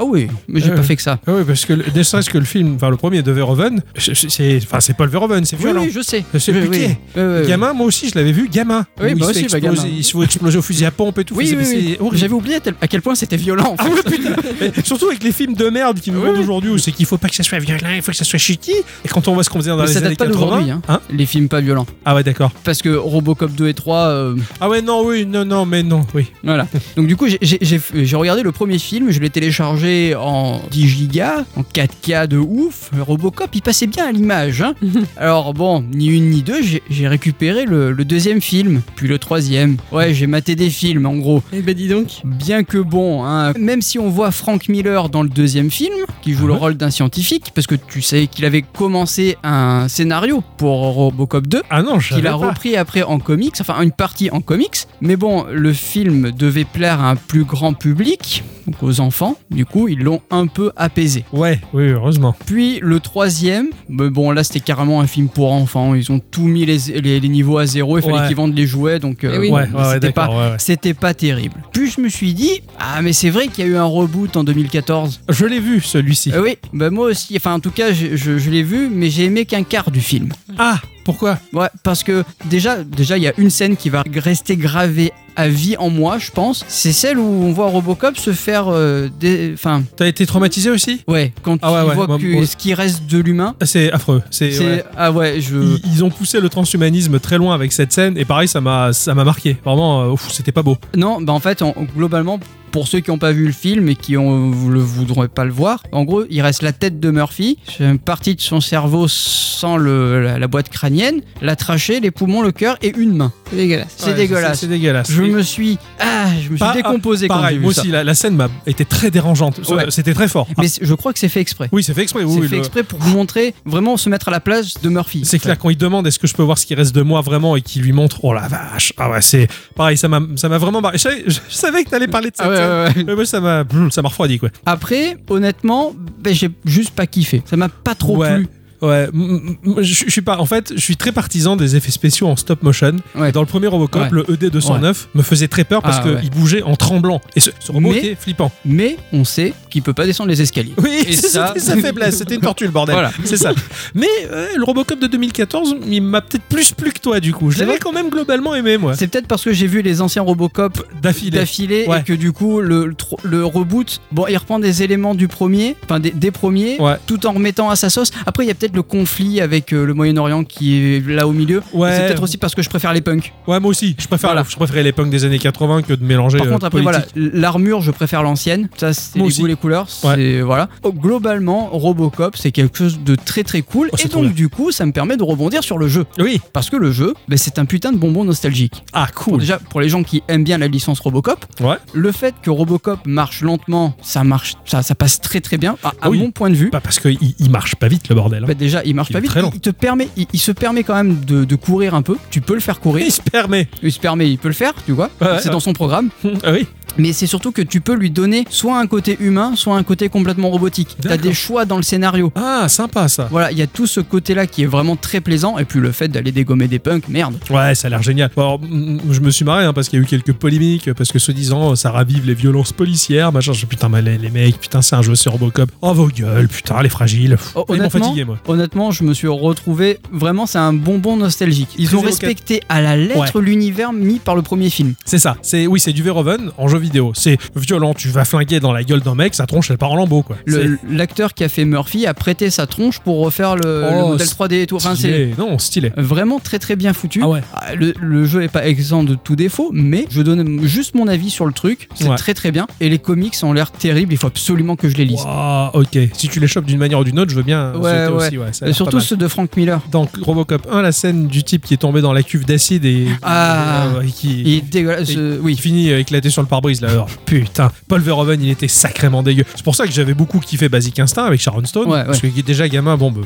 Speaker 2: Ah oui, mais j'ai
Speaker 1: Euh,
Speaker 2: pas fait que ça.
Speaker 1: Ah oui, parce que le- ne serait-ce que le film, enfin le premier de Verhoeven, je- je- c'est, enfin c'est pas le Verhoeven, c'est
Speaker 2: Oui,
Speaker 1: violent.
Speaker 2: oui, je sais.
Speaker 1: C'est
Speaker 2: Oui,
Speaker 1: piqué.
Speaker 2: oui. Oui, oui, oui.
Speaker 1: Gamin, moi aussi, je l'avais vu, gamin.
Speaker 2: Oui,
Speaker 1: Où il
Speaker 2: moi
Speaker 1: se fait
Speaker 2: aussi, bah,
Speaker 1: exploser-
Speaker 2: gamin.
Speaker 1: Il se fait exploser au fusil à pompe et tout.
Speaker 2: Oui,
Speaker 1: c'est-
Speaker 2: oui,
Speaker 1: c'est
Speaker 2: oui.
Speaker 1: horrible.
Speaker 2: J'avais oublié à tel- à quel point c'était violent. en
Speaker 1: Ah
Speaker 2: fait.
Speaker 1: ouais, putain Et Surtout avec les films de merde qui nous vendent aujourd'hui, où c'est qu'il faut pas que ça soit violent, il faut que ça soit shitty. Et quand on voit ce qu'on faisait dans
Speaker 2: Mais
Speaker 1: les
Speaker 2: ça
Speaker 1: années
Speaker 2: date pas
Speaker 1: 80...
Speaker 2: d'aujourd'hui, hein. Les films pas violents.
Speaker 1: ah ouais, d'accord.
Speaker 2: Parce que Robocop 2 et 3, euh,
Speaker 1: Ah ouais, non, oui, non, non, mais non, oui.
Speaker 2: Voilà. Donc du coup, j'ai- j'ai j'ai- j'ai regardé le premier film, je l'ai téléchargé en 10 gigas, en 4K de ouf. Le Robocop, il passait bien à l'image. hein. Alors bon, ni une ni deux, j'ai- j'ai récupéré le, le deuxième film, puis le troisième. Ouais, j'ai maté des films en gros.
Speaker 3: Eh ben, dis donc.
Speaker 2: Bien que bon, hein, même si on voit Frank Miller dans le deuxième film, qui joue le rôle d'un scientifique, parce que tu sais qu'il avait commencé un scénario pour Robocop 2,
Speaker 1: Ah non, je
Speaker 2: qu'il a
Speaker 1: savais pas.
Speaker 2: repris après en comics, enfin une partie en comics. Mais bon, le film devait plaire à un plus grand public, donc aux enfants. Du coup, ils l'ont un peu apaisé.
Speaker 1: Ouais, oui, heureusement.
Speaker 2: Puis le troisième, mais bon là c'était carrément un film pour enfants. Ils ont tout mis les, les- les niveaux à zéro. Il fallait
Speaker 1: Ouais.
Speaker 2: qu'ils vendent les jouets, donc euh,
Speaker 1: ouais,
Speaker 2: bon,
Speaker 1: ouais, ouais,
Speaker 2: c'était pas.
Speaker 1: d'accord, ouais, ouais.
Speaker 2: C'était pas terrible. Puis je me suis dit, ah mais c'est vrai qu'il y a eu un reboot en 2014.
Speaker 1: Je l'ai vu, celui-ci.
Speaker 2: Euh, oui, bah moi aussi, enfin en tout cas je- je- je l'ai vu, mais j'ai aimé qu'un quart du film.
Speaker 1: Ah, pourquoi
Speaker 2: Ouais, parce que déjà, déjà, il y a une scène qui va rester gravée à vie en moi, je pense. C'est celle où on voit Robocop se faire, euh, des- enfin,
Speaker 1: T'as été traumatisé aussi
Speaker 2: ouais, quand
Speaker 1: Ah ouais,
Speaker 2: il
Speaker 1: ouais,
Speaker 2: voit
Speaker 1: moi,
Speaker 2: que
Speaker 1: moi-
Speaker 2: ce qui reste de l'humain,
Speaker 1: C'est affreux. C'est,
Speaker 2: c'est
Speaker 1: ouais.
Speaker 2: ah ouais, je.
Speaker 1: Ils, ils ont poussé le transhumanisme très loin avec cette scène et pareil ça m'a ça m'a marqué vraiment euh, ouf, c'était pas beau
Speaker 2: Non, bah en fait, en- globalement, pour ceux qui n'ont pas vu le film et qui ont, vous le voudrez pas le voir, en gros, il reste la tête de Murphy, une partie de son cerveau sans le, la, la boîte crânienne, la trachée, les poumons, le cœur et une main.
Speaker 3: C'est dégueulasse.
Speaker 2: C'est dégueulasse.
Speaker 1: c'est, c'est dégueulasse
Speaker 2: Je
Speaker 1: Et
Speaker 2: me suis, ah, je me suis
Speaker 1: Pas-
Speaker 2: décomposé quand j'ai
Speaker 1: pareil
Speaker 2: vu
Speaker 1: moi
Speaker 2: ça.
Speaker 1: aussi la, la scène m'a été très dérangeante Ça,
Speaker 2: Ouais.
Speaker 1: c'était très fort Ah,
Speaker 2: Mais c'est- je crois que c'est fait exprès.
Speaker 1: oui c'est fait exprès oui,
Speaker 2: c'est
Speaker 1: oui,
Speaker 2: fait
Speaker 1: le-
Speaker 2: exprès pour vous montrer vraiment se mettre à la place de Murphy.
Speaker 1: c'est clair quand il demande est-ce que je peux voir ce qui reste de moi vraiment et qu'il lui montre oh la vache ah ouais c'est pareil ça m'a ça m'a vraiment marqué je, savais- je savais que t'allais parler de cette
Speaker 2: Ah ouais, ouais, ouais.
Speaker 1: Mais moi, ça m'a hum, ça m'a refroidi quoi.
Speaker 2: Après, honnêtement, ben, j'ai juste pas kiffé. Ça m'a pas trop
Speaker 1: Ouais.
Speaker 2: plu.
Speaker 1: Ouais, m- m- m- je je suis pas. En fait, je suis très partisan des effets spéciaux en stop motion.
Speaker 2: Ouais.
Speaker 1: Dans le premier Robocop,
Speaker 2: Ouais.
Speaker 1: le E ED209 me faisait très peur parce
Speaker 2: Ah,
Speaker 1: que
Speaker 2: ouais.
Speaker 1: qu'il bougeait en tremblant. Et ce, ce robot
Speaker 2: Mais-
Speaker 1: était flippant.
Speaker 2: Mais on sait qu'il peut pas descendre les escaliers.
Speaker 1: Oui,
Speaker 2: Et
Speaker 1: c'est-
Speaker 2: ça-
Speaker 1: c'était sa faiblesse. C'était une tortue, le bordel.
Speaker 2: Voilà.
Speaker 1: C'est ça. Mais euh, le Robocop de 2014, il m'a peut-être plus plu que toi, du coup. Je
Speaker 2: C'est
Speaker 1: l'avais
Speaker 2: vrai
Speaker 1: quand même globalement aimé, moi.
Speaker 2: C'est peut-être parce que j'ai vu les anciens Robocop
Speaker 1: D'affilée.
Speaker 2: d'affilée
Speaker 1: Ouais.
Speaker 2: et que du coup le, le tro- le reboot bon il reprend des éléments du premier enfin des, des premiers
Speaker 1: Ouais.
Speaker 2: tout en remettant à sa sauce après il y a peut-être le conflit avec euh, le Moyen-Orient qui est là au milieu
Speaker 1: Ouais.
Speaker 2: Et c'est peut-être aussi parce que je préfère les punks
Speaker 1: Ouais, moi aussi. Je préfère,
Speaker 2: Voilà.
Speaker 1: je préférais l'époque des années 80 que de mélanger.
Speaker 2: par
Speaker 1: euh,
Speaker 2: contre après
Speaker 1: politique.
Speaker 2: voilà l'armure je préfère l'ancienne ça c'est
Speaker 1: Moi
Speaker 2: les
Speaker 1: aussi.
Speaker 2: goûts les couleurs c'est voilà Oh, globalement Robocop c'est quelque chose de très très cool
Speaker 1: Oh, c'est
Speaker 2: et
Speaker 1: trop
Speaker 2: donc
Speaker 1: bien.
Speaker 2: du coup ça me permet de rebondir sur le jeu
Speaker 1: Oui.
Speaker 2: parce que le jeu ben, c'est un putain de bonbon nostalgique
Speaker 1: Ah,
Speaker 2: Pour
Speaker 1: cool.
Speaker 2: déjà pour les gens qui aiment bien la licence Robocop
Speaker 1: Ouais.
Speaker 2: le fait que Robocop marche lentement, ça marche, ça, ça passe très très bien, à, à
Speaker 1: Oui.
Speaker 2: mon point de vue.
Speaker 1: Pas parce qu'il il marche pas vite, le bordel. hein.
Speaker 2: Bah, déjà, il marche
Speaker 1: Il
Speaker 2: pas
Speaker 1: est
Speaker 2: vite.
Speaker 1: très lent.
Speaker 2: Il, te permet, il, il se permet quand même de, de courir un peu. Tu peux le faire courir.
Speaker 1: Il se permet.
Speaker 2: Il se permet, il peut le faire, tu vois.
Speaker 1: Ouais, ouais,
Speaker 2: c'est dans
Speaker 1: ouais.
Speaker 2: son programme.
Speaker 1: Ah oui.
Speaker 2: Mais c'est surtout que tu peux lui donner soit un côté humain, soit un côté complètement robotique. T'as
Speaker 1: D'accord.
Speaker 2: des choix dans le scénario.
Speaker 1: Ah, sympa ça.
Speaker 2: Voilà, il y a tout ce côté-là qui est vraiment très plaisant. Et puis le fait d'aller dégommer des punks, merde.
Speaker 1: Ouais, ça a l'air génial. Alors, mm, je me suis marré hein, parce qu'il y a eu quelques polémiques, parce que soi-disant, ça ravive les violences policières, machin. Je, putain, mais les, les mecs, putain, c'est un jeu sur Robocop. Oh, vos gueules, putain, les fragiles. Pff,
Speaker 2: Oh,
Speaker 1: Ils m'ont
Speaker 2: honnêtement,
Speaker 1: fatigué, moi.
Speaker 2: Honnêtement, je me suis retrouvé. Vraiment, c'est un bonbon nostalgique. Ils
Speaker 1: Très
Speaker 2: ont
Speaker 1: évocateur.
Speaker 2: respecté à la lettre l'univers mis par le premier film.
Speaker 1: C'est ça. C'est oui, c'est du Verhoeven en jeu vidéo. C'est violent. Tu vas flinguer dans la gueule d'un mec, sa tronche elle part en lambeaux quoi.
Speaker 2: Le- L'acteur qui a fait Murphy a prêté sa tronche pour refaire le, le
Speaker 1: Oh,
Speaker 2: modèle 3D et tout.
Speaker 1: C'est
Speaker 2: Enfin, hein, c'est
Speaker 1: stylé. Non, stylé.
Speaker 2: vraiment très très bien foutu.
Speaker 1: Ah ouais.
Speaker 2: Ah, Le, le jeu est pas exempt de tout défaut, mais je donne juste mon avis sur le truc. C'est
Speaker 1: Ouais.
Speaker 2: très très bien. Et les comics ont l'air terribles. Il faut absolument que je les lise.
Speaker 1: Ouah, ok. Si tu les chopes d'une manière ou d'une autre, je veux bien.
Speaker 2: Ouais,
Speaker 1: sauter
Speaker 2: ouais.
Speaker 1: Aussi, ouais. ça a l'air pas
Speaker 2: Et Euh, surtout
Speaker 1: mal.
Speaker 2: ceux de Frank Miller.
Speaker 1: dans Robocop 1, la scène du type qui est tombé dans la cuve d'acide et,
Speaker 2: Ah.
Speaker 1: euh, et qui,
Speaker 2: Il est dégueulasse.
Speaker 1: Et-
Speaker 2: euh,
Speaker 1: il
Speaker 2: oui.
Speaker 1: finit euh, éclaté sur le pare-brise là. Alors, putain, Paul Verhoeven, il était sacrément dégueu. C'est pour ça que j'avais beaucoup kiffé Basic Instinct avec Sharon Stone.
Speaker 2: Ouais,
Speaker 1: Parce que déjà gamin, bon, bah,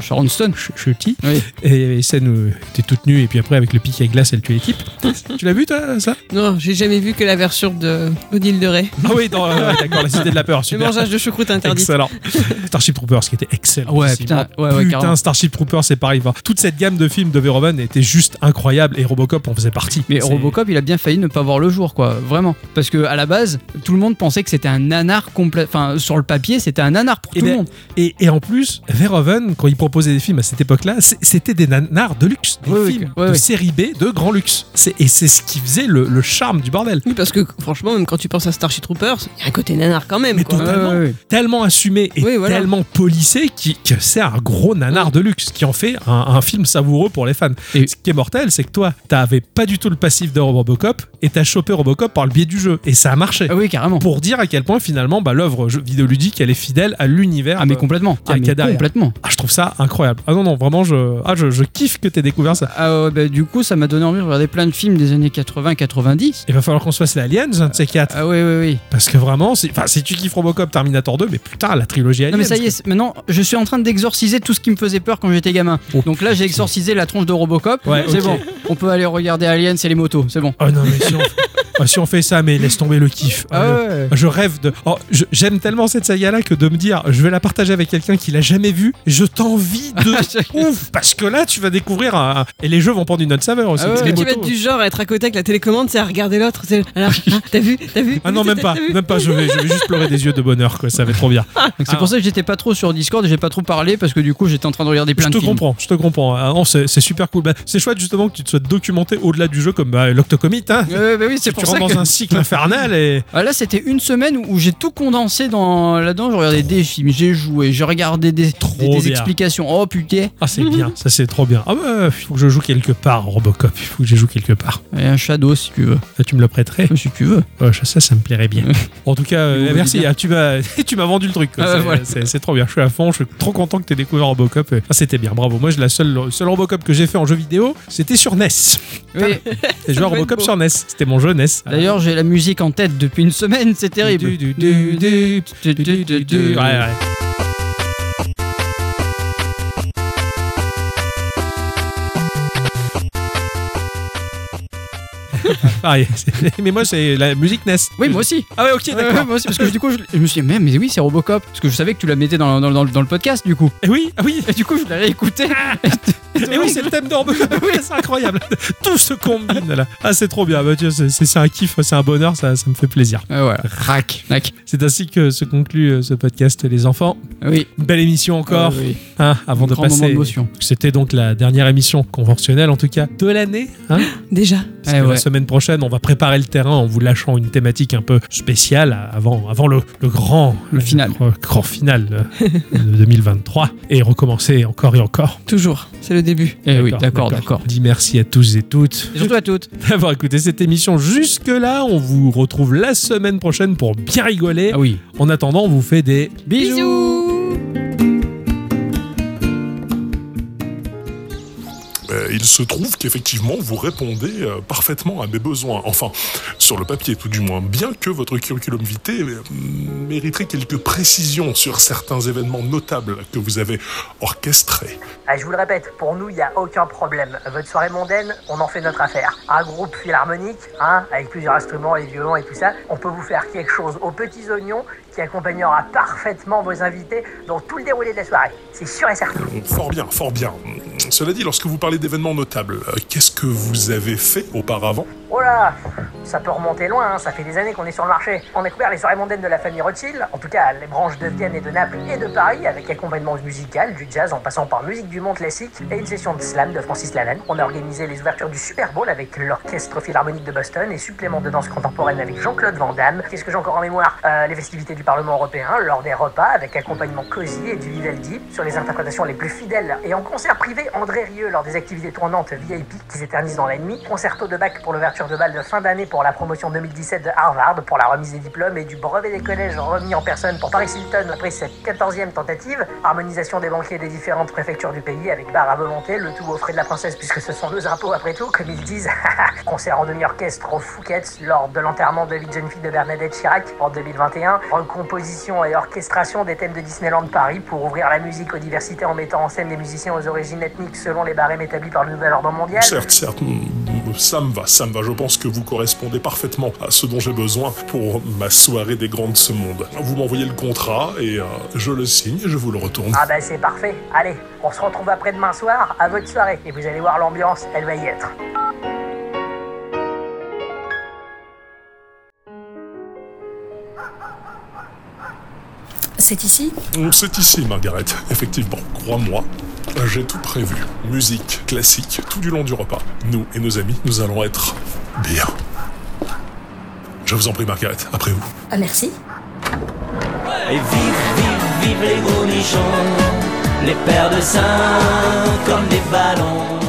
Speaker 2: Sharon Stone.
Speaker 1: je je suis petit.
Speaker 2: Oui.
Speaker 1: Et il y avait les scènes où elle était toute nue et puis après avec le pic à glace, elle tue l'équipe. tu l'as vu toi, ça
Speaker 3: Non, j'ai jamais vu que la version de Odile de Ray.
Speaker 1: Ah oui, dans, euh, ouais, d'accord, la cité de la peur,
Speaker 3: Le
Speaker 1: super.
Speaker 3: mangeage de choucroute interdit.
Speaker 1: Excellent. Starship Troopers qui était excellent.
Speaker 2: Ouais,
Speaker 1: aussi.
Speaker 2: putain,
Speaker 1: Oh,
Speaker 2: ouais, ouais,
Speaker 1: putain,
Speaker 2: carrément.
Speaker 1: Starship Troopers, c'est pareil. Enfin, toute cette gamme de films de Verhoeven était juste incroyable et Robocop en faisait partie.
Speaker 2: Mais
Speaker 1: C'est-
Speaker 2: Robocop, il a bien failli ne pas voir le jour, quoi, vraiment. Parce que à la base, tout le monde pensait que c'était un nanar complet. Enfin, sur le papier, c'était un nanar pour
Speaker 1: Eh
Speaker 2: tout le
Speaker 1: ben,
Speaker 2: monde.
Speaker 1: Et, et en plus, Verhoeven, quand il proposait des films à cette époque-là, c- c'était des nanars de luxe, des
Speaker 2: Ouais, ouais,
Speaker 1: films
Speaker 2: ouais,
Speaker 1: de
Speaker 2: ouais.
Speaker 1: série B de grand luxe. C'est- Et c'est ce qui faisait le, le charme du bordel.
Speaker 3: Oui, parce que franchement, même quand tu penses à Starship Troopers, il y a un côté nanar quand même.
Speaker 1: Mais
Speaker 3: quoi.
Speaker 1: totalement.
Speaker 2: Ouais, ouais, ouais.
Speaker 1: Tellement assumé et
Speaker 3: Oui, voilà.
Speaker 1: tellement polissé qui- que c'est un gros nanar de luxe qui en fait un, un film savoureux pour les fans.
Speaker 2: Et-
Speaker 1: ce qui est mortel, c'est que toi, t'avais pas du tout le passif de Robocop et t'as chopé Robocop par le biais du jeu. Et ça a marché.
Speaker 2: Ah oui, carrément.
Speaker 1: Pour dire à quel point finalement bah, l'œuvre jeu- vidéoludique elle est fidèle à l'univers.
Speaker 2: Ah mais
Speaker 1: de-
Speaker 2: complètement.
Speaker 1: qu'il y a-
Speaker 2: Ah,
Speaker 1: qu'il y a
Speaker 2: mais
Speaker 1: derrière.
Speaker 2: complètement.
Speaker 1: Ah, je trouve ça incroyable. Ah non, non, vraiment, je, ah, je, je kiffe que t'aies découvert ça.
Speaker 2: Ah ouais, bah, du coup, ça m'a donné envie de regarder plein de films des années 80-90.
Speaker 1: Il va falloir qu'on se fasse l'Aliens, un de ces quatre.
Speaker 2: Ah oui, oui, oui.
Speaker 1: Parce que vraiment, c'est- enfin, si tu kiffes Robocop, Terminator 2, mais putain, la trilogie Aliens.
Speaker 2: Non mais ça y est, c'est- maintenant je suis en train d'exorciser tout ce qui me faisait peur quand j'étais gamin.
Speaker 1: Oh,
Speaker 2: Donc là j'ai exorcisé la tronche de Robocop.
Speaker 1: Ouais,
Speaker 2: c'est
Speaker 1: ok.
Speaker 2: bon, on peut aller regarder Aliens et les motos, c'est bon.
Speaker 1: Oh non, mais si on, Ah, si on fait ça, mais laisse tomber le kiff. Ah,
Speaker 2: Ah
Speaker 1: le-
Speaker 2: ouais.
Speaker 1: Je rêve de. Oh, je- J'aime tellement cette saga-là que de me dire, je vais la partager avec quelqu'un qui l'a jamais vue, je t'envie de ouf Parce que là, tu vas découvrir. un- Et les jeux vont prendre une autre saveur aussi.
Speaker 2: Ah ouais.
Speaker 1: Les
Speaker 3: Parce que tu vas
Speaker 1: motos- euh,
Speaker 3: être du genre à être à côté avec la télécommande, c'est à regarder l'autre. c'est- Alors, ah, t'as vu, t'as vu
Speaker 1: Ah non,
Speaker 3: t'as-
Speaker 1: même pas,
Speaker 3: t'as vu
Speaker 1: même pas, je vais, je vais juste pleurer des yeux de bonheur, quoi, ça va être trop bien.
Speaker 2: Donc, c'est pour ça que j'étais pas trop sur Discord et j'ai pas trop parlé parce que du coup j'étais en train de regarder plein
Speaker 1: Je
Speaker 2: de
Speaker 1: te
Speaker 2: films.
Speaker 1: comprends, je te comprends. Ah non, c'est c'est super cool. Bah, c'est chouette justement que tu te sois documenté au-delà du jeu comme bah, l'Octocomite. Hein.
Speaker 2: Ouais, bah oui, c'est
Speaker 1: tu
Speaker 2: pour
Speaker 1: rentres
Speaker 2: ça que
Speaker 1: dans un cycle infernal et
Speaker 2: Ah, là c'était une semaine où, où j'ai tout condensé dans là-dedans, j'ai regardé des films, j'ai joué, j'ai regardé des, des, des
Speaker 1: bien.
Speaker 2: explications. Oh putain,
Speaker 1: ah c'est bien, ça c'est trop bien. Ah bah, faut que je joue quelque part Robocop, il faut que je joue quelque part.
Speaker 2: et un shadow si tu veux,
Speaker 1: Ah, tu me le prêterais
Speaker 2: si tu veux.
Speaker 1: Ouais, ça, ça me plairait bien. en tout cas, euh,
Speaker 2: Il vous
Speaker 1: merci.
Speaker 2: dit bien.
Speaker 1: Ah, tu m'as, tu m'as vendu le truc. quoi.
Speaker 2: Ah,
Speaker 1: c'est,
Speaker 2: voilà.
Speaker 1: c'est- c'est trop bien. Je suis à fond. Je suis trop content que tu aies découvert Robocop. Ah, c'était bien. Bravo. Moi, je- la seule, le seul Robocop que j'ai fait en jeu vidéo, c'était sur E NES.
Speaker 2: Oui.
Speaker 1: J'ai joué à
Speaker 3: doit être
Speaker 1: Robocop
Speaker 3: beau.
Speaker 1: sur NES. C'était mon jeu NES.
Speaker 2: D'ailleurs, j'ai la musique en tête depuis une semaine, c'est terrible.
Speaker 1: Du, du, du, du, Ouais, ouais. Pareil. C'est- Ah, Mais moi, c'est la musique NES.
Speaker 2: Oui, moi aussi.
Speaker 1: Ah ouais, ok,
Speaker 2: Ouais, ouais,
Speaker 1: d'accord.
Speaker 2: moi aussi, parce que du coup, je, je me suis dit, mais, mais oui, c'est Robocop. Parce que je savais que tu la mettais dans, dans- dans- dans le podcast, du coup.
Speaker 1: Eh oui, ah oui.
Speaker 2: Et du coup, je l'ai Ah, réécouté.
Speaker 1: Et oui, c'est le thème d'Orbe. c'est incroyable. Tout se combine là. Ah, c'est trop bien. Bah, tu vois, c'est- c'est c'est un kiff, c'est un bonheur, ça, ça me fait plaisir.
Speaker 2: Ah, voilà. Rac. Rac.
Speaker 1: C'est ainsi que se conclut euh, ce podcast, les enfants.
Speaker 2: Ah Oui.
Speaker 1: Une belle émission encore.
Speaker 2: Ah oui.
Speaker 1: hein, avant de
Speaker 2: Grand moment
Speaker 1: passer.
Speaker 2: d'émotion.
Speaker 1: C'était donc la dernière émotion conventionnelle, en tout cas, de l'année. hein.
Speaker 3: Déjà.
Speaker 1: Parce
Speaker 2: Eh
Speaker 1: que
Speaker 2: ouais.
Speaker 1: La semaine prochaine, on va préparer le terrain en vous lâchant une thématique un peu spéciale avant, avant le, le grand
Speaker 2: Le final.
Speaker 1: grand- grand final euh, de 2023 et recommencer encore et encore.
Speaker 3: Toujours. C'est le début.
Speaker 2: Eh oui, d'accord, d'accord.
Speaker 1: Dis merci à tous et toutes
Speaker 2: Et surtout à toutes.
Speaker 1: d'avoir écouté cette émission jusque-là. On vous retrouve la semaine prochaine pour bien rigoler.
Speaker 2: Ah oui.
Speaker 1: En attendant, on vous fait des
Speaker 2: Bisous.
Speaker 9: Euh, il se trouve qu'effectivement, vous répondez euh, parfaitement à mes besoins. Enfin, sur le papier tout du moins. Bien que votre curriculum vitae euh, mériterait quelques précisions sur certains événements notables que vous avez orchestrés.
Speaker 10: Ah, je vous le répète, pour nous, il n'y a aucun problème. Votre soirée mondaine, on en fait notre affaire. Un groupe philharmonique, hein, avec plusieurs instruments, les violons et tout ça, on peut vous faire quelque chose aux petits oignons qui accompagnera parfaitement vos invités dans tout le déroulé de la soirée. C'est sûr et certain.
Speaker 9: Bon, Fort bien, fort bien. Hum, Cela dit, lorsque vous parlez d'événements notables, euh, qu'est-ce que vous avez fait auparavant
Speaker 10: Oh là Ça peut remonter loin, hein, ça fait des années qu'on est sur le marché. On a couvert les soirées mondaines de la famille Rothschild, en tout cas les branches de Vienne et de Naples et de Paris, avec accompagnement musical, du jazz en passant par musique du monde classique et une session de slam de Francis Lalanne. On a organisé les ouvertures du Super Bowl avec l'Orchestre Philharmonique de Boston et supplément de danse contemporaine avec Jean-Claude Van Damme. Qu'est-ce que j'ai encore en mémoire Euh, Les festivités du Parlement européen lors des repas avec accompagnement Cozy et du Vivaldi sur les interprétations les plus fidèles et en concert privé André Rieu lors des activités tournantes VIP qui s'éternisent dans la nuit, concerto de bac pour l'ouverture de bal de fin d'année pour la promotion 2017 de Harvard pour la remise des diplômes et du brevet des collèges remis en personne pour Paris Hilton après cette 14e tentative, harmonisation des banquiers des différentes préfectures du pays avec bar à volonté, le tout au frais de la princesse puisque ce sont nos impôts après tout comme ils disent, concert en demi-orchestre au Fouquet's lors de l'enterrement de vie de jeune fille de Bernadette Chirac en 2021, recomposition et orchestration des thèmes de Disneyland Paris pour ouvrir la musique aux diversités en mettant en scène des musiciens aux origines ethniques selon les barèmes établis par le nouvel ordre mondial.
Speaker 9: Certes, certes, hum, hum, ça me va, ça me va. Je pense que vous correspondez parfaitement à ce dont j'ai besoin pour ma soirée des grands de ce monde. Vous m'envoyez le contrat et euh, je le signe et je vous le retourne.
Speaker 10: Ah bah c'est parfait, allez, on se retrouve après-demain soir à votre soirée et vous allez voir l'ambiance, elle va y être.
Speaker 11: C'est ici
Speaker 9: Mm, C'est ici, Margaret. Effectivement, crois-moi, j'ai tout prévu. Musique, classique, tout du long du repas. Nous et nos amis, nous allons être bien. Je vous en prie, Margaret, après vous.
Speaker 11: Ah merci.
Speaker 10: Et vive, vive, vive les bonichons, les paires de seins comme des ballons.